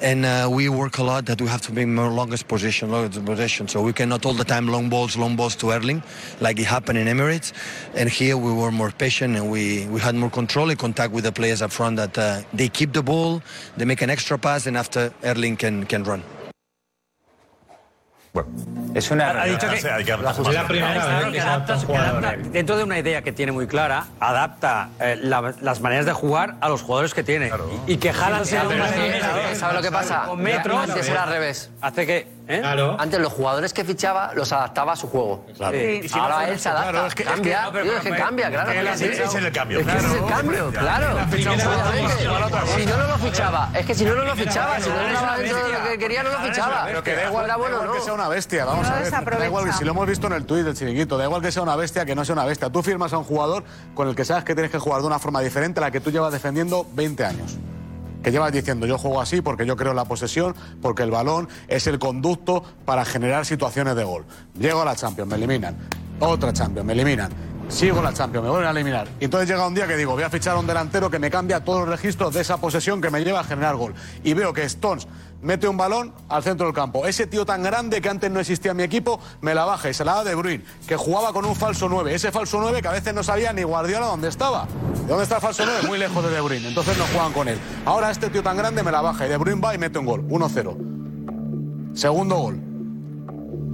and uh, we work a lot that we have to be more longest position, longest position. So we cannot all the time long balls, long balls to Erling, like it happened in Emirates. And here we were more patient and we, we had more control and contact with the players up front that uh, they keep the ball, they make an extra pass, and after Erling can can run. Es Ah, una Ha- ha dicho realidad. que- Hay que adaptar. Es la primera Claro, vez claro, que que se adapta adaptas- un jugador que adapta- dentro de una idea que tiene muy clara, adapta eh, la- las maneras de jugar a los jugadores que tiene. Y, y que jalan Sí, pero es que- ¿Sabes lo que pasa? Antes era al revés. Hace que. ¿eh? Antes los jugadores que fichaba los adaptaba a su juego. Sí. Y si no Ahora fue él se eso, adapta. claro, es que- es que- cambia. no, pero- Digo, es que pero- cambia, claro. pero- que es- sí. es el cambio, Es que es claro. el cambio, Ya. claro. La primera vez que fichaba la otra Si no, cosa. no lo fichaba. Es que si no, no lo La primera fichaba. vez Si no que lo fichaba. daba dentro de lo que quería, no lo fichaba. Pero que da igual, Era bueno, da igual ¿no? que sea una bestia, vamos No a ver. desaprovecha. Da igual, si lo hemos visto en el tuit del chiringuito, da igual que sea una bestia, que no sea una bestia. Tú firmas a un jugador con el que sabes que tienes que jugar de una forma diferente a la que tú llevas defendiendo 20 años. Que llevas diciendo, yo juego así porque yo creo en la posesión, porque el balón es el conducto para generar situaciones de gol. Llego a la Champions, me eliminan. Otra Champions, me eliminan. sigo la Champions, me vuelven a eliminar. Y entonces llega un día que digo, voy a fichar a un delantero que me cambia todos los registros de esa posesión que me lleva a generar gol. Y veo que Stones mete un balón al centro del campo. Ese tío tan grande que antes no existía en mi equipo, me la baja y se la da De Bruyne, que jugaba con un falso 9. Ese falso 9 que a veces no sabía ni Guardiola dónde estaba. ¿De dónde está el falso 9? Muy lejos de De Bruyne. Entonces no juegan con él. Ahora este tío tan grande me la baja y De Bruyne va y mete un gol. 1-0. Segundo gol.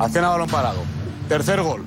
Acción a balón parado. Tercer gol.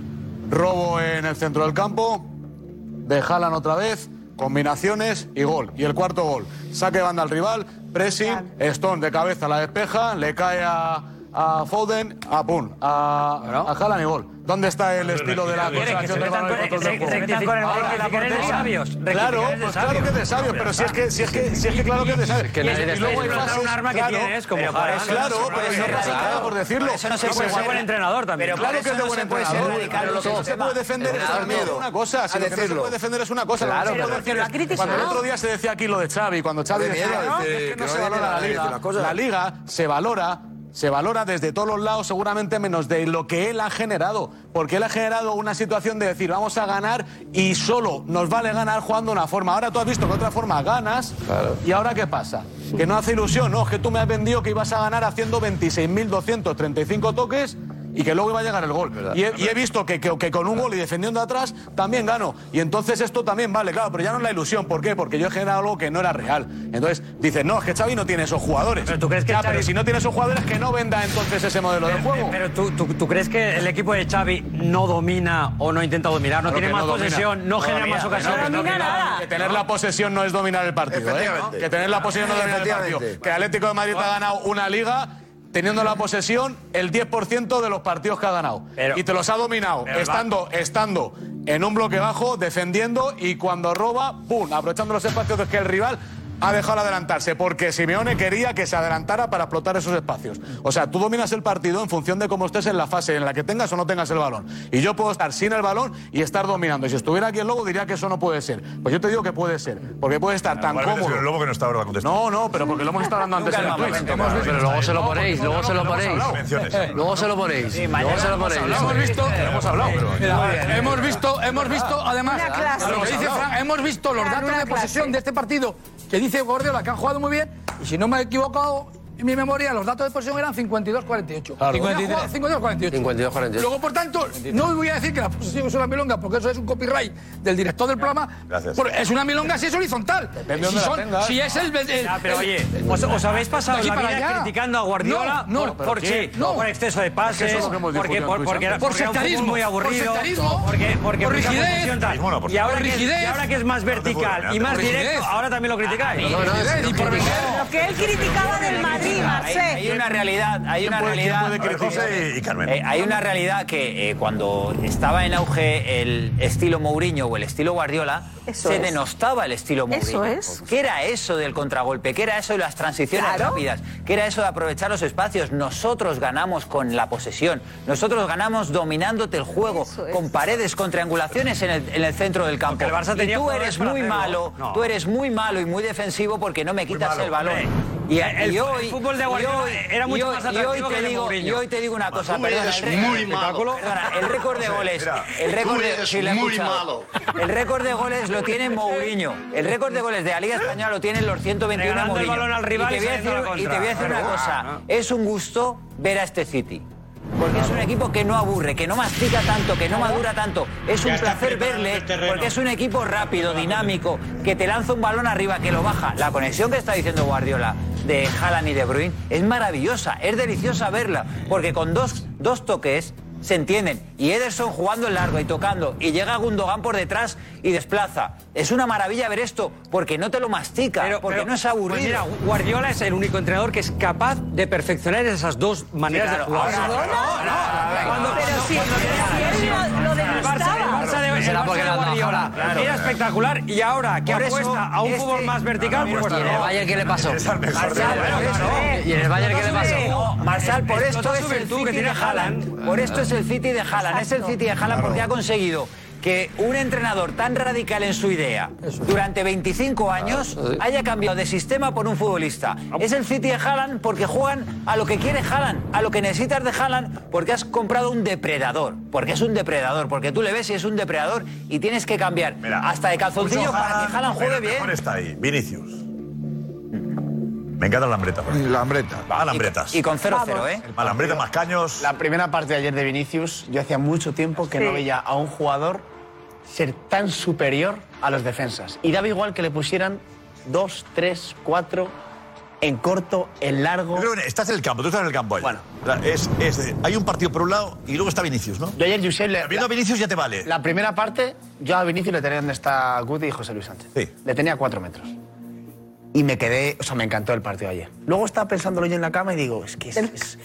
Robo en el centro del campo. De Haaland otra vez. Combinaciones y gol. Y el cuarto gol. Saque de banda al rival. Pressing. Stone de cabeza la despeja. Le cae a, a Foden. A Pum. A, a Haaland y gol. ¿Dónde está el estilo de la ¿Quieres que se conservación metan del balón y con- control que se- del que se juego? metan con el balón Ahora, en la si quieres, portería? sabios. Requisitar Claro, es de pues sabios. claro que es de sabios, pero si es que, si es que, si es que claro que es de sabios. que Y- nadie y le está luego hay disparando pasos, un arma que tienes como claro, Haaland. pero Eso claro, no pero puede no ser, pasa claro. nada por decirlo. Por eso no se puede ser buen entrenador también. Pero Pero claro por que eso es de no buen se puede ser entrenador. radical Pero lo que en no se todo. puede defender es Tener el miedo. miedo. una cosa, a si lo que no se decirlo. puede defender es una cosa. lo que Claro, no se pero puede decir lo es- criticas, Cuando el ¿no? otro día se decía aquí lo de Xavi, cuando Xavi De decía, miedo, "No, de- es que no que se no hay valora miedo la a decir liga. las cosas. La liga se valora se valora desde todos los lados, seguramente menos de lo que él ha generado. Porque él ha generado una situación de decir, vamos a ganar y solo nos vale ganar jugando una forma. Ahora tú has visto que otra forma ganas y ahora ¿qué pasa? Que no hace ilusión, no, es que tú me has vendido que ibas a ganar haciendo 26.235 toques y que luego iba a llegar el gol. Y he, y he visto que, que- que con un gol y defendiendo atrás también gano. Y entonces esto también vale, claro, pero ya no es la ilusión. ¿Por qué? Porque yo he generado algo que no era real. Entonces dices, no, es que Xavi no tiene esos jugadores. Pero tú crees que pero si no tiene esos jugadores, que no venda entonces ese modelo de juego. Pero tú, tú- tú crees que el equipo de Xavi no domina o no intenta dominar, no Pero tiene que más no domina. posesión, no No genera domina, más que no, ocasiones. que no, que no, Que tener la posesión no es dominar el partido. ¿eh? Efectivamente. Que tener la posesión no es dominar el partido. Efectivamente. Que el Atlético de Madrid ha ganado una liga teniendo la posesión el 10% de los partidos que ha ganado. y te los ha dominado, pero va- estando, estando en un bloque bajo, defendiendo y cuando roba, ¡pum! Aprovechando los espacios que el rival ha dejado adelantarse, porque Simeone quería que se adelantara para explotar esos espacios. O sea, tú dominas el partido en función de cómo estés en la fase en la que tengas o no tengas el balón. Y yo puedo estar sin el balón y estar dominando. Y si estuviera aquí el Lobo diría que eso no puede ser. Pues yo te digo que puede ser, porque puede estar tan Igualmente, cómodo. el lobo que no está ahora contestando. No, no, pero porque lo hemos estado hablando antes en el Twitch. Pero luego se lo ponéis, luego se lo ponéis. Menciones. Luego se lo ponéis. Luego se lo ponéis. Hemos visto, hemos hablado, hemos visto, hemos visto, además, Una clase. lo que dice Fran, hemos visto los datos de posesión de este partido que dice Guardiola que han jugado muy bien y si no me he equivocado en mi memoria los datos de posesión eran 52-48. Claro. Y Guardiola ha jugado 52-48. 52-48. Luego, por tanto, no voy a decir que la posesión es una milonga porque eso es un copyright del director del programa. Gracias. Porque es una milonga si es horizontal. de si, dónde la son- tengas. si es el, el- Ya, pero el- oye, os, os habéis pasado de aquí la vida para allá. criticando a Guardiola No, no, por, por, ¿pero sí, qué? No. por este exceso de Es pases, que eso es lo que hemos porque, discutido por, en porque, Twitter. era- Por porque era un sectarismo, fútbol muy por aburrido, sectarismo, porque, porque por mucha rigidez. posesión tal. Bueno, por y, ahora por que, rigidez. y ahora que es más No te puedo vertical ganar, y más por rigidez. directo, ahora también lo Ah, criticáis. No, no, es- Lo que él criticaba del Madrid, Hay, hay Marcel. una realidad, hay una puede- quién realidad. puede criticar? José y Carmen. Eh, hay una realidad que eh, cuando estaba en auge el estilo Mourinho o el estilo Guardiola, Eso se es. denostaba el estilo Mourinho. Eso es. ¿Qué era eso del contragolpe? ¿Qué era eso de las transiciones Claro. rápidas? ¿Qué era eso de aprovechar los espacios? Nosotros ganamos con la posesión. Nosotros ganamos dominándote el juego, con paredes, con triangulaciones en el, en el centro del campo. el Barça Y tenía tú jugadores eres para muy hacerlo. malo, No. tú eres muy malo y muy defensivo porque no me quitas malo, el balón. hombre. Y, El- y el hoy, fútbol de y Guardiola hoy- era mucho y hoy- más y hoy atractivo que te el de digo, Mourinho. Y hoy te digo una Tú cosa, eres el récord- muy malo. perdona, el récord de José, goles, mira, el récord tú de, eres sí, le he muy escuchado. malo. El récord de goles lo tiene Mourinho. El récord de goles de la Liga Española lo tienen los 121 Regalando el Mourinho. balón al rival y y te voy a saliendo decir, a la y te voy a decir contra. una cosa, Ah. es un gusto ver a este City. Porque es un equipo que no aburre, que no mastica tanto, que no madura tanto. Es un placer este verle, porque es un equipo rápido, dinámico, que te lanza un balón arriba, que lo baja. La conexión que está diciendo Guardiola de Haaland y de Bruyne es maravillosa, es deliciosa verla, porque con dos, dos toques se entienden. Y Ederson jugando en largo y tocando, y llega Gundogan por detrás y desplaza. Es una maravilla ver esto, porque no te lo mastica, porque Pero, no es aburrido. pues mira, Guardiola es el único entrenador que es capaz de perfeccionar esas dos maneras claro, de jugar. ahora- Cuando- Pero si si él lo- lo El Barça, el denostaba. Barça de, el Será Barça porque de la Guardiola claro. era espectacular y ahora que Por eso, apuesta a un fútbol más vertical, pues ¿Y en el Bayern qué le pasó? ¿Y en el Bayern qué le pasó? Marsal, por Esto esto no es sube el tú, que City de tiene Haaland. Por esto es el City de Haaland. Es el City de Haaland porque ha conseguido que un entrenador tan radical en su idea durante 25 años haya cambiado de sistema por un futbolista. Es el City de Haaland porque juegan a lo que quiere Haaland, a lo que necesitas de Haaland porque has comprado un depredador, porque es un depredador, porque tú le ves y es un depredador y tienes que cambiar hasta de calzoncillos para que Haaland juegue bien. mejor está ahí? Vinicius. Me encanta la Lambreta. La Lambreta. Ah, Lambretas. Y con 0-0, ¿eh? Ah, Lambreta más caños. La primera parte de ayer de Vinicius, yo hacía mucho tiempo que Sí. no veía a un jugador ser tan superior a los defensas. Y daba igual que le pusieran dos, tres, cuatro, en corto, en largo. Yo creo que estás en el campo, tú estás en el campo ahí. Bueno. Es, es de- hay un partido por un lado y luego está Vinicius, ¿no? Yo ayer, Josep, le- Viendo a Vinicius ya te vale. La primera parte, yo a Vinicius le tenía donde está Guti y José Luis Sánchez. Le tenía a cuatro metros. Y me quedé, o sea, me encantó el partido ayer. Luego estaba pensándolo yo en la cama y digo, es que es- es-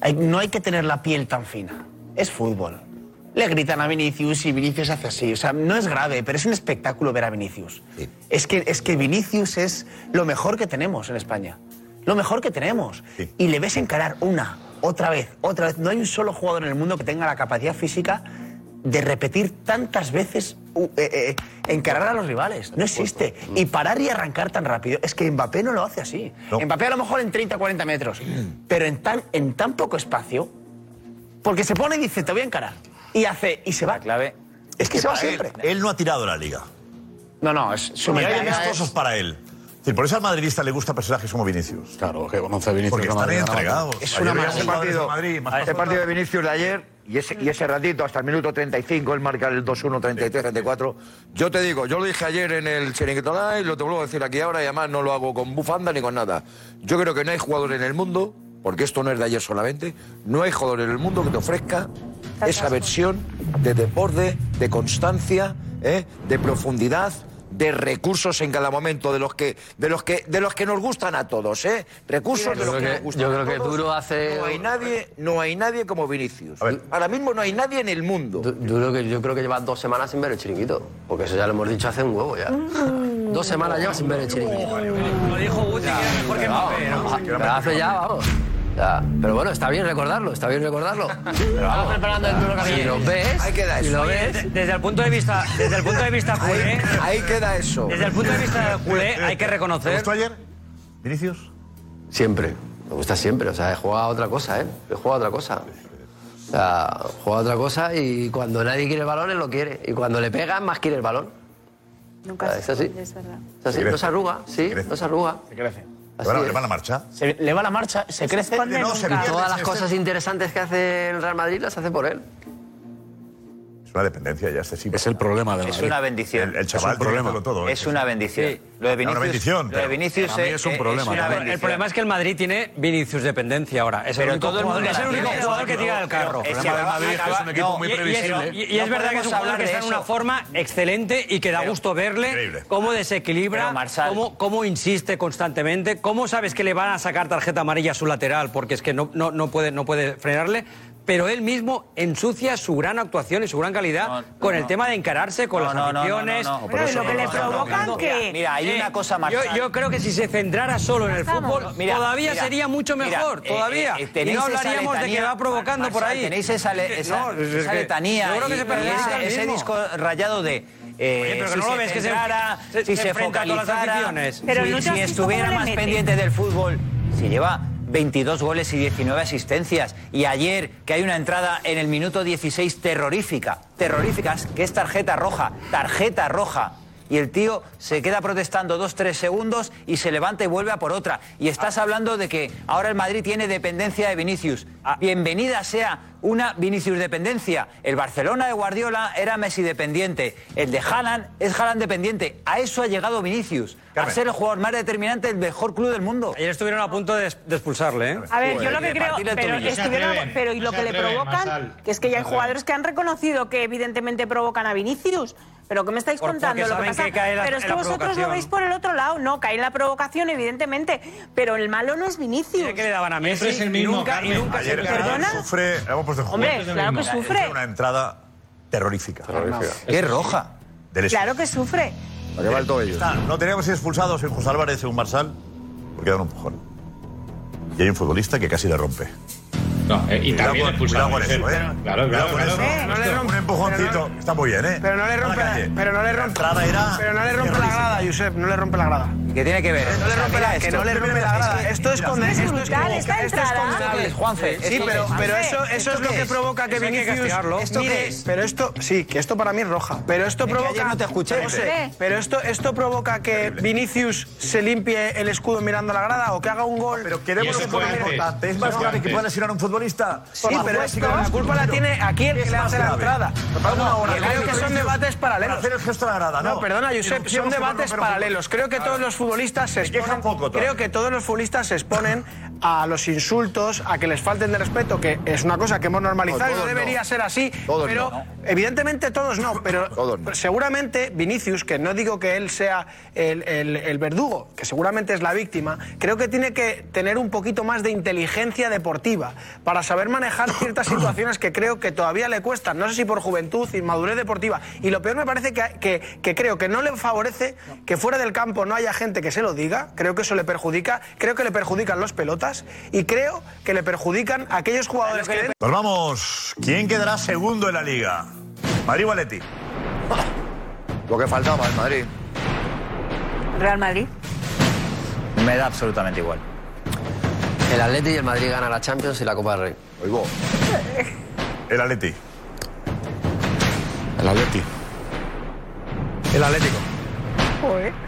hay- no hay que tener la piel tan fina. Es fútbol. Le gritan a Vinicius y Vinicius hace así. O sea, no es grave, pero es un espectáculo ver a Vinicius. Es, que, es que Vinicius es lo mejor que tenemos en España. Lo mejor que tenemos. Y le ves encarar una, otra vez, otra vez. No hay un solo jugador en el mundo que tenga la capacidad física de repetir tantas veces u- eh, eh, encarar a los rivales. No existe. Y parar y arrancar tan rápido. Es que Mbappé no Mm. lo hace así. Mbappé a lo mejor en 30, 40 metros. Pero en tan, en tan poco espacio. Porque se pone y dice, te voy a encarar. Y hace, y se va. clave. Es que se va para él- siempre. Él, no ha tirado la liga. No, no, es su medalla amistosos para él. Es decir, por eso al madridista le gusta personajes como Vinicius. Claro, que conoce a Vinicius. Porque no están Madrid, no. entregados. Es Ayer una veía maravilla. Este jugadores de partido, Madrid, más este cosas. partido de Vinicius de ayer y ese, y ese ratito, hasta el minuto 35, él marca el 2-1, 33, 34. Yo te digo, yo lo dije ayer en el Chiringuito Live, lo te vuelvo a decir aquí ahora y además no lo hago con bufanda ni con nada. Yo creo que no hay jugador en el mundo, porque esto no es de ayer solamente, no hay jugador en el mundo que te ofrezca esa versión de desborde, de constancia, ¿eh? de profundidad de recursos en cada momento de los que de los que de los que nos gustan a todos eh recursos Yo de los creo que, que- nos gustan yo a creo que todos. Duro hace- no hay nadie no hay nadie como Vinicius ahora mismo no hay nadie en el mundo Duro que yo creo que llevas dos semanas sin ver el chiringuito. Porque eso ya lo hemos dicho hace un huevo ya. Dos semanas llevas sin ver el chiringuito. Lo dijo Guti que era mejor que Mbappé, ¿no? Pero hace ya, vamos. Ya. Pero bueno, está bien recordarlo, está bien recordarlo. Pero vamos. preparando el duro Si lo ves, si lo ves. Desde el punto de vista, desde el punto de vista culé, ahí queda eso. Desde el punto de vista culé hay que reconocer. ¿Te gustó ayer? ¿Vinicius? Siempre. Me gusta siempre. O sea, he jugado a otra cosa, ¿eh? He jugado a otra cosa. O sea, he jugado a otra cosa y cuando nadie quiere el balón, él lo quiere. Y cuando le pegan, más quiere el balón. Nunca Es así. Es verdad. Es así. No se arruga, sí, no se arruga. Se crece. Así Bueno, es. le va la marcha. Se- le va la marcha, se crece. Y todas las cosas interesantes que hace el Real Madrid las hace por él. Es una dependencia ya excesiva. Es el problema del Es Madrid. una bendición. El, el chaval es un problema. todo. ¿eh? Es una bendición. Sí. Lo de Vinicius, No, una bendición, lo de pero Vinicius para mí es un problema una también. bendición. El problema es que el Madrid tiene Vinicius dependencia ahora. Es el Pero único todo el jugador, mundo es la el único tiene. jugador que tira el carro. Es que El problema del Madrid es que es un acaba- equipo muy Y- y es- previsible. Y, y es No verdad que es un podemos jugador hablar que de está en una eso. forma excelente y que da gusto verle cómo desequilibra, Pero, Marsal. cómo, cómo insiste constantemente, cómo sabes que le van a sacar tarjeta amarilla a su lateral porque es que no, no, no puede, no puede frenarle. Pero él mismo ensucia su gran actuación y su gran calidad con el tema de encararse con No, las no, no, ambiciones. no, no, no, por Bueno, y eso lo no, que le no, no, no, provocan no. que- Mira, mira, hay Eh, una cosa más Yo, sana. yo creo que si se centrara solo en el Estamos. fútbol, Mira, todavía mira, sería mucho mira, mejor. eh, todavía. eh, y tenéis no esa hablaríamos de que letanía- va provocando Marsal, por ahí. Tenéis esa, le- esa, No, es esa que letanía. Yo creo que y- se y perjudica ese, el ese mismo. disco rayado de. eh, Oye, pero que si no lo se ves, que se- centrara, se- si se se, enfrenta a todas las focalizara, aficiones. Pero si, no te si has visto estuviera cómo le más mete. pendiente del fútbol, si lleva 22 goles y 19 asistencias. Y ayer, que hay una entrada en el minuto 16 terrorífica, terrorífica, que es tarjeta roja, tarjeta roja. Y el tío se queda protestando dos, tres segundos y se levanta y vuelve a por otra. Y estás hablando de que ahora el Madrid tiene dependencia de Vinicius. Ah. Bienvenida sea una Vinicius dependencia. El Barcelona de Guardiola era Messi dependiente. El de Haaland es Haaland dependiente. A eso ha llegado Vinicius. A Carmen. ser el jugador más determinante del mejor club del mundo. Ayer estuvieron a punto de, de expulsarle, ¿eh? A ver, yo lo que creo, pero, que estuvieron- pero y lo que le provocan, que es que ya hay jugadores que han reconocido que evidentemente provocan a Vinicius. Pero ¿qué me estáis Porque contando? Lo que saben pasa- que cae la- pero es que la vosotros lo provocación. veis por el otro lado, no, cae en la provocación, evidentemente. Pero el malo no es Vinicius. que le daban a Messi Siempre es el y mismo, nunca, y Carmen. nunca se Ayer ¿Perdona? sufre, hemos puesto en juego. Hombre, claro que sufre. Una entrada terrorífica. Qué roja. Del Claro que sufre. Lo que va el tobillo. Está, No teníamos sido expulsados en José Álvarez, en un Marsal, porque dan un empujón. Y hay un futbolista que casi le rompe. No, eh, y también expulsado. Cuidado con eso, ¿eh? Claro, claro, Cuidado con claro. eso. Eh. Esto, Un empujoncito. Está muy bien, ¿eh? Pero no le A la rompe la, calle. pero no le rompe, pero no le rompe la grada, Josep, no le rompe la grada. ¿Qué tiene que ver? No le rompe la, que no le rompe la grada. Esto es con esto es brutal como- esta esto es entrada. condenable, Juanfe, Sí, esto pero, qué es. pero eso, eso Juanfe, es ¿esto lo qué que es? provoca que Eso hay que Vinicius castigarlo. ¿Esto Mire, qué es? pero esto sí, que esto para mí es roja, pero esto Es que provoca ayer no te escuché. José, pero esto esto provoca que Vinicius se limpie el escudo mirando la grada o que haga un gol. Pero Queremos un fútbol importante. Es más grave que pueda lesionar a un futbolista. Sí, Por pero juez, esto, la culpa la tiene aquí el que le hace la entrada. Creo que son debates paralelos. Hacer el gesto de la grada, ¿no? No, perdona, Josep, Irrupción son como debates romper un paralelos. fútbol. Creo que todos Claro. los futbolistas se exponen, poco, todo. creo que todos los futbolistas se exponen a los insultos, a que les falten de respeto, que es una cosa que hemos normalizado y no todos no. debería ser así, Todos pero no. evidentemente todos no, pero seguramente Vinicius, que no digo que él sea el, el- el verdugo, que seguramente es la víctima, creo que tiene que tener un poquito más de inteligencia deportiva para saber manejar ciertas situaciones que creo que todavía le cuestan, no sé si por juventud, inmadurez deportiva, y lo peor me parece que, que- que creo que no le favorece que fuera del campo no haya gente que se lo diga, creo que eso le perjudica, creo que le perjudican los pelotas y creo que le perjudican a aquellos jugadores que... dentro- Nos Pues vamos. ¿Quién quedará segundo en la liga? Madrid o Atleti. Lo que faltaba al Madrid. Real Madrid. Me da absolutamente igual. El Atleti y el Madrid ganan la Champions y la Copa del Rey. Oigo. El Atleti. El Atleti. El Atlético.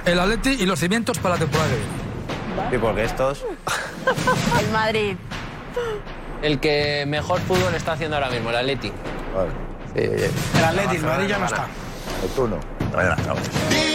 El Atleti y los cimientos para la temporada que viene. Sí, porque estos. El Madrid. El que mejor fútbol está haciendo ahora mismo, el Atleti. El Atleti, el Madrid ya no está. Nocturno. Mañana, chao.